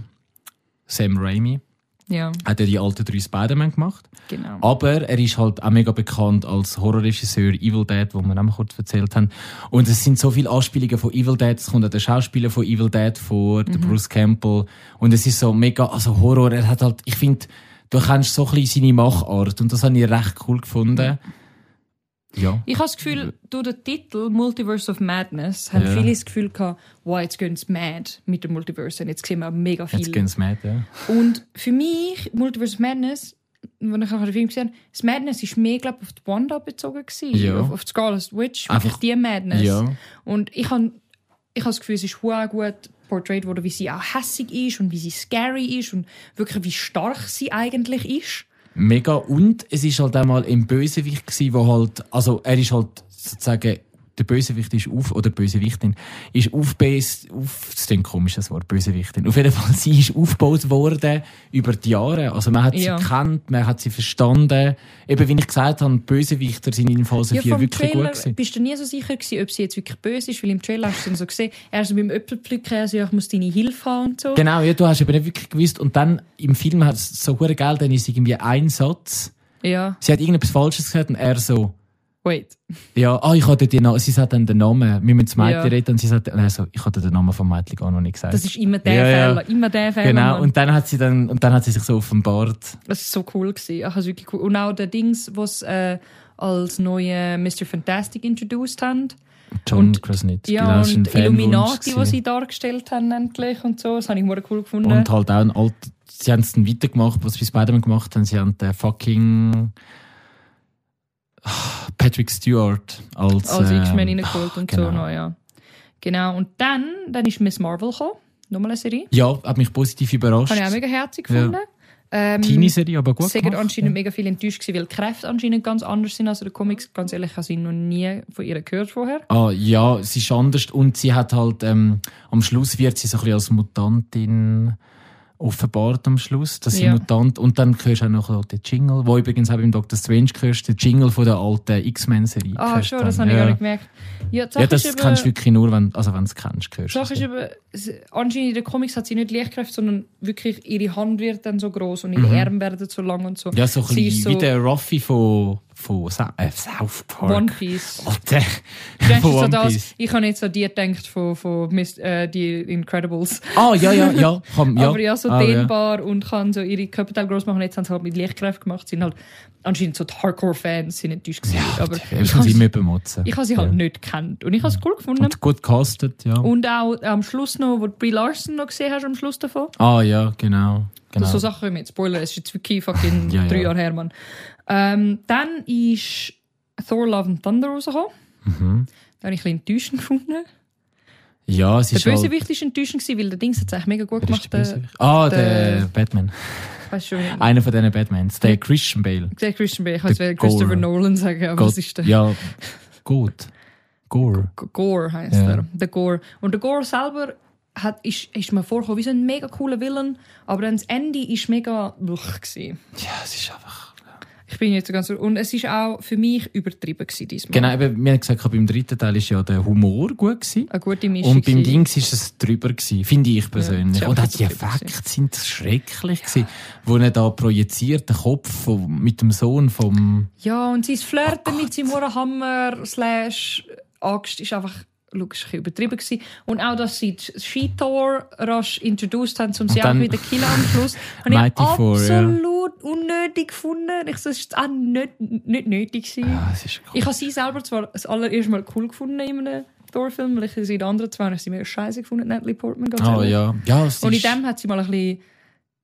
A: Sam Raimi
B: Ja,
A: hat ja die alten drei Spider-Man gemacht.
B: genau.
A: Aber er ist halt auch mega bekannt als Horrorregisseur Evil Dead, wo wir auch mal kurz erzählt haben. Und es sind so viele Anspielungen von Evil Dead. Es kommt auch der Schauspieler von Evil Dead vor, der Bruce Campbell. Und es ist so mega, also Horror. Er hat halt, ich finde, du kennst so ein bisschen seine Machart. Und das habe ich recht cool gefunden. Ja.
B: Ich habe das Gefühl, durch den Titel Multiverse of Madness haben
A: Ja.
B: viele das Gefühl gehabt, wow, jetzt gehen sie mad mit dem Multiverse und jetzt sehen wir mega
A: Jetzt
B: viel.
A: gehen sie mit, ja.
B: Und für mich, Multiverse of Madness, wenn ich auch den Film gesehen habe, das Madness war mehr, glaube ich, auf die Wanda bezogen. Gewesen,
A: Ja.
B: Auf, auf die Scarlet Witch,
A: Einfach-
B: einfach die Madness.
A: Ja.
B: Und ich habe ich hab das Gefühl, es ist sehr gut portrayed worden, wie sie auch hässig ist und wie sie scary ist und wirklich, wie stark sie eigentlich ist.
A: Mega. Und es ist halt einmal im Bösewicht gsi, wo halt, also er ist halt sozusagen, der Bösewicht ist auf, oder die Bösewichtin, ist aufgebaut, auf, das ist ein komisches Wort, Bösewichtin. Auf jeden Fall, sie ist aufgebaut worden über die Jahre. Also man hat
B: Ja.
A: sie gekannt, man hat sie verstanden. Eben, wie ich gesagt habe, die Bösewichter sind in Phase 4 wirklich
B: Trailer
A: gut gewesen.
B: bist du nie so sicher gewesen, ob sie jetzt wirklich böse ist, weil im Trailer hast du dann so gesehen, er ist beim Öpfelpflücken, also ja, ich muss deine Hilfe haben und so.
A: Genau, ja, du hast eben nicht wirklich gewusst. Und dann, im Film hat es so gut Geld, dann ist irgendwie ein Satz.
B: Ja,
A: Sie hat irgendetwas Falsches gesagt und er so,
B: wait.
A: Ja, ah, ich hatte den Namen, sie sagt dann den Namen, wir müssen das Mädchen
B: Ja.
A: reden und sie sagt, also, ich hatte den Namen vom Mädchen gar noch nicht gesagt.
B: Das ist immer der
A: Ja, ja.
B: Fehler, immer der Fehler.
A: genau,
B: Mann.
A: und dann hat sie dann, und dann hat sie sich so offenbart.
B: Das ist so cool gewesen. Ich hab's wirklich cool. Und auch der Dings, was äh, als neue Mr. Fantastic introduced haben.
A: John
B: Und-
A: Krasnitz.
B: Ja,
A: das ist ein
B: und
A: Fanwunsch
B: Illuminati, die
A: gewesen.
B: sie dargestellt haben endlich und so. Das habe ich mega cool gefunden.
A: Und halt auch ein alt, sie haben es dann weitergemacht, was sie bei Spider-Man gemacht haben, sie haben den fucking ah, Patrick Stewart als,
B: als
A: ähm,
B: X-Men reingeholt und
A: genau.
B: so noch, ja. Genau, und dann, dann ist Miss Marvel gekommen. Nochmal eine Serie.
A: Ja, hat mich positiv
B: Habe ich auch
A: überrascht.
B: mega herzig
A: Ja.
B: gefunden. Ähm,
A: Teenie-Serie, aber gut
B: Sie sind
A: gemacht.
B: anscheinend mega viel enttäuscht gewesen, weil die Kräfte anscheinend ganz anders sind als in den Comics. Ganz ehrlich, ich habe sie noch nie von ihr gehört vorher.
A: Ah, ja, sie ist anders und sie hat halt, ähm, am Schluss wird sie so ein bisschen als Mutantin offenbart am Schluss, dass sie
B: Ja.
A: Mutant und dann hörst du auch noch den Jingle, wo übrigens auch beim Dr. Strange hörst, den Jingle von der alten X-Men-Serie.
B: Ah,
A: hörst
B: schon,
A: du
B: das
A: dann.
B: habe ich
A: ja.
B: gar nicht gemerkt. Ja, die Sache
A: Ja, das
B: ist eben-
A: kannst du wirklich nur, wenn, also wenn du es kennst,
B: Die
A: hörst. du
B: Sache
A: es.
B: ist eben, sie- anscheinend in den Comics hat sie nicht Lichtkräfte, sondern wirklich ihre Hand wird dann so groß und ihre Arme werden so lang und so.
A: Mhm. ja, so ein
B: sie
A: bisschen
B: ist so
A: wie der Ruffy von, von Sa äh, South Park.
B: One Piece.
A: Alter,
B: Das
A: von
B: ist so
A: One
B: das,
A: Piece.
B: ich habe jetzt an die gedacht von, von Miss, äh, die Incredibles.
A: Ah, ja, ja, ja. Komm, ja.
B: Aber ja, so
A: Ah,
B: dehnbar und kann so ihre Körperteile groß machen. Jetzt haben sie halt mit Lichtkräften gemacht. Sind halt anscheinend so die Hardcore-Fans, sind enttäuscht gewesen. aber
A: Ich
B: ich
A: kann
B: habe
A: sie
B: sie,
A: immer benutzen.
B: ich habe sie halt nicht gekannt. Und ich habe es cool gefunden.
A: Und gut gecastet, ja.
B: Und auch am Schluss noch, wo du Brie Larson noch gesehen hast am Schluss davon.
A: Ah ja, genau. genau.
B: Dass So Sachen können wir jetzt spoilern. Es ist jetzt wirklich fucking
A: Ja, ja.
B: drei Jahre her, Mann. Ähm, dann ist Thor Love and Thunder rausgekommen.
A: Mhm.
B: Da habe ich ein bisschen enttäuschend gefunden.
A: ja, es
B: Der
A: ist halt,
B: Bösewicht war enttäuschend, gewesen, weil der Dings hat es eigentlich mega gut
A: Wer ist
B: gemacht.
A: der
B: Der,
A: Bösewicht? Ah, der,
B: der-
A: Batman.
B: weißt du, schon,
A: Einer von diesen Batmans. Der Christian Bale.
B: der Christian Bale, ich weiß,
A: der
B: wer Christopher
A: Gore.
B: Nolan sagen, aber
A: Gott-
B: was ist der?
A: Ja, gut. Gore.
B: G- Gore heißt
A: Ja.
B: er. Der Gore. Und der Gore selber hat, ist, ist mir vorgekommen wie so ein mega cooler Villain, aber dann das Ende war mega blech. gewesen.
A: Ja, es ist einfach...
B: Ich bin jetzt ganz und es ist auch für mich übertrieben gewesen diesmal.
A: Genau, eben, wir haben gesagt, beim dritten Teil war ja der Humor gut. Gewesen.
B: Eine gute Mischung.
A: Und beim
B: gewesen.
A: Dings ist es drüber gewesen, finde ich persönlich.
B: Ja,
A: und auch
B: das ist
A: die
B: auch drüber
A: Effekte sind schrecklich gewesen, wo er da projiziert, den Kopf vom, mit dem Sohn vom,
B: Ja, und sein
A: Oh,
B: Flirten mit seinem Hammer slash Angst ist einfach logisch ein bisschen übertrieben gewesen. Und auch, dass sie die Skitor rasch introduced haben, um sie
A: Und dann-
B: auch wieder zu killen am Schluss. Und ich
A: Mighty Four, ja.
B: absolut unnötig gefunden. Ich so, es ist auch nicht, nicht nötig gewesen.
A: ah, es ist
B: Ich habe sie selber zwar das allererste Mal cool eh, gefunden in einem Thor-Film, weil ich sie in den anderen zwei habe ich sie mega scheiße gefunden, Natalie Portman. ganz
A: Ah,
B: ehrlich.
A: ja. Ja, es
B: Und in
A: ist,
B: dem hat sie mal ein bisschen,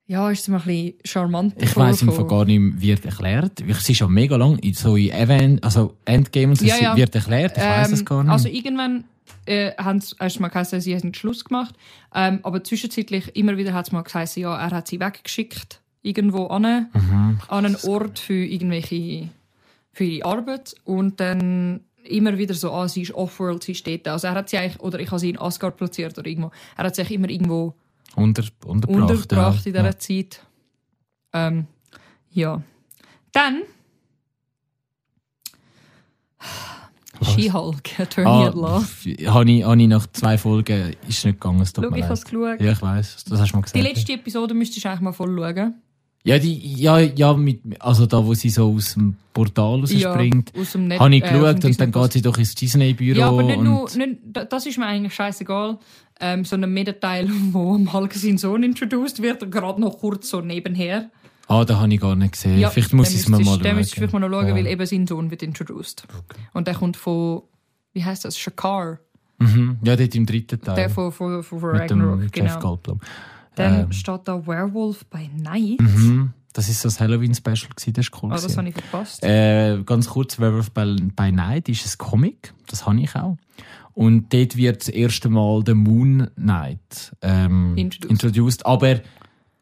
B: ja, ist sie mal ein bisschen charmant.
A: ich weiss im Fall gar nicht, mehr, wird erklärt. Es ist schon mega lang, in so in Event, also Endgame und so
B: Ja, ja.
A: wird erklärt, ich weiss
B: Ähm,
A: es gar nicht.
B: Also irgendwann äh, haben sie erst mal geheißen, sie haben Schluss gemacht. Ähm, aber zwischenzeitlich immer wieder hat es mal geheißen, ja, er hat sie weggeschickt irgendwo an,
A: Mhm.
B: an einen Ort für irgendwelche für ihre Arbeit und dann immer wieder so, ah, sie ist Offworld, sie steht da. Also er hat sie eigentlich, oder ich habe sie in Asgard platziert oder irgendwo. Er hat sie eigentlich immer irgendwo
A: Unter, untergebracht,
B: untergebracht in
A: ja.
B: dieser Zeit. Ähm, ja. Dann
A: Was?
B: She-Hulk, Attorney
A: Ah,
B: at Law.
A: pf, habe ich, habe ich nach zwei Folgen, ist nicht gegangen, es tut
B: Schau,
A: mir
B: ich habe
A: leid.
B: es geschaut.
A: Ja, ich weiss, das hast du mal gesagt.
B: Die
A: ja.
B: letzte Episode müsstest du eigentlich mal voll schauen.
A: Ja, die, ja, ja, mit, also da, wo sie so aus dem Portal rausspringt,
B: aus dem Netz.
A: habe ich
B: äh, aus
A: geschaut
B: dem
A: und dann
B: Disney+.
A: geht sie doch ins Disney-Büro.
B: Ja, aber nicht nur,
A: und-
B: nicht, da- das ist mir eigentlich scheißegal, ähm, sondern mehr der Teil, wo am Hulk sein Sohn introduced wird, gerade noch kurz so nebenher.
A: Ah, da habe ich gar nicht gesehen. Vielleicht muss
B: dann
A: ich es mir mal
B: müsstest-
A: schauen.
B: Dann müsstest du vielleicht mal noch schauen,
A: Ja.
B: weil eben sein Sohn wird introduced. Und der kommt von, wie heißt das, Shakar.
A: Mhm. Ja, dort im dritten Teil.
B: Der von, von, von
A: mit dem
B: Ragnarok,
A: Jeff
B: genau.
A: Goldblum.
B: Dann
A: Ähm.
B: steht da Werewolf by Night.
A: Mhm. Das ist so das Halloween-Special, gewesen, das ist cool.
B: Ah, das
A: gewesen.
B: habe ich verpasst.
A: Äh, ganz kurz, Werewolf by, by Night ist ein Comic, das habe ich auch. Und dort wird das erste Mal der Moon Knight ähm,
B: Introduced.
A: introduced. Aber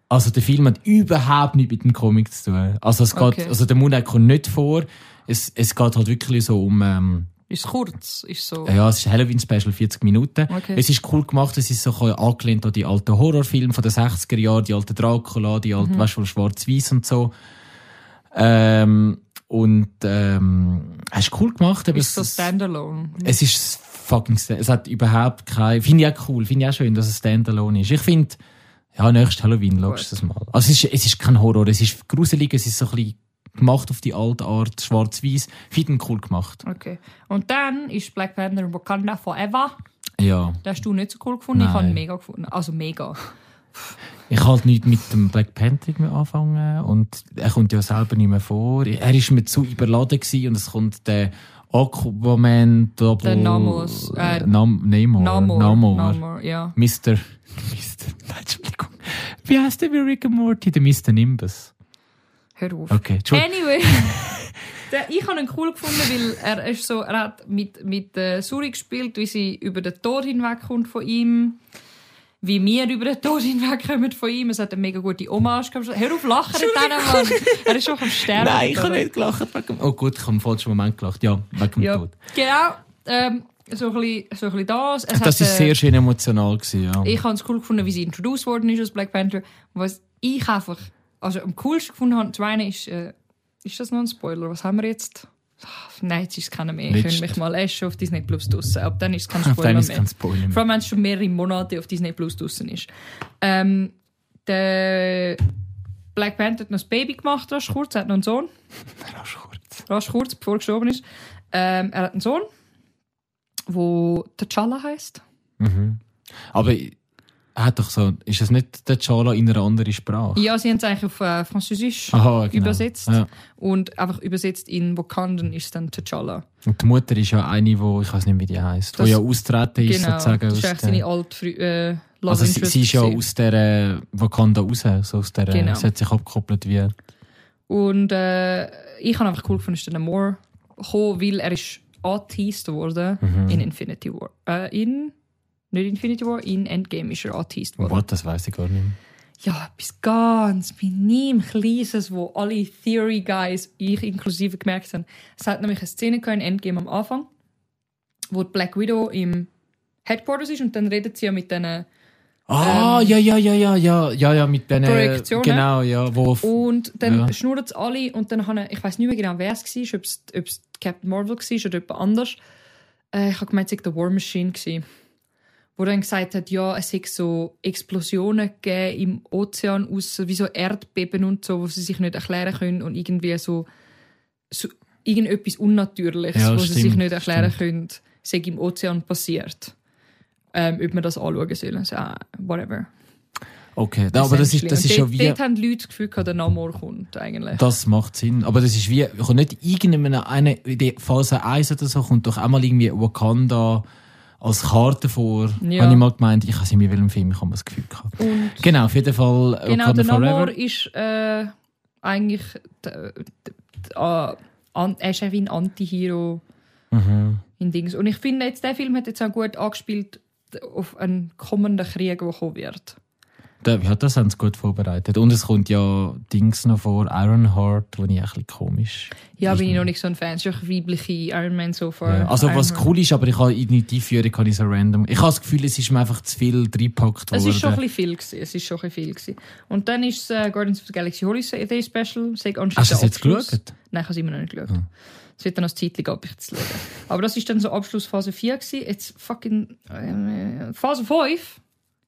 A: also der Film hat überhaupt nichts mit dem Comic zu tun. Also, es geht,
B: Okay.
A: also der Moon Knight kommt nicht vor. Es, es geht halt wirklich so um... Ähm,
B: Ist kurz, ist so.
A: ja, es ist ein Halloween-Special, 40 Minuten.
B: Okay.
A: Es ist cool gemacht, es ist so ein bisschen angelehnt an die alten Horrorfilme von den 60er Jahren, die alten Dracula, die
B: Mhm.
A: alten, weißt du, schwarz weiß und so. Ähm, und ähm, es ist cool gemacht, aber
B: Ist so
A: es,
B: standalone.
A: es ist fucking, sta- es hat überhaupt kein, finde ich auch cool, finde ich auch schön, dass es Standalone ist. Ich finde, ja, nächstes Halloween schaust du es mal. Also es ist, es ist kein Horror, es ist gruselig, es ist so ein bisschen gemacht auf die alte Art, schwarz weiß finde ich cool gemacht.
B: Okay. Und dann ist Black Panther Wakanda Forever.
A: Ja.
B: Das hast du nicht so cool gefunden. Ich
A: Nein.
B: habe ihn mega gefunden. Also mega.
A: Ich halt nicht mit dem Black Panther mehr anfangen und er kommt ja selber nicht mehr vor. Er ist mir zu überladen gewesen und es kommt der Aquaman, Double,
B: Der Namos, äh,
A: Nam Namor,
B: Namor.
A: Namor.
B: Namor, ja.
A: Mr. Mr. Nein, Entschuldigung. Wie heißt der bei Rick and Morty? Der Mr. Nimbus.
B: Hör auf.
A: Okay, Entschuldigung.
B: Anyway. Der- ich habe ihn cool gefunden, weil er, ist so, er hat mit, mit äh, Suri gespielt, wie sie über den Tod hinwegkommt von ihm. Wie wir über den Tod hinwegkommen von ihm. Es hat eine mega gute Hommage gehabt. Hör auf, lachen mit denen, Mann. Er ist schon am Sterben.
A: Nein, ich
B: oder?
A: habe nicht gelacht. Wegen... dem- Oh gut, ich habe im falschen Moment gelacht. Ja, wegen dem
B: Ja.
A: Tod.
B: Genau. Ähm, so, ein bisschen, so ein bisschen das. Es
A: Das war
B: hat, äh,
A: sehr schön emotional. Gewesen, ja.
B: Ich habe es cool gefunden, wie sie introduced worden ist als Black Panther. Was ich einfach also am coolsten gefunden habe, zum einen ist, äh, ist das noch ein Spoiler? Was haben wir jetzt? Ah, Nein, jetzt ist es keiner mehr. Ich
A: Letzte.
B: könnte mich mal erst auf Disney Plus draussen. Ab dann ist es kein
A: Auf den
B: Spoiler
A: ist
B: mehr.
A: kein Spoiler
B: Vor
A: mehr.
B: allem, wenn es schon mehrere Monate auf Disney Plus draussen ist. Ähm, der Black Panther hat noch das Baby gemacht, rasch kurz. Er hat noch einen Sohn
A: Rasch kurz.
B: rasch kurz, bevor er gestorben ist. Ähm, er hat einen Sohn, der T'Challa heisst.
A: Aber er hat doch so, ist es nicht der Chala in einer anderen Sprache?
B: Ja, sie haben es eigentlich auf äh, Französisch
A: Aha, genau.
B: übersetzt.
A: Ja.
B: Und einfach übersetzt in Wakandan ist dann T'Challa.
A: Und die Mutter ist ja eine, die, ich weiß nicht, wie die heißt, die
B: Das-
A: ja austreten ist,
B: genau,
A: sozusagen.
B: das ist
A: aus der-
B: eigentlich seine alte Frü äh, Love
A: also sie,
B: Interest
A: sie ist ja
B: gewesen.
A: aus der äh, Wakanda raus, so aus der,
B: Genau.
A: sie hat sich abgekoppelt wie...
B: Und äh, ich habe einfach cool gefunden, dass der Namor kam, weil er ist angeteased worden
A: Mhm.
B: in Infinity War. Äh, in... Nicht Infinity War, in Endgame ist er angeteased worden.
A: What, das weiß ich gar nicht mehr.
B: ja, etwas ganz minim Kleines, wo alle Theory Guys, ich inklusive, gemerkt haben. Es hat nämlich eine Szene gehabt in Endgame am Anfang, wo die Black Widow im Headquarters ist und dann redet sie ja mit diesen
A: Ah, ja, ja, ja, ja, ja, ja, ja, mit den
B: Ähm, Projektionen. Oh,
A: Genau, ja, wo auf,
B: Und dann
A: Ja.
B: schnurren sie alle und dann habe ich, ich weiß nicht mehr genau, wer es war, ob es, ob es Captain Marvel war oder jemand anders. Äh, ich habe gemeint, es sei der War Machine. Gewesen, wo dann gesagt hat, ja, es hätte so Explosionen gegeben im Ozean, aus, wie so Erdbeben und so, wo sie sich nicht erklären können und irgendwie so, so irgendetwas Unnatürliches,
A: Ja,
B: was sie sich
A: stimmt,
B: nicht erklären können, sei im Ozean passiert. Ähm, ob man das anschauen sollen. So, ah, whatever.
A: okay, aber das ist, das
B: Und
A: ist ja
B: dort,
A: wie,
B: Dort haben die Leute das Gefühl, gehabt, der Namor kommt eigentlich.
A: das macht Sinn, aber das ist wie, ich kann nicht irgendeiner, eine, in der Phase 1 oder so, kommt doch einmal irgendwie Wakanda als Karte vor,
B: Ja.
A: habe ich mal gemeint, ich weiß nicht mehr, in welchem Film ich habe das Gefühl gehabt.
B: Und
A: Genau, auf jeden Fall
B: genau,
A: Wakanda
B: der
A: Forever.
B: nou, Namor ist äh, eigentlich d- d- d- ah, an, er ist auch wie ein Anti-Hero
A: Mhm.
B: in Dings. Und ich finde, jetzt, der Film hat jetzt auch gut angespielt auf einen kommenden Krieg, der kommen wird.
A: Da, ja, das haben sie gut vorbereitet. Und es kommt ja Dings noch vor, Ironheart, wo ich ein bisschen komisch
B: Ja, bin ich noch nicht so ein Fan. Es ist auch weibliche Iron Man so far.
A: Ja. Also
B: Iron
A: was
B: Man.
A: cool ist, aber ich habe in die Einführung habe ich so random. Ich habe das Gefühl, es ist mir einfach zu viel reingepackt worden.
B: Es ist schon ein bisschen viel. Gewesen. Es ist schon ein bisschen viel gewesen. Und dann ist das äh, Guardians of the Galaxy Holiday Special. Sag anscheinend
A: Hast du es
B: der
A: jetzt
B: Abschluss.
A: geschaut?
B: Nein, ich habe es immer noch nicht
A: Ah.
B: geschaut. Es wird dann noch Zeit geben, ob ich es schaue. Aber das ist dann so Abschlussphase 4 gewesen. Jetzt fucking... Äh, Phase 5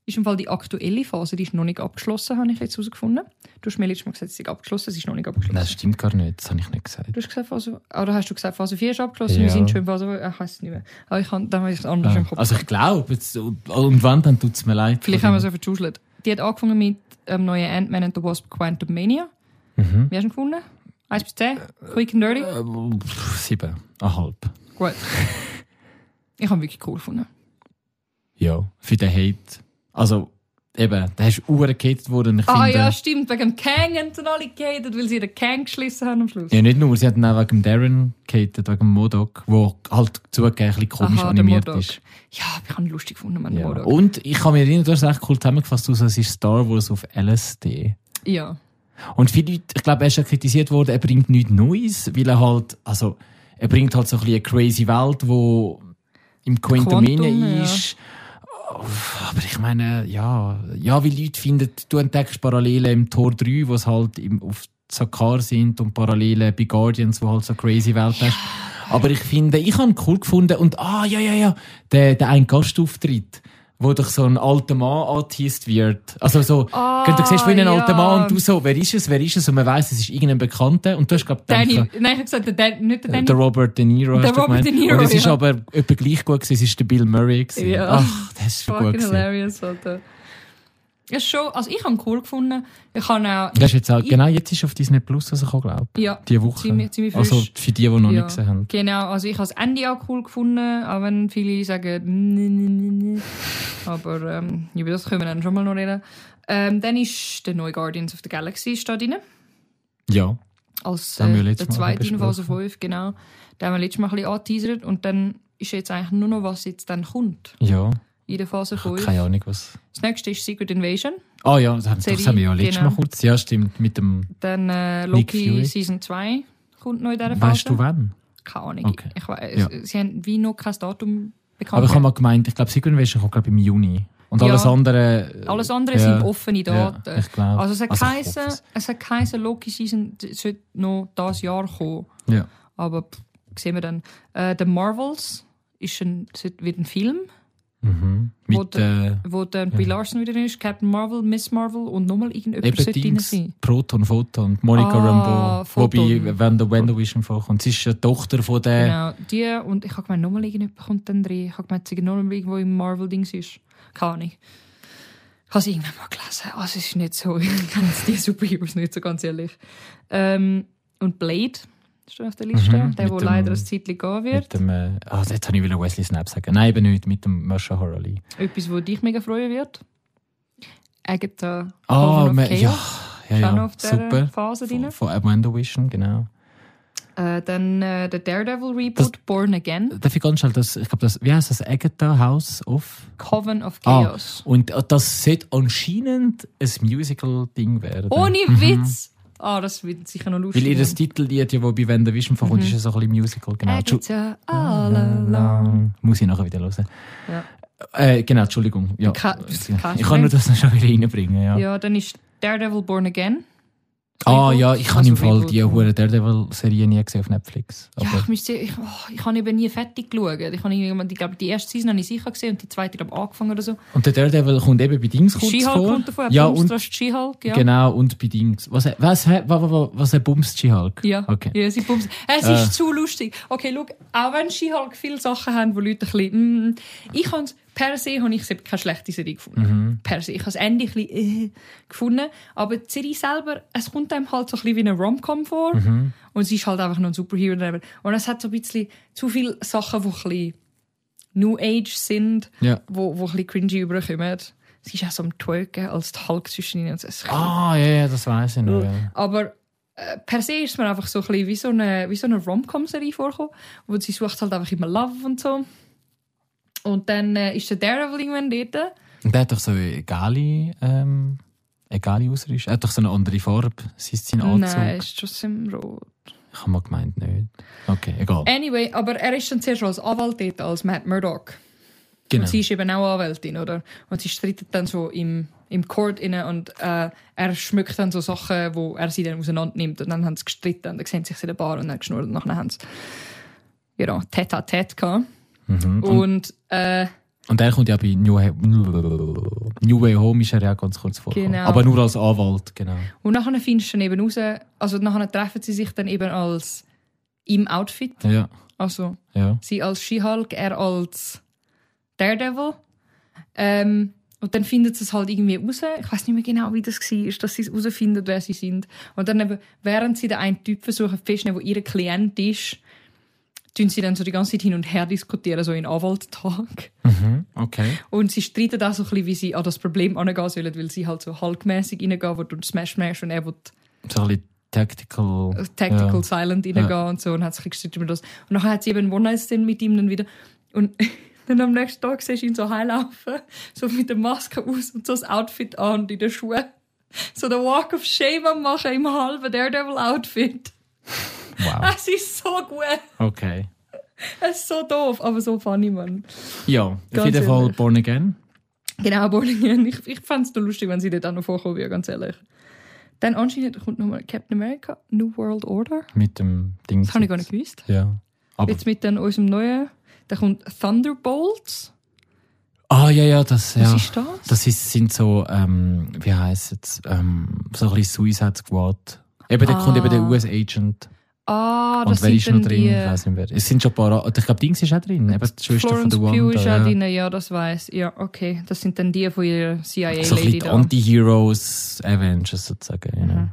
B: ist im Fall die aktuelle Phase. Die ist noch nicht abgeschlossen, habe ich jetzt herausgefunden. Du hast mir letztes Mal gesagt, sie ist abgeschlossen. Sie ist noch nicht abgeschlossen.
A: Nein, das stimmt gar nicht, das habe ich nicht gesagt.
B: Du hast gesagt, Phase, oder hast du gesagt, Phase 4 ist abgeschlossen?
A: Ja.
B: Wir sind schon in Phase 5. Ich weiß es nicht mehr. Aber ich habe, dann habe ich es anders im
A: Ah,
B: Kopf.
A: Also ich glaube, jetzt, und, und wenn, dann tut es mir leid.
B: Vielleicht haben wir es auch vertuschelt. Die hat angefangen mit dem neuen Ant-Man and the Wasp Quantum Mania.
A: Mhm.
B: Wie hast du ihn gefunden? 1 bis 10? Quick and dirty?
A: Äh, pff, Sieben, eineinhalb.
B: Gut. Ich habe ihn wirklich cool gefunden.
A: Ja, für den Hate. Also eben, der ist urgehatet worden. Ich
B: Ah
A: finde,
B: ja, stimmt. Wegen dem Kang haben sie alle gehatet, weil sie den Kang geschlissen haben am Schluss.
A: Ja, nicht nur, sie hat ihn auch wegen dem Darren gehatet, wegen dem Modok, der halt zugegeben ein bisschen komisch
B: Aha, der
A: animiert
B: Modok.
A: ist.
B: Ja, aber ich habe ihn lustig gefunden, mein
A: Ja. Oh.
B: Modok.
A: Und ich kann mich erinnern, du hast es recht cool zusammengefasst, aus, es ist Star Wars auf LSD.
B: Ja.
A: Und viele Leute, ich glaube, er ist ja kritisiert worden, er bringt nichts Neues, weil er halt, also, er bringt halt so ein bisschen eine crazy Welt, wo im Quantum
B: Quantum,
A: inne
B: ja.
A: ist. Aber ich meine, ja, ja, weil Leute finden, du entdeckst Parallelen im Tor 3, wo es halt im, auf Sakar sind und Parallelen bei Guardians, wo halt so crazy Welt hast. Aber ich finde, ich habe ihn cool gefunden und, ah, ja, ja, ja, der, der ein Gastauftritt, wo durch so ein alter Mann angeteased wird. Also so,
B: Ah,
A: du siehst wie ein
B: ja.
A: alter Mann und du so, wer ist es, wer ist es? Und man weiss, es ist irgendein Bekannter. Und du hast, glaube
B: Danny,
A: ich,
B: nein, ich habe gesagt, der Dan, nicht der Danny.
A: der Robert De Niro.
B: Der
A: hast du gemeint.
B: Robert De Niro,
A: Und es ist
B: ja.
A: aber etwa gleich gut gewesen, es ist der Bill Murray gewesen.
B: Ja.
A: Ach, das ist schon gut
B: Fucking
A: gewesen.
B: hilarious, Alter. Ja, schon. Also ich habe ihn cool gefunden. Ich habe auch...
A: Das ist jetzt auch, genau, jetzt ist auf Disney Plus rausgekommen, glaube ich.
B: Ja,
A: Diese Woche.
B: ziemlich- ziemlich
A: also
B: frisch.
A: für die, die noch
B: Ja,
A: nicht gesehen haben.
B: Genau, also ich habe das Ende auch cool gefunden, auch wenn viele sagen, nee, nee, nee, nee. aber ähm, über das können wir dann schon mal noch reden. Ähm, dann ist der neue Guardians of the Galaxy ist da drin,
A: Ja.
B: als
A: Den haben wir
B: äh,
A: letztes
B: der
A: Mal
B: zweite in Phase
A: besprochen.
B: 5, genau. Da haben wir letztes Mal ein bisschen angeteasert und dann ist jetzt eigentlich nur noch, was jetzt dann kommt
A: Ja.
B: in der Phase 5.
A: Keine Ahnung, was.
B: Das nächste ist Secret Invasion,
A: Ah ja, das haben, das
B: Serie,
A: haben wir ja letztes
B: genau.
A: Mal kurz. Ja, stimmt. Mit dem,
B: dann äh,
A: Nick Fury.
B: Loki Season 2 kommt noch in dieser Phase.
A: weißt du wann?
B: Keine Ahnung.
A: Okay.
B: Ich, weiss,
A: Ja.
B: Sie haben wie noch kein Datum bekannt.
A: Aber ich habe
B: gegeben.
A: mal gemeint, ich glaube, Secret Invasion kommt, glaube ich, im Juni. Und
B: Ja.
A: alles andere.
B: Alles andere
A: ja.
B: sind offene Daten.
A: Ja, ich glaube.
B: Also es hat
A: Also ich
B: geheißen,
A: hoffe es.
B: es hat geheißen, Loki Season d- sollte noch dieses Jahr kommen.
A: Ja.
B: Aber pff, sehen wir dann. Äh, The Marvels ist ein, sollte- wird ein Film,
A: Mhm.
B: Wo
A: Mit äh,
B: wo dann Brie Larson wieder drin ist, Captain Marvel, Miss Marvel und nochmal irgendjemand
A: eben
B: sollte drin
A: Dings,
B: sein.
A: Proton, Photon, Monica
B: Ah,
A: Rambeau,
B: Photon.
A: wobei wenn der WandaVision vorkommt. Sie ist ja die Tochter von der.
B: Genau, die und ich habe gemeint, nochmal irgendjemand kommt dann drin. Ich habe gemeint, sie nochmal irgendwo im Marvel-Dings ist. Keine Ahnung. Ich habe es irgendwann mal gelesen. Also es ist nicht so, ich kenne die Superheroes nicht so ganz ehrlich. Ähm, und Blade ist da auf der Liste,
A: Mhm,
B: der,
A: mit
B: wo
A: dem-
B: leider ein Zeitchen gehen wird.
A: Mit dem, äh, ah, jetzt habe ich wieder Wesley Snipes sagen. Nein, eben nicht, mit dem Marsha Horali.
B: Etwas, wo dich mega freuen wird. Agatha
A: Ah,
B: Coven of
A: man-
B: Chaos.
A: ja, ja,
B: Ist auch noch
A: ja
B: auf dieser
A: super.
B: Phase
A: Von,
B: drin.
A: von äh, WandaVision, genau.
B: Äh, dann äh, der Daredevil Reboot, Born Again,
A: Darf ich ganz schnell, das, ich glaube, das, wie heißt das? Agatha House of?
B: Coven of
A: Ah.
B: Chaos.
A: Und äh, das sollte anscheinend ein Musical-Ding werden.
B: Ohne Witz! Ah, das wird sicher noch lustig.
A: Mhm. Weil ihr das
B: werden.
A: Titellied, ja, wo bei WandaVision
B: Mhm.
A: vorkommt, ist ja so ein bisschen Musical, genau. Tschu-
B: Agatha all alone.
A: Muss ich nachher wieder hören.
B: Ja.
A: Äh, genau, Entschuldigung. Ja.
B: Ka- kein
A: ich kann nur
B: Problem.
A: das schon wieder reinbringen. Ja.
B: Ja, dann ist Daredevil Born Again.
A: ah
B: Reboot.
A: ja, ich habe
B: Also
A: im Fall
B: Reboot.
A: die hure Daredevil-Serie nie gesehen auf Netflix. Aber
B: Ja, ich, müsste, ich, oh, ich habe eben nie fertig geschaut. Ich, habe irgendwie- ich glaube, die erste Season habe ich sicher gesehen und die zweite glaube ich, angefangen oder so.
A: Und der Daredevil kommt eben bei Dings kurz
B: She-Hulk
A: vor.
B: kommt davon,
A: ja,
B: ja,
A: und,
B: Bumstrass She-Hulk. Ja.
A: Genau, und bei Dings. Was, was, was, was, was er bumst She-Hulk?
B: Ja,
A: Okay.
B: ja, sie bumsen. Es
A: Äh.
B: ist zu lustig. Okay, schau, auch wenn She-Hulk viele Sachen haben, wo Leute ein bisschen... Mm, ich hans per se habe ich sie keine schlechte Serie gefunden.
A: Mhm.
B: Per se. Ich habe das Ende ein bisschen äh, gefunden. Aber die Serie selber, es kommt einem halt so ein bisschen wie eine Rom-Com vor.
A: Mhm.
B: Und sie ist halt einfach nur ein Superhero. daneben. Und es hat so ein bisschen zu viele Sachen, die ein bisschen New Age sind,
A: Ja.
B: wo, wo ein bisschen cringy überkommen. Sie ist auch so am Twerken als die Hulk zwischen ihnen. Und so. Es-
A: Ah, ja, ja, das weiß ich noch. Ja.
B: aber äh, per se ist es mir einfach so ein bisschen wie so eine, wie so eine Rom-Com-Serie vorgekommen. wo sie sucht halt einfach immer Love und so. Und dann äh, ist der Daredevil irgendwann dort.
A: Und der hat doch so eine egale, ähm, egale Ausrüstung. Er hat doch so eine andere Farbe. Sie ist sein Anzug.
B: Nein, ist trotzdem rot.
A: Ich habe mal gemeint, nicht. Okay, egal.
B: Anyway, aber er ist dann zuerst als Anwalt dort, als Matt Murdock.
A: genau.
B: Und sie ist eben auch Anwältin, oder? Und sie streitet dann so im, im Court inne und äh, er schmückt dann so Sachen, wo er sie dann auseinander nimmt. Und dann haben sie gestritten und dann sehen sie sich in der Bar und dann geschnurrt und nachher haben sie genau, tête à tête gehabt. Und äh,
A: Mhm. Und der kommt ja bei New, He- New Way Home ist er ja ganz kurz vor.
B: Genau.
A: Aber nur als Anwalt, genau.
B: Und nachher findest du dann eben raus, also nachher treffen sie sich dann eben als im Outfit,
A: Ja,
B: also
A: ja.
B: sie als She-Hulk, er als Daredevil. Ähm, und dann finden sie es halt irgendwie raus. Ich weiß nicht mehr genau, wie das war, dass sie es herausfinden, wer sie sind. Und dann eben, während sie den einen Typ versuchen festzunehmen, der ihr Klient ist, tun sie dann so die ganze Zeit hin und her diskutieren, so in Anwalttag.
A: Mhm. Okay.
B: Und sie streiten auch so ein bisschen, wie sie an das Problem angehen sollen, weil sie halt so Hulk-mässig reingehen, wo du Smash Smash und er will
A: So ein bisschen tactical.
B: Tactical
A: Ja.
B: Silent reingehen und so und hat sich gestritten über das. Und nachher hat sie eben One-Night-Stand mit ihm dann wieder. Und dann am nächsten Tag siehst du ihn so heilaufen, so mit der Maske aus und so das Outfit an und in den Schuhen. So den Walk of Shame am machen im halben Daredevil-Outfit.
A: Wow.
B: Es ist so gut.
A: Okay.
B: Es ist so doof, aber so funny, man.
A: Ja, auf
B: Ganz
A: jeden Fall
B: ehrlich.
A: Born Again.
B: Genau, Bolingen. Ich, ich fand es lustig, wenn sie dort auch noch vorkommen würde, ganz ehrlich. Dann anscheinend kommt nochmal Captain America, New World Order.
A: Mit dem Ding.
B: Das habe ich gar nicht gewusst.
A: Ja. Aber,
B: Jetzt mit dann unserem neuen, da kommt Thunderbolts.
A: ah, ja, ja, das, ja.
B: Was ist das?
A: Das ist, sind so, ähm, wie heisst es, ähm, so ein bisschen Suicide Squad. Eben, da kommt
B: Ah.
A: eben der US-Agent.
B: Ah, das
A: Und wer
B: sind
A: ist noch
B: dann
A: drin? Ich
B: die...
A: weiß nicht mehr. Es sind schon ein paar, ich glaube, Dings ist auch drin. Eben, die Schwester von
B: Florence
A: der Wanda.
B: Pugh ist
A: ja.
B: auch drin, ja, das weiß Ja, okay. Das sind dann die von ihrer
A: So ein bisschen
B: CIA-Lady
A: die
B: da.
A: Anti-Heroes Avengers sozusagen. You know.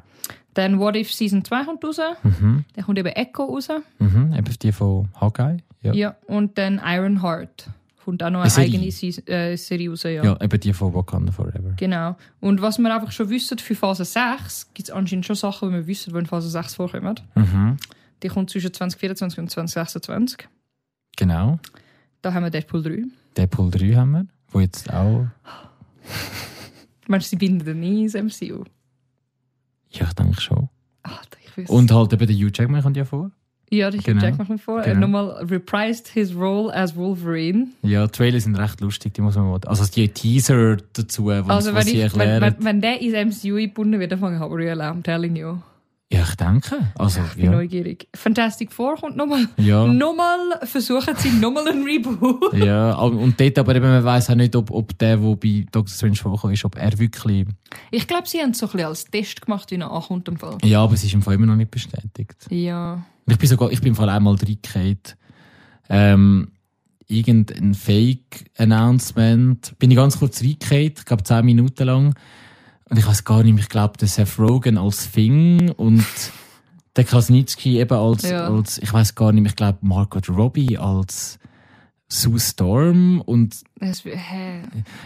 B: Dann What If Season 2 kommt raus.
A: mhm.
B: Dann kommt eben Echo raus.
A: Mhm. Eben die von Hawkeye. Ja. ja.
B: Ja, und dann Ironheart. Kommt auch noch
A: Eine
B: eine
A: Serie.
B: eigene Season, äh, Serie raus, ja.
A: eben die von Wakanda Forever.
B: Genau. Und was wir einfach schon wissen für Phase 6, gibt es anscheinend schon Sachen, die wir wissen, die in Phase 6 vorkommen.
A: Mhm.
B: Die kommt zwischen 2024 und 2026.
A: Genau.
B: Da haben wir Deadpool 3.
A: Deadpool 3 haben wir, wo jetzt auch,
B: Meinst du, sie binden dann nie ins MCU?
A: ja, ich denke schon.
B: Alter, ich weiß.
A: Und halt eben der Hugh Jackman kommt ja vor.
B: ja, das
A: Genau.
B: genau. Jack macht mir vor. Er
A: Genau.
B: nochmal reprised his role as Wolverine.
A: Ja, die Trailer sind recht lustig, die muss man mal. Also die Teaser dazu, wo
B: also, wenn,
A: was sie
B: ich, wenn,
A: erklären.
B: wenn, wenn der ins MCU eingebunden wird, dann fange ich an zu brüllen, I'm telling you.
A: ja, ich denke. Also,
B: Ich bin
A: ja.
B: neugierig. Fantastic Four kommt nochmal.
A: Ja.
B: Nochmal versuchen sie nochmal einen Reboot.
A: ja, aber- und dort aber eben, man weiß auch nicht, ob, ob der, der bei Doctor Strange vorkommt, ist, ob er wirklich.
B: Ich glaube, sie haben es so ein bisschen als Test gemacht, wie er ankommt im Fall.
A: Ja, aber es ist im Fall immer noch nicht bestätigt.
B: Ja.
A: Und Ich bin sogar, ich bin vor allem mal reingefallen. Ähm, irgendein Fake-Announcement. Bin ich ganz kurz reingefallen, ich glaube 10 Minuten lang. Und ich weiß gar nicht mehr, ich glaube, der Seth Rogen als Fing und der Krasnitzki eben als,
B: Ja.
A: als ich weiß gar nicht mehr, ich glaube Margot Robbie als Sue Storm und
B: Es, hä?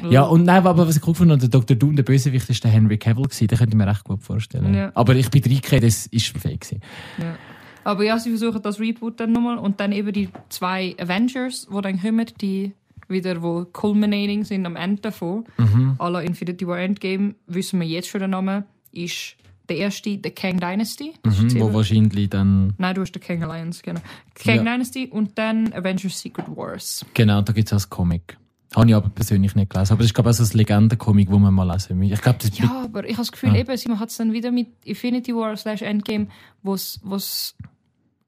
A: ja,
B: Mhm.
A: und nein, aber was ich cool fand, der Dr. Doom, der Bösewicht, ist der Henry Cavill gewesen, den könnte ich mir recht gut vorstellen.
B: Ja.
A: Aber ich bin reingefallen, das ist fake gewesen.
B: Ja. Aber ja, sie versuchen das Reboot dann nochmal und dann eben die zwei Avengers, die dann kommen, die wieder wo culminating sind am Ende davon. Mhm. À la Infinity War Endgame, wissen wir jetzt schon den Namen, ist der erste The Kang Dynasty. Das ist
A: Mhm, wo
B: ziemlich-
A: wahrscheinlich dann
B: Nein, du hast den Kang Alliance, genau. Kang
A: Ja.
B: Dynasty und dann Avengers Secret Wars.
A: Genau, da gibt es auch das Comic. Habe ich aber persönlich nicht gelesen. Aber das ist, glaube ich, auch so ein Legendencomic, das man mal lesen muss. Ich glaube, das
B: Ja, aber ich habe das Gefühl,
A: Ja.
B: eben, sie hat es dann wieder mit Infinity War slash Endgame, wo es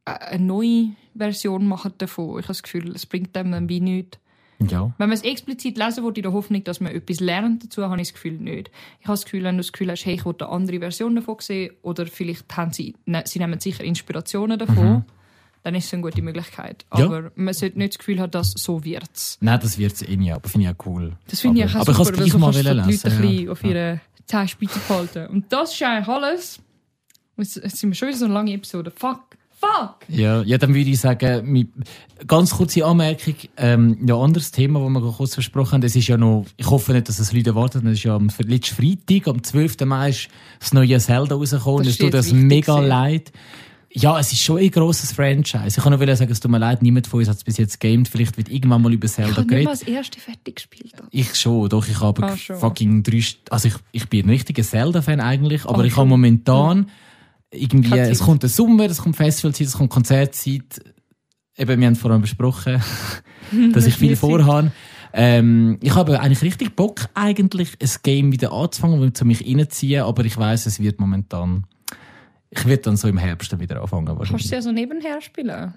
B: eine neue Version machen davon. Ich habe das Gefühl, es bringt dem dann wie nichts.
A: ja.
B: Wenn man es explizit lesen würde, in der Hoffnung, dass man etwas lernt dazu, habe ich das Gefühl nicht. Ich habe das Gefühl, wenn du das Gefühl hast, hey, ich will eine andere Version davon sehen, oder vielleicht haben sie, ne, sie nehmen sicher Inspirationen davon, dann ist es eine gute Möglichkeit.
A: Mhm. Ja.
B: Aber man sollte nicht das Gefühl haben, dass so wird es.
A: Nein, das wird es eh nicht, aber finde ich auch cool.
B: Das finde ich
A: aber,
B: auch
A: aber
B: super,
A: ich kann es
B: weil so
A: gleich mal
B: kannst du die Leute
A: lesen.
B: ein bisschen
A: ja.
B: auf ihre Zehenspitze behalten. Und das ist eigentlich alles. Jetzt jetzt sind wir schon wieder so eine lange Episode. Fuck! Fuck!
A: Ja, ja, dann würde ich sagen, mi- ganz kurze Anmerkung, ähm, ja, anderes Thema, das wir kurz versprochen haben, das ist ja noch, ich hoffe nicht, dass es Leute erwarten, das ist ja am ver- letzten Freitag, am 12. Mai ist das neue Zelda rausgekommen, und
B: Das
A: es
B: ist
A: tut
B: jetzt
A: uns
B: wichtig
A: mega
B: gewesen.
A: leid. Ja, es ist schon ein grosses Franchise. Ich kann nur wollen sagen, es tut mir leid, niemand von uns hat es bis jetzt gamed, vielleicht wird irgendwann mal über
B: Ich
A: Zelda
B: habe nicht mal
A: geredet.
B: das erste fertig gespielt.
A: Ich schon, doch, ich habe
B: Ah, schon.
A: fucking drei, St- also ich, ich bin ein richtiger Zelda-Fan eigentlich, aber
B: Ah,
A: ich
B: schon.
A: habe momentan irgendwie, äh,
B: Keine
A: es
B: Zeit.
A: kommt der Sommer, es kommt Festivalzeit, es kommt Konzertzeit, eben, wir haben vorhin besprochen, dass ich viel
B: Viel Zeit.
A: vorhabe. Ähm, ich habe eigentlich richtig Bock, eigentlich ein Game wieder anzufangen, um zu mich reinziehen, aber ich weiß, es wird momentan, ich werde dann so im Herbst dann wieder anfangen
B: Kannst du
A: wahrscheinlich.
B: sie ja so nebenher spielen?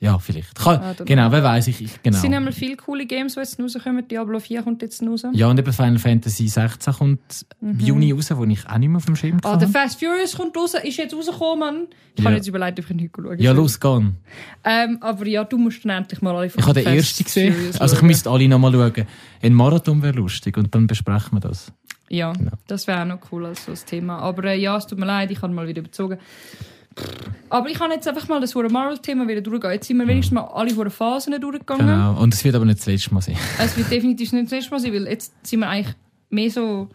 A: Ja, vielleicht. Kann,
B: Ah, dann-
A: genau, wer weiß ich, ich genau.
B: Es sind einmal viele coole Games, die jetzt rauskommen. Diablo 4 kommt jetzt raus.
A: Ja, und eben Final Fantasy 16 kommt im Juni raus, wo ich auch nicht mehr auf dem Schirm
B: Mhm. Ah, der
A: hatte.
B: Fast Furious kommt raus, ist jetzt rausgekommen. Mann. Ich
A: Ja.
B: habe jetzt überlegt, ob ich ihn heute schauen
A: Ja,
B: soll.
A: los, gehen.
B: Ähm, aber ja, du musst dann endlich mal alle
A: Ich habe den
B: Ah, Fast
A: ersten gesehen.
B: Furious
A: Also ich
B: schauen.
A: müsste alle nochmal schauen. Ein Marathon wäre lustig und dann besprechen wir das.
B: Ja, das wäre auch noch cool als so ein Thema. Aber äh, ja, es tut mir leid, ich habe mal wieder überzogen. Aber ich habe jetzt einfach mal das Hure Marvel-Thema wieder durchgehen. Jetzt sind wir wenigstens mal alle Hure Phasen durchgegangen.
A: Genau. Und es wird aber nicht das letzte Mal sein.
B: Es wird definitiv nicht das letzte Mal sein, weil jetzt sind wir eigentlich mehr so.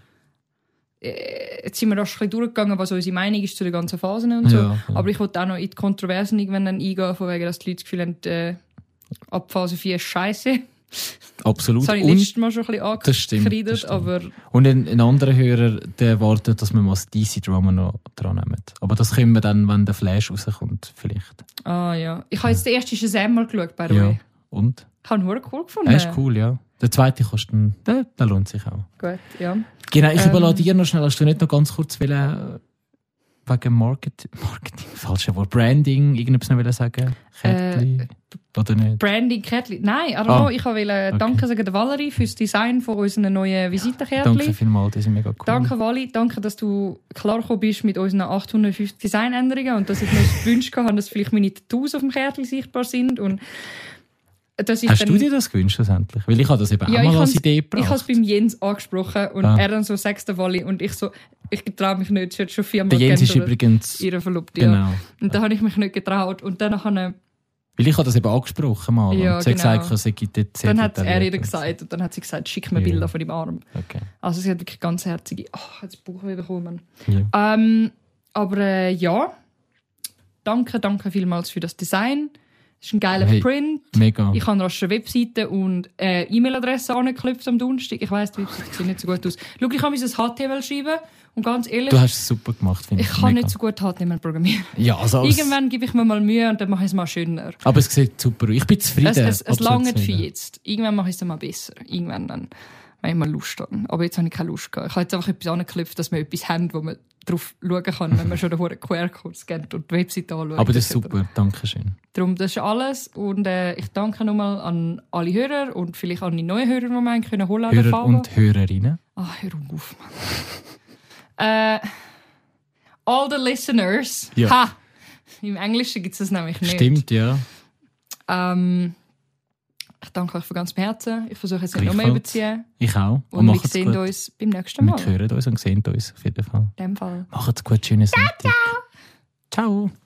B: äh, Jetzt sind wir auch schon ein bisschen durchgegangen, was unsere Meinung ist zu den ganzen Phasen und so.
A: Ja, ja.
B: Aber ich wollte auch noch in die Kontroversen irgendwann dann eingehen, von wegen, dass die Leute das Gefühl haben, äh, ab Phase 4 ist scheiße.
A: Absolut.
B: Das habe ich
A: Und,
B: letztes Mal schon ein bisschen
A: Das stimmt, das
B: angekreidet,
A: stimmt.
B: aber
A: und ein, ein anderer Hörer, der erwartet, dass wir mal das DC-Drama noch dran nehmen. Aber das können wir dann, wenn der Flash rauskommt, vielleicht.
B: Ah ja. Ich habe jetzt den ersten Shazam mal geschaut, by the
A: Ja.
B: way.
A: Und?
B: Ich habe ihn verdammt cool gefunden.
A: Er ist cool, ja. Der zweite kostet, einen- der, der lohnt sich auch.
B: Gut, ja.
A: Genau, ich
B: Ähm.
A: überlade dir noch schnell, hast du nicht noch ganz kurz wollen, äh, wegen Market, Marketing, falsches Wort, Branding, irgendetwas noch wollen sagen? Kärtli,
B: Äh,
A: oder nicht?
B: Branding Kärtli. Nein, I don't
A: Ah.
B: know. Ich wollte
A: Okay.
B: Danke sagen der Valerie fürs Design von unseren neuen Visitenkärtchen.
A: Danke vielmals, die sind mega cool.
B: Danke, Wally. Danke, dass du klar gekommen bist mit unseren 850 Designänderungen und dass ich mir gewünscht habe, dass vielleicht meine Tattoos auf dem Kärtchen sichtbar sind. Und dass ich
A: Hast
B: dann
A: du dir das gewünscht schlussendlich? Weil ich habe das eben
B: Ja,
A: auch
B: ich
A: mal als
B: hab's-
A: Idee
B: Ich habe es
A: gebracht.
B: beim Jens angesprochen und
A: Ah.
B: er dann so sechster Wally und ich so, ich traue mich nicht, sie hat schon viermal
A: Der Jens ist
B: geändert.
A: übrigens,
B: ihre Verlobte. Ja.
A: genau.
B: Und da habe ich mich nicht getraut. Und dann, nachher,
A: Weil ich habe das eben angesprochen mal
B: Ja,
A: und sie
B: genau.
A: hat gesagt, es sei dort sehr
B: dann hat er
A: detailliert
B: ihr
A: und so.
B: gesagt und dann hat sie gesagt, schick mir
A: Ja.
B: Bilder von deinem Arm.
A: Okay.
B: Also sie hat wirklich ganz herzige, oh, jetzt Bauch wieder kommen.
A: Ja.
B: Ähm, aber äh, ja, danke, danke vielmals für das Design. Es ist ein geiler
A: Hey.
B: Print.
A: Mega.
B: Ich habe rasch eine Webseite und äh, E-Mail-Adresse angeknüpft am Donnerstag. Ich weiss, die Webseite sieht nicht so gut aus. Schau, ich habe mir ein HTML schreiben und ganz ehrlich,
A: Du hast es super gemacht, finde
B: ich
A: ich.
B: kann
A: mega.
B: nicht so gut HTML programmieren.
A: Ja, also alles-
B: Irgendwann gebe ich mir mal Mühe und dann mache ich es mal schöner.
A: Aber es sieht super aus. Ich bin zufrieden.
B: Es, es, es
A: absolut
B: langt für
A: zufrieden.
B: jetzt. Irgendwann mache ich es dann mal besser. Irgendwann dann, wenn ich mal Lust habe. Aber jetzt habe ich keine Lust gehabt. Ich habe jetzt einfach etwas angeknüpft, dass wir etwas haben, wo man drauf schauen kann, wenn man schon einen QR-Code scannt und die Webseite anschaut.
A: Aber das ist
B: etc.
A: super, danke schön.
B: Darum, das ist alles. Und äh, ich danke nochmal an alle Hörer und vielleicht an die neuen Hörer, die wir haben können holen an der
A: Hörer
B: Fahrbahn.
A: und Hörerinnen.
B: Ah, hör auf, Mann. äh, all the listeners.
A: Ja.
B: Ha! Im Englischen gibt es das nämlich nicht.
A: Stimmt, ja.
B: Ähm, ich danke euch von ganzem Herzen. Ich versuche jetzt nicht noch mehr
A: Gleichfalls.
B: überziehen.
A: Ich auch.
B: Und wir
A: macht's
B: sehen
A: gut.
B: uns beim nächsten Mal.
A: Wir hören uns und sehen uns auf jeden Fall.
B: In dem Fall.
A: Macht's gut, schönen Sonntag. Ciao.